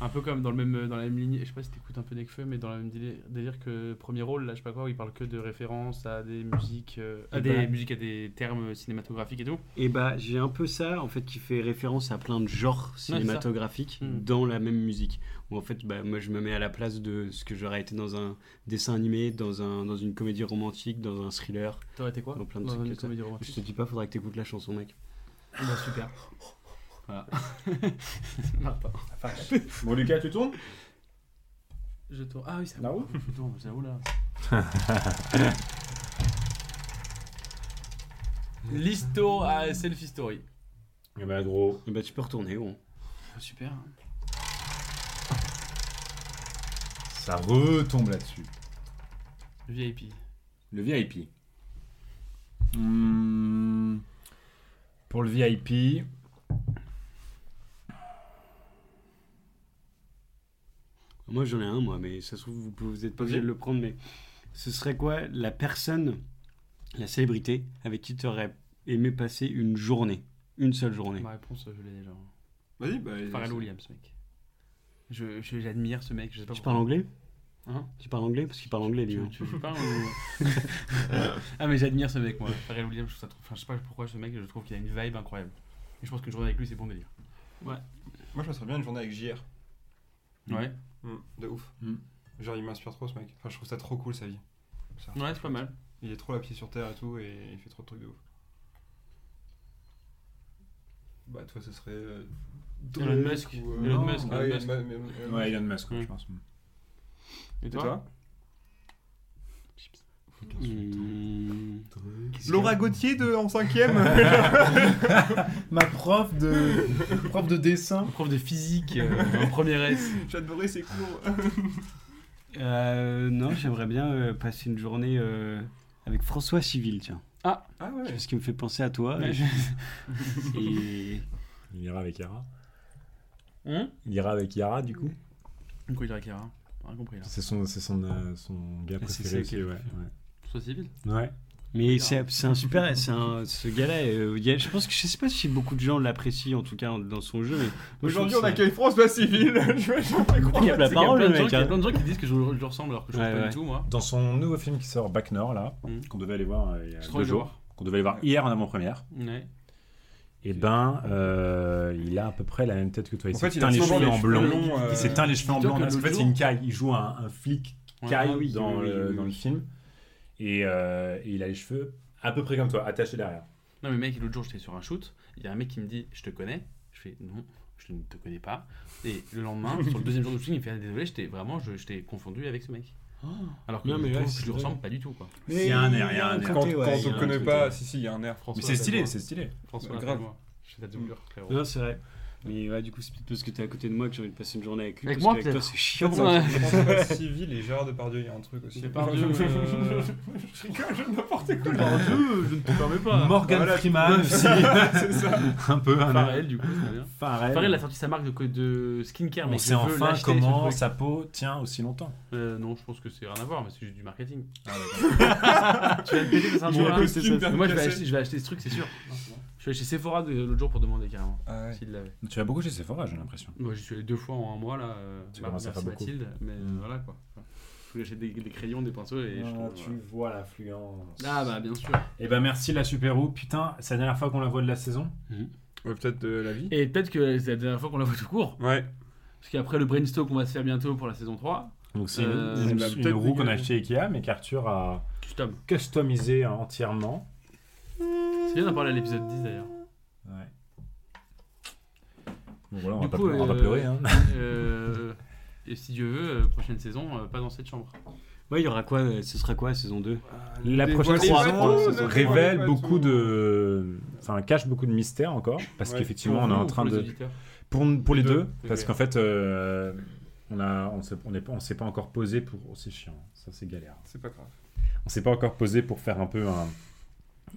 A: Un peu comme dans, le même, dans la même ligne, je sais pas si t'écoutes un peu Nekfeu, mais dans le même délire, délire que Premier Rôle, là, je sais pas quoi, où il parle que de références à des musiques, euh, à
D: Et
A: des
D: bah-
A: musiques, à des termes cinématographiques et tout.
D: Et bah j'ai un peu ça en fait qui fait référence à plein de genres
A: ça.
D: cinématographiques
A: Mm.
D: dans la même musique. Où en fait bah, moi je me mets à la place de ce que j'aurais été dans un dessin animé, dans, un, dans une comédie romantique, dans un thriller.
A: T'aurais été quoi
D: Dans plein de
A: dans
D: trucs
A: une
D: comme ça.
A: comédie
D: Je
A: romantique.
D: te dis pas, faudra que t'écoutes la chanson mec.
A: Bah, super. Voilà. Martin.
E: Bon, Lucas, tu tournes
A: Je tourne. Ah oui, c'est
E: Là-haut
A: Je tourne, c'est là-haut là. Listo à Selfie Story.
E: Eh ben, gros.
D: Et bah tu peux retourner bon.
A: Ah, Super. hein.
E: Ça retombe là-dessus.
A: VIP.
E: Le VIP. Hmm, Pour le VIP.
D: Moi j'en ai un moi mais ça se trouve vous, pouvez- vous êtes pas obligé de le prendre mais ce serait quoi la personne, la célébrité avec qui t'aurais aimé passer une journée, une seule journée.
A: Ma réponse, Bah, euh, je l'ai déjà. hein.
C: Vas-y, bah. il-
A: Pharrell Williams, mec. Je, je- j'admire ce mec, je sais pas
D: Tu
A: pourquoi.
D: parles anglais
A: Hein
D: Tu parles anglais parce qu'il parle anglais lui.
A: Tu,
D: hein.
A: tu, tu parles ou- Ah, mais j'admire ce mec, moi. Pharrell Williams, je, trouve ça trop- enfin, je sais pas pourquoi ce mec, je trouve qu'il a une vibe incroyable. Et je pense qu'une journée avec lui, c'est bon délire.
C: Moi, je me serais bien une journée avec JR.
A: Ouais.
C: Mm, De ouf.
E: Mm.
C: Genre, il m'inspire trop ce mec. Enfin, je trouve ça trop cool sa vie. Ça.
A: Ouais, c'est pas mal.
C: Il est trop la pied sur terre et tout, et il fait trop de trucs de ouf. Bah, toi, ce serait. euh,
A: Elon
C: Drake
A: Musk.
C: ou, euh,
A: Elon
C: non,
A: Musk,
C: ah,
A: Elon
C: Elon
A: Musk.
C: Ma- Elon- Elon
E: Ouais,
C: Musk.
E: Elon Musk, ouais,
A: Mm.
E: je pense.
A: Et
C: Et
A: toi,
C: toi
A: hein.
D: Mmh.
C: Laura Gauthier de, en 5ème
H: Ma prof de prof de dessin.
A: Un prof de physique euh, en première S.
C: J'adorais ses cours.
D: Euh, non, j'aimerais bien euh, passer une journée euh, avec François Civil, tiens.
C: Ah
D: C'est
C: ouais
D: Ce qui me fait penser à toi.
A: Ouais,
D: et-
A: je-
D: et-
E: Il ira avec Yara.
A: Hein
E: Il ira avec Yara, du coup.
A: Du coup, il dirait qu'il y a rien. Rien compris là.
E: C'est son, c'est son, euh, son gars
D: Ah, c'est
E: préféré.
D: ça,
E: qui-
D: ok.
E: ouais,
A: Soit civil
E: ouais. ouais.
D: Mais c'est c'est un super. c'est un- ce gars-là, euh, il y a- je pense que je sais pas si beaucoup de gens l'apprécient, en tout cas dans son jeu. mais moi, je
C: Aujourd'hui,
D: trouve
C: on
D: que
C: accueille François Civil. Je vais jamais
D: Il y a
A: C'est qu'il y a
D: la
C: croire.
D: parole,
A: plein
D: le
A: de gens qui-
D: mec.
A: Il y a
D: hein.
A: plein de gens qui disent que je, je lui ressemble alors que je ne
D: Ouais,
A: pas
D: ouais.
A: du tout, moi.
E: Dans son nouveau film qui sort Back Nord, là,
A: Mm.
E: qu'on devait aller voir euh, il y a
A: Je
E: deux
A: crois que je vais
E: jours, qu'on devait aller voir hier en avant-première,
A: Ouais.
E: et ben, eh euh, il il a à peu près la même tête que toi. Il
C: En
E: s'est
C: fait, il
E: teint
C: a
E: les
C: souvent
E: cheveux
C: les
E: en
C: cheveux
E: blanc.
C: longs, euh,
E: Il s'est teint les cheveux en
A: Dis-toi
E: blanc.
A: que
E: Parce qu'en
A: l'autre
E: fait, c'est une caille. Il joue un, un flic
A: Ouais,
E: caille
A: ah oui,
E: dans,
A: oui,
E: le,
A: oui,
E: dans
A: oui.
E: le film. Et, euh, et il a les cheveux à peu près comme toi, attachés derrière.
A: Non, mais mec, l'autre jour, j'étais sur un shoot. Il y a un mec qui me dit Je te connais Je fais Non, je ne te connais pas. Et le lendemain, sur le deuxième jour de shooting, il me fait Ah, Désolé, j'étais vraiment, je, je t'ai confondu avec ce mec. Alors que
D: Non, mais
A: je
D: là,
A: trouve
D: c'est
A: que je lui
D: vrai.
A: ressemble pas du tout, quoi.
E: Il y a un air, il y a un air.
C: Quand,
D: Côté, ouais,
C: quand
D: il y a
C: on
D: un
C: te connaît
D: truc,
C: pas,
D: ouais.
C: si, si, il y a un air.
A: François,
E: Mais c'est stylé,
A: appelle-moi.
E: c'est stylé.
A: François,
C: Grave.
A: appelle-moi. J'ai ta doublure, frérot.
D: Non, c'est vrai. Mais ouais, du coup, c'est peut-être parce que t'es à côté de moi que j'ai envie de passer une journée avec lui.
A: Avec
D: parce
A: moi,
D: qu'avec toi,
A: peut-être.
D: c'est chiant.
A: Ouais.
D: ça.
C: Je pense que ouais, Civil et Gérard Depardieu, il y a un truc aussi.
A: Depardieu, euh,
C: Je rigole, je n'importe quoi.
F: Dieu, je ne te permets pas.
E: Morgan
C: Voilà.
E: Freeman aussi.
C: C'est ça.
E: un peu un
A: Farrell, du coup, c'est bien.
E: Farrell.
A: Farrell a sorti sa marque de, co- de skincare, mais
E: On
A: je
E: sait
A: veux
E: enfin
A: l'acheter,
E: comment
A: ce truc.
E: sa peau tient aussi longtemps.
A: Euh, non, je pense que c'est rien à voir, mais c'est juste du marketing.
E: Ah,
A: tu vas te péter, ça,
C: Mon
A: ça, ça.
C: costume
A: Mais Moi, je vais,
C: percé.
A: acheter, je vais acheter ce truc, c'est sûr. Je suis allé chez Sephora de- l'autre jour pour demander carrément
C: Ah ouais.
A: s'il l'avait.
E: Tu vas beaucoup chez Sephora, hein, j'ai l'impression.
A: Moi, j'y suis allé deux fois en un mois là. Euh,
E: Tu
A: bah,
E: commences à
A: merci
E: faire beaucoup. Mm.
A: Mathilde, mais euh, voilà quoi. Je voulais acheter des, des crayons, des pinceaux et
E: Ah,
A: je trouve. voilà.
E: vois l'affluence.
A: Ah bah bien sûr.
E: Et bah merci la Super roue. Putain, c'est la dernière fois qu'on la voit de la saison.
C: Ouais, peut-être de la vie.
A: Et peut-être que c'est la dernière fois qu'on la voit tout court,
C: Ouais.
A: parce qu'après le brainstorm qu'on va se faire bientôt pour la saison 3,
E: Donc c'est une-
A: Euh,
E: une,
C: bah,
E: une
C: peut-être
E: roue
C: que-
E: qu'on a achetée Ikea, mais qu'Arthur a
A: custom.
E: customisée entièrement.
A: C'est bien d'en parler à l'épisode 10 d'ailleurs.
E: Ouais. Donc voilà, on
A: Du
E: va, pas,
A: coup,
E: pleu- on va
A: euh,
E: pas pleurer. Hein.
A: Euh, et si Dieu veut, euh, prochaine saison, euh, pas dans cette chambre.
D: Ouais, il y aura quoi euh, Ce sera quoi, saison 2
E: La
C: Dévoilez
E: prochaine
C: pas
E: saison
C: tout,
E: trois,
C: ne
E: saison
C: dévoilez
E: révèle
C: pas
E: beaucoup
C: tout.
E: de. Enfin, cache beaucoup de mystères encore. Parce
C: Ouais.
E: qu'effectivement, on
A: Pour
E: est
A: vous
E: en
A: ou
E: train
A: pour les
E: de.
A: auditeurs
E: Pour, pour les
C: Les
E: deux,
C: deux.
E: parce
A: Ok.
E: qu'en fait, euh, on a, on s'est- on n'est pas- on s'est pas encore posé pour. oh, c'est chiant, ça c'est galère.
C: C'est pas grave.
E: On s'est pas encore posé pour faire un peu un,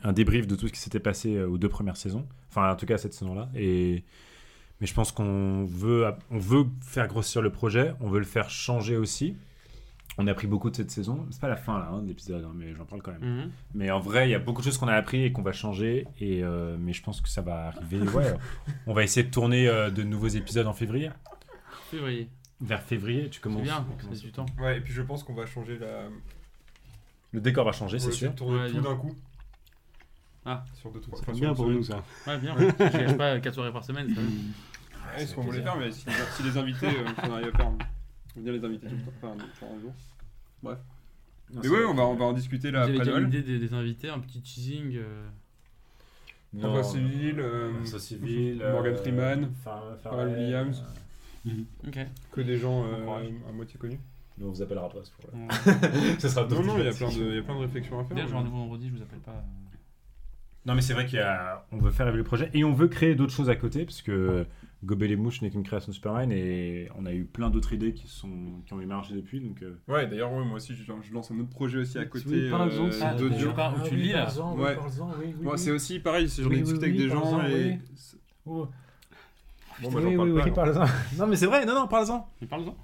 E: un débrief de tout ce qui s'était passé euh, aux deux premières saisons. Enfin, en tout cas cette saison-là. Et mais je pense qu'on veut, on veut faire grossir le projet, on veut le faire changer aussi. On a appris beaucoup de cette saison. C'est pas la fin là hein, de l'épisode, hein, mais j'en parle quand même.
A: Mhm.
E: Mais en vrai, il y a beaucoup de choses qu'on a appris et qu'on va changer. Et euh, mais je pense que ça va arriver. Ouais, on va essayer de tourner euh, de nouveaux épisodes en février.
A: Février.
E: Vers février, tu
A: C'est
E: commences.
A: bien,
E: tu
A: ça
E: commences.
A: laisse du temps.
C: Ouais, et puis je pense qu'on va changer la.
E: Le décor va changer,
C: on
E: c'est
C: va
E: sûr.
C: tourner
A: Ouais,
C: tout
A: bien.
C: d'un coup.
A: Ah.
C: Sur deux, trois.
D: C'est
C: enfin, sur
D: bien
C: une
D: pour
C: semaine.
D: nous, ça.
A: Ouais, bien. Je gâche pas 4 soirées par semaine. ça va.
C: Ouais, ce qu'on voulait
E: plaisir.
C: faire, mais si, si les invités, euh, on arrive à faire. On vient les inviter tout le temps. Enfin, pour un jour. Bref. Mais ouais, on va, on va en discuter là
A: Vous avez
C: après
A: déjà une
C: Noël.
A: idée des, des invités, un petit teasing. euh,
E: Non,
C: François Civil, euh,
E: Vincent Civil,
C: Morgan
E: euh,
C: Freeman,
E: Far-
C: Pharrell Williams.
E: euh,
A: Ok.
C: que des gens euh,
A: Encourage.
C: à moitié connus.
E: mais on vous appellera pas ce pour là.
A: Ouais.
E: Ce sera
C: Ah, Non,
E: d'autres
C: non, il y a plein
E: thématiques.
C: de, il y a plein de réflexions à faire.
A: D'ailleurs, j'ai
C: mais-
A: rendez-vous vendredi, je vous appelle pas.
E: Non, mais c'est vrai qu'il y a- on veut faire évoluer le projet et on veut créer d'autres choses à côté parce que Gober les mouches n'est qu'une création de Superman et on a eu plein d'autres idées qui sont qui ont émergé depuis donc. euh,
C: Ouais, d'ailleurs, ouais, moi aussi, je, je lance un autre projet aussi à côté.
D: Oui, par exemple,
C: euh,
D: Ah,
C: d'autres
D: d'ailleurs.
C: gens.
A: pars où tu lis là.
C: Ouais. Moi, c'est aussi pareil, c'est- j'en ai
E: Oui,
C: discuté
E: oui,
C: avec des
E: oui, par
C: gens
E: exemple,
C: et.
E: oui. Oh.
C: Bon, moi, j'en
E: oui,
C: parle
E: oui,
C: pas,
E: oui,
C: alors.
E: parle-en. Non, mais c'est vrai, non, non, parle-en.
A: Mais parle-en.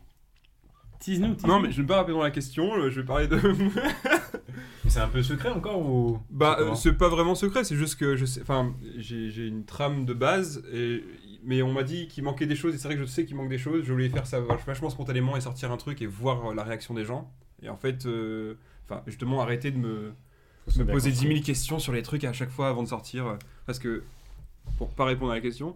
A: Tease-nous, tease
C: Non, mais je vais pas rappeler dans la question, euh, je vais parler de.
E: C'est un peu secret encore ou
C: Bah,
E: C'est
C: euh,
E: comment
C: c'est pas vraiment secret, c'est juste que je sais. Enfin, j'ai j'ai une trame de base, et, mais on m'a dit qu'il manquait des choses, et c'est vrai que je sais qu'il manque des choses. Je voulais faire ça vach- vachement spontanément et sortir un truc et voir euh, la réaction des gens. Et en fait, euh, enfin, justement, arrêter de me, me poser 10 000 questions sur les trucs à chaque fois avant de sortir. euh, Parce que, pour pas répondre à la question.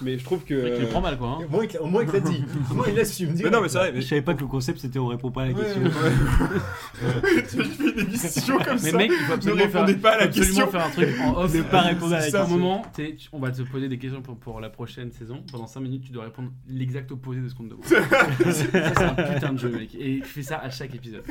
C: Mais je trouve que.
A: Tu le prends mal quoi.
E: Au
A: Hein.
E: moins, il- au moins, il l'a dit. Au moins, il l'assume.
C: Mais non, mais c'est vrai, mais.
D: Je savais pas que le concept c'était on répond pas à la
C: Ouais,
D: question.
C: ouais. Tu fais une émission comme
A: Mais
C: ça.
A: mec, il faut
C: ne
A: absolument, faire,
C: répondez pas à la
A: absolument
C: question.
A: faire un truc en off.
D: Ne pas répondre à la
A: C'est ça, un
D: question.
A: moment, t'es- tu- on va te poser des questions pour, pour la prochaine saison. Pendant 5 minutes, tu dois répondre l'exact opposé de ce qu'on te demande. ça, c'est un putain de jeu, mec. Et tu fais ça à chaque épisode.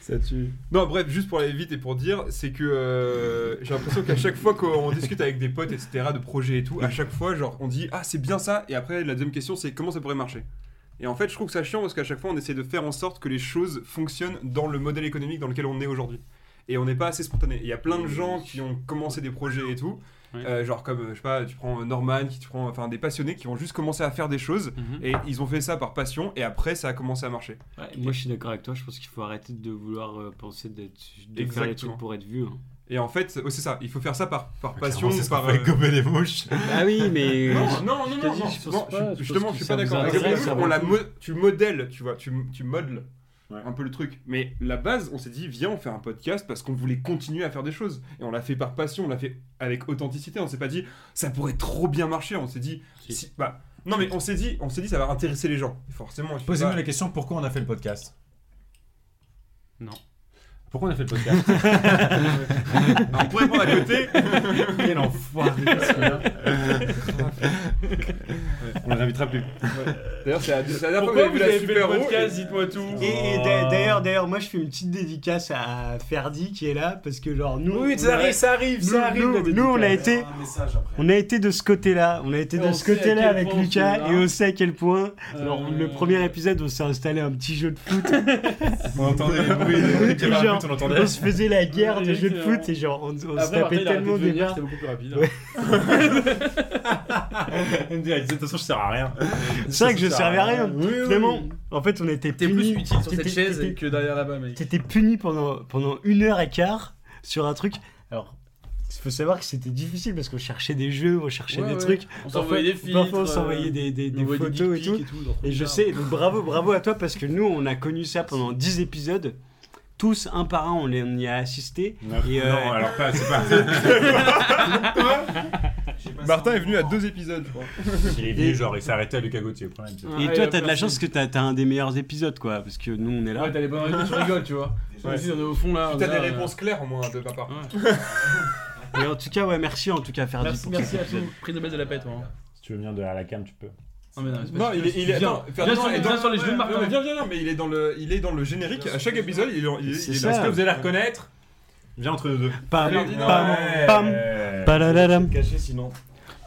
E: Ça tue.
C: Non, bref, juste pour aller vite et pour dire, c'est que euh, j'ai l'impression qu'à chaque fois qu'on discute avec des potes, etc., de projets et tout, à chaque fois, genre, on dit ah c'est bien ça, et après la deuxième question c'est comment ça pourrait marcher. Et en fait, je trouve que ça chiant parce qu'à chaque fois, on essaie de faire en sorte que les choses fonctionnent dans le modèle économique dans lequel on est aujourd'hui. Et on n'est pas assez spontané. Il y a plein de gens qui ont commencé des projets et tout,
A: Ouais.
C: euh, genre comme euh, je sais pas, tu prends Norman, qui tu prends enfin des passionnés qui ont juste commencé à faire des choses.
D: Mhm.
C: Et ils ont fait ça par passion, et après ça a commencé à marcher.
D: Ouais, moi je suis d'accord avec toi, je pense qu'il faut arrêter de vouloir euh, penser d'être, de faire les
C: Exactement.
D: trucs pour être vu. hein.
C: Et en fait, oh, c'est ça, il faut faire ça par, par passion,
E: Passion, c'est
C: par.
E: par fait
C: euh,
E: gober les mouches.
A: Bah
D: Ah oui, mais.
C: Non, non, non,
D: je te
C: non,
D: dis,
C: non,
D: je pense
C: non,
D: pas,
C: je-
D: je
C: justement,
D: pense
C: je suis
D: que
C: pas
D: ça
C: d'accord.
D: vous
C: Avec le
D: intéresse
C: modèle,
D: avant
C: on la
D: tout.
C: mo- tu modèles, tu vois, tu, tu modèles.
B: Ouais.
C: un peu le truc. Mais la base, on s'est dit, viens, on fait un podcast parce qu'on voulait continuer à faire des choses. Et on l'a fait par passion, on l'a fait avec authenticité. On s'est pas dit, ça pourrait trop bien marcher. On s'est dit,
A: Si.
C: si- bah, non, mais on s'est dit, on s'est dit, ça va intéresser les gens. Forcément. il faut
E: Posez-moi
C: pas-
E: la question pourquoi on a fait le podcast
A: Non.
E: Pourquoi on a fait le podcast
C: Ah, on pourrait prendre à côté.
E: Quel enfoiré On les invitera plus.
C: D'ailleurs, c'est la c'est la dernière fois
B: Pourquoi
C: que j'ai vu
B: vous
C: la super
B: avez fait le
C: roue.
B: podcast Dites-moi tout.
D: Et, et d'a-
A: Oh.
D: d'ailleurs, d'ailleurs, moi je fais une petite dédicace à Ferdi qui est là parce que genre nous, on a-
B: ça arrive,
D: nous, nous- nous, on a été,
H: Un message après.
D: on a été de ce côté-là, on a été
A: Et
D: de
A: on
D: ce
A: sait à
D: côté-là
A: quel
D: avec
A: point on se
D: Lucas
A: marre.
D: et on sait à quel point.
A: Euh,
D: Alors, le premier épisode, on s'est installé un petit jeu de foot.
E: On entendait les bruits,
D: Et
E: les bruits,
D: genre,
E: on
D: on
E: entendait.
D: se faisait la guerre de
A: Ouais,
D: jeux de
A: exactement.
D: foot et genre on, on se
A: Après, Martin, il
D: tapait
A: a arrêté
D: tellement
A: de
D: des
A: venir,
D: barres.
A: c'était beaucoup plus rapide. hein.
D: Ouais.
E: Elle me dit, de toute façon, je sers à rien.
D: C'est vrai que je servais à rien. Vraiment, en fait, on était
F: T'es plus
D: punis.
F: utile sur cette
D: T'étais-
F: chaise
D: t'étais-
F: que derrière là-bas, mec.
D: T'étais puni pendant, pendant une heure et quart sur un truc. Alors, il faut savoir que c'était difficile parce qu'on cherchait des jeux, on cherchait
F: Ouais,
D: des
F: ouais.
D: trucs.
F: On
D: Parfois-
F: s'envoyait des filtres.
D: Parfois, on s'envoyait des,
A: euh,
D: des- des photos et tout. Et je sais, donc bravo, bravo à toi parce que nous, on a connu ça pendant 10 épisodes. Tous, un par un, on, les- on y a assisté. Et, euh,
E: Non, alors pas, c'est pas.
C: Martin est venu à deux épisodes, je crois.
E: Il est venu, genre, il s'est arrêté à Lucas Gauthier. au premier épisode.
D: Et
F: Ah,
D: toi,
F: et
D: t'as de la
F: merci.
D: chance que t'as t'as un des meilleurs épisodes, quoi. Parce que nous, on est là.
F: Ah Ouais, t'as les bonnes réponses, je rigole, tu vois.
C: Ouais.
F: Ici, on est au fond là.
C: Tu
F: on
C: as
F: est
C: des
F: là, euh,
C: réponses claires au moins de ma part.
D: Et en tout cas, ouais, merci en tout cas,
F: euh,
D: Ferdi.
F: Merci,
D: pour
F: merci
D: cet
F: à
D: épisode.
F: tous. Prix de bête de la paix, toi. hein.
E: Si tu veux venir de la cam, tu peux.
F: Non, Ah, mais non, mais c'est pas
C: Non,
F: sûr.
C: il est, il est,
F: Viens.
C: attends,
F: Viens
C: Ferdinand
F: sur les-
C: est
F: viens sur les jeux de Martin.
C: Ouais, Viens, viens, viens, mais il est dans le, il est dans le générique. À chaque épisode, il est, il est,
D: C'est
C: il est
D: ça.
C: là.
E: Est-ce que vous allez la reconnaître Viens entre nous deux.
D: Pam,
C: Ferdinand,
D: pam,
E: Ouais.
D: pam, palaladam,
B: Caché sinon.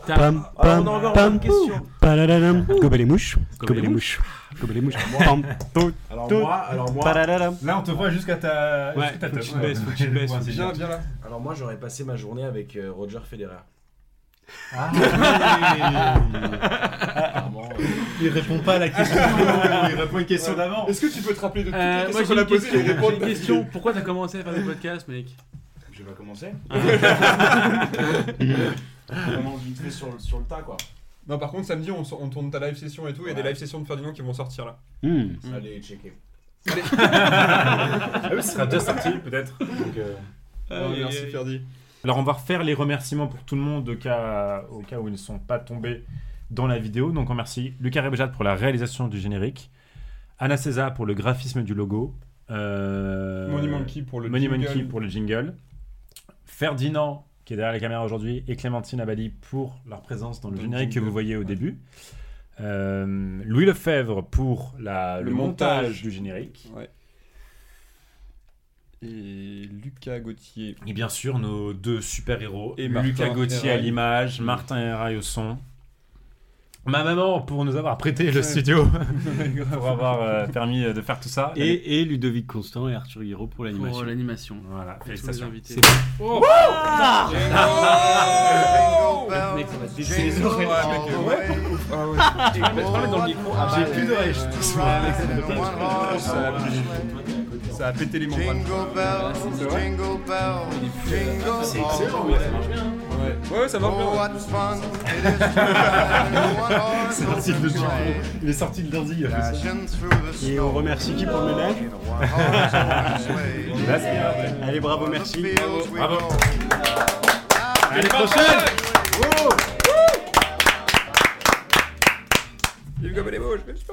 D: pam,
B: Ah, on a
D: pam,
B: encore
D: pam,
B: une question.
D: palaladam. Gobez les mouches, gobez les mouches, gobez les mouches. Pam, pou,
B: Alors
D: Tout.
B: moi, alors moi,
D: palaladam.
E: Là, on te voit jusqu'à ta.
D: Ouais,
E: jusqu'à ta
D: faut que
E: teuf.
D: tu te baisses, faut que tu te baisses,
E: Ouais,
D: faut que
E: c'est
C: Viens,
E: bien.
C: viens là.
B: alors moi, j'aurais passé ma journée avec euh, Roger Federer. Apparemment, euh,
H: Il répond pas à la question.
E: Il répond à une question d'avant.
C: Est-ce que tu peux te rappeler de
F: Euh,
C: toutes les
F: moi
C: questions
F: j'ai
C: qu'on a
F: une,
C: posées et
F: question,
C: les
F: j'ai une
C: réponses
F: question. Pourquoi t'as commencé à faire des podcasts, mec
B: je vais commencer.
D: Mm.
B: Vraiment vite fait sur, le- sur le tas quoi.
C: Non, par contre, samedi, on, sort- on tourne ta live session et tout. Il y a des
B: Ouais.
C: live sessions de Ferdinand qui vont sortir là.
D: Mm.
B: Allez checker.
E: Ah oui, ça sera déjà sorti, peut-être. Donc, euh,
C: Oh, merci Ferdi.
E: Alors on va refaire les remerciements pour tout le monde au cas, au cas où ils ne sont pas tombés dans la vidéo. Donc on remercie Lucas Rebejade pour la réalisation du générique, Anna César pour le graphisme du logo, euh,
C: Money Monkey pour le
E: Money
C: jingle.
E: Monkey pour le jingle, Ferdinand qui est derrière la caméra aujourd'hui et Clémentine Abadi pour leur présence dans le
C: Dans le
E: générique que
C: jingle,
E: vous voyez au
C: ouais.
E: début. Euh, Louis Lefebvre pour la- le,
C: Le
E: montage,
C: montage.
E: du générique.
C: Et Lucas Gauthier.
E: Et bien sûr, nos deux super-héros.
C: Et
E: Lucas
C: Martin
E: Gauthier à
C: Herrail.
E: l'image, Martin Herrail au son. Ma maman pour nous avoir prêté le studio, pour avoir euh, permis de faire tout ça.
D: Et, et Ludovic Constant et Arthur Guiraud pour l'animation.
F: Pour l'animation.
E: Voilà,
F: Pour tous les
E: félicitations.
F: invités.
D: C'est bon.
F: Mec, ça va te détester.
G: J'ai
F: dans le micro.
G: plus d'oreilles.
C: oh, Ça a, ça a pété les membranes.
G: C'est excellent,
C: Ouais, ouais, ça marche bien.
G: Oh,
C: ouais.
G: what fun it is to ride on one horse
E: C'est parti de
G: open train,
E: Il est sorti de lundi.
G: dashing through the
D: Et
G: snow
D: on remercie qui pour le ménage
G: in a one-horse open sleigh.
D: Allez, bravo,
G: Over the
D: merci.
G: fields we
E: Bravo.
G: go.
E: À la prochaine
C: Il y a eu comme des mots, je fais, je sais pas.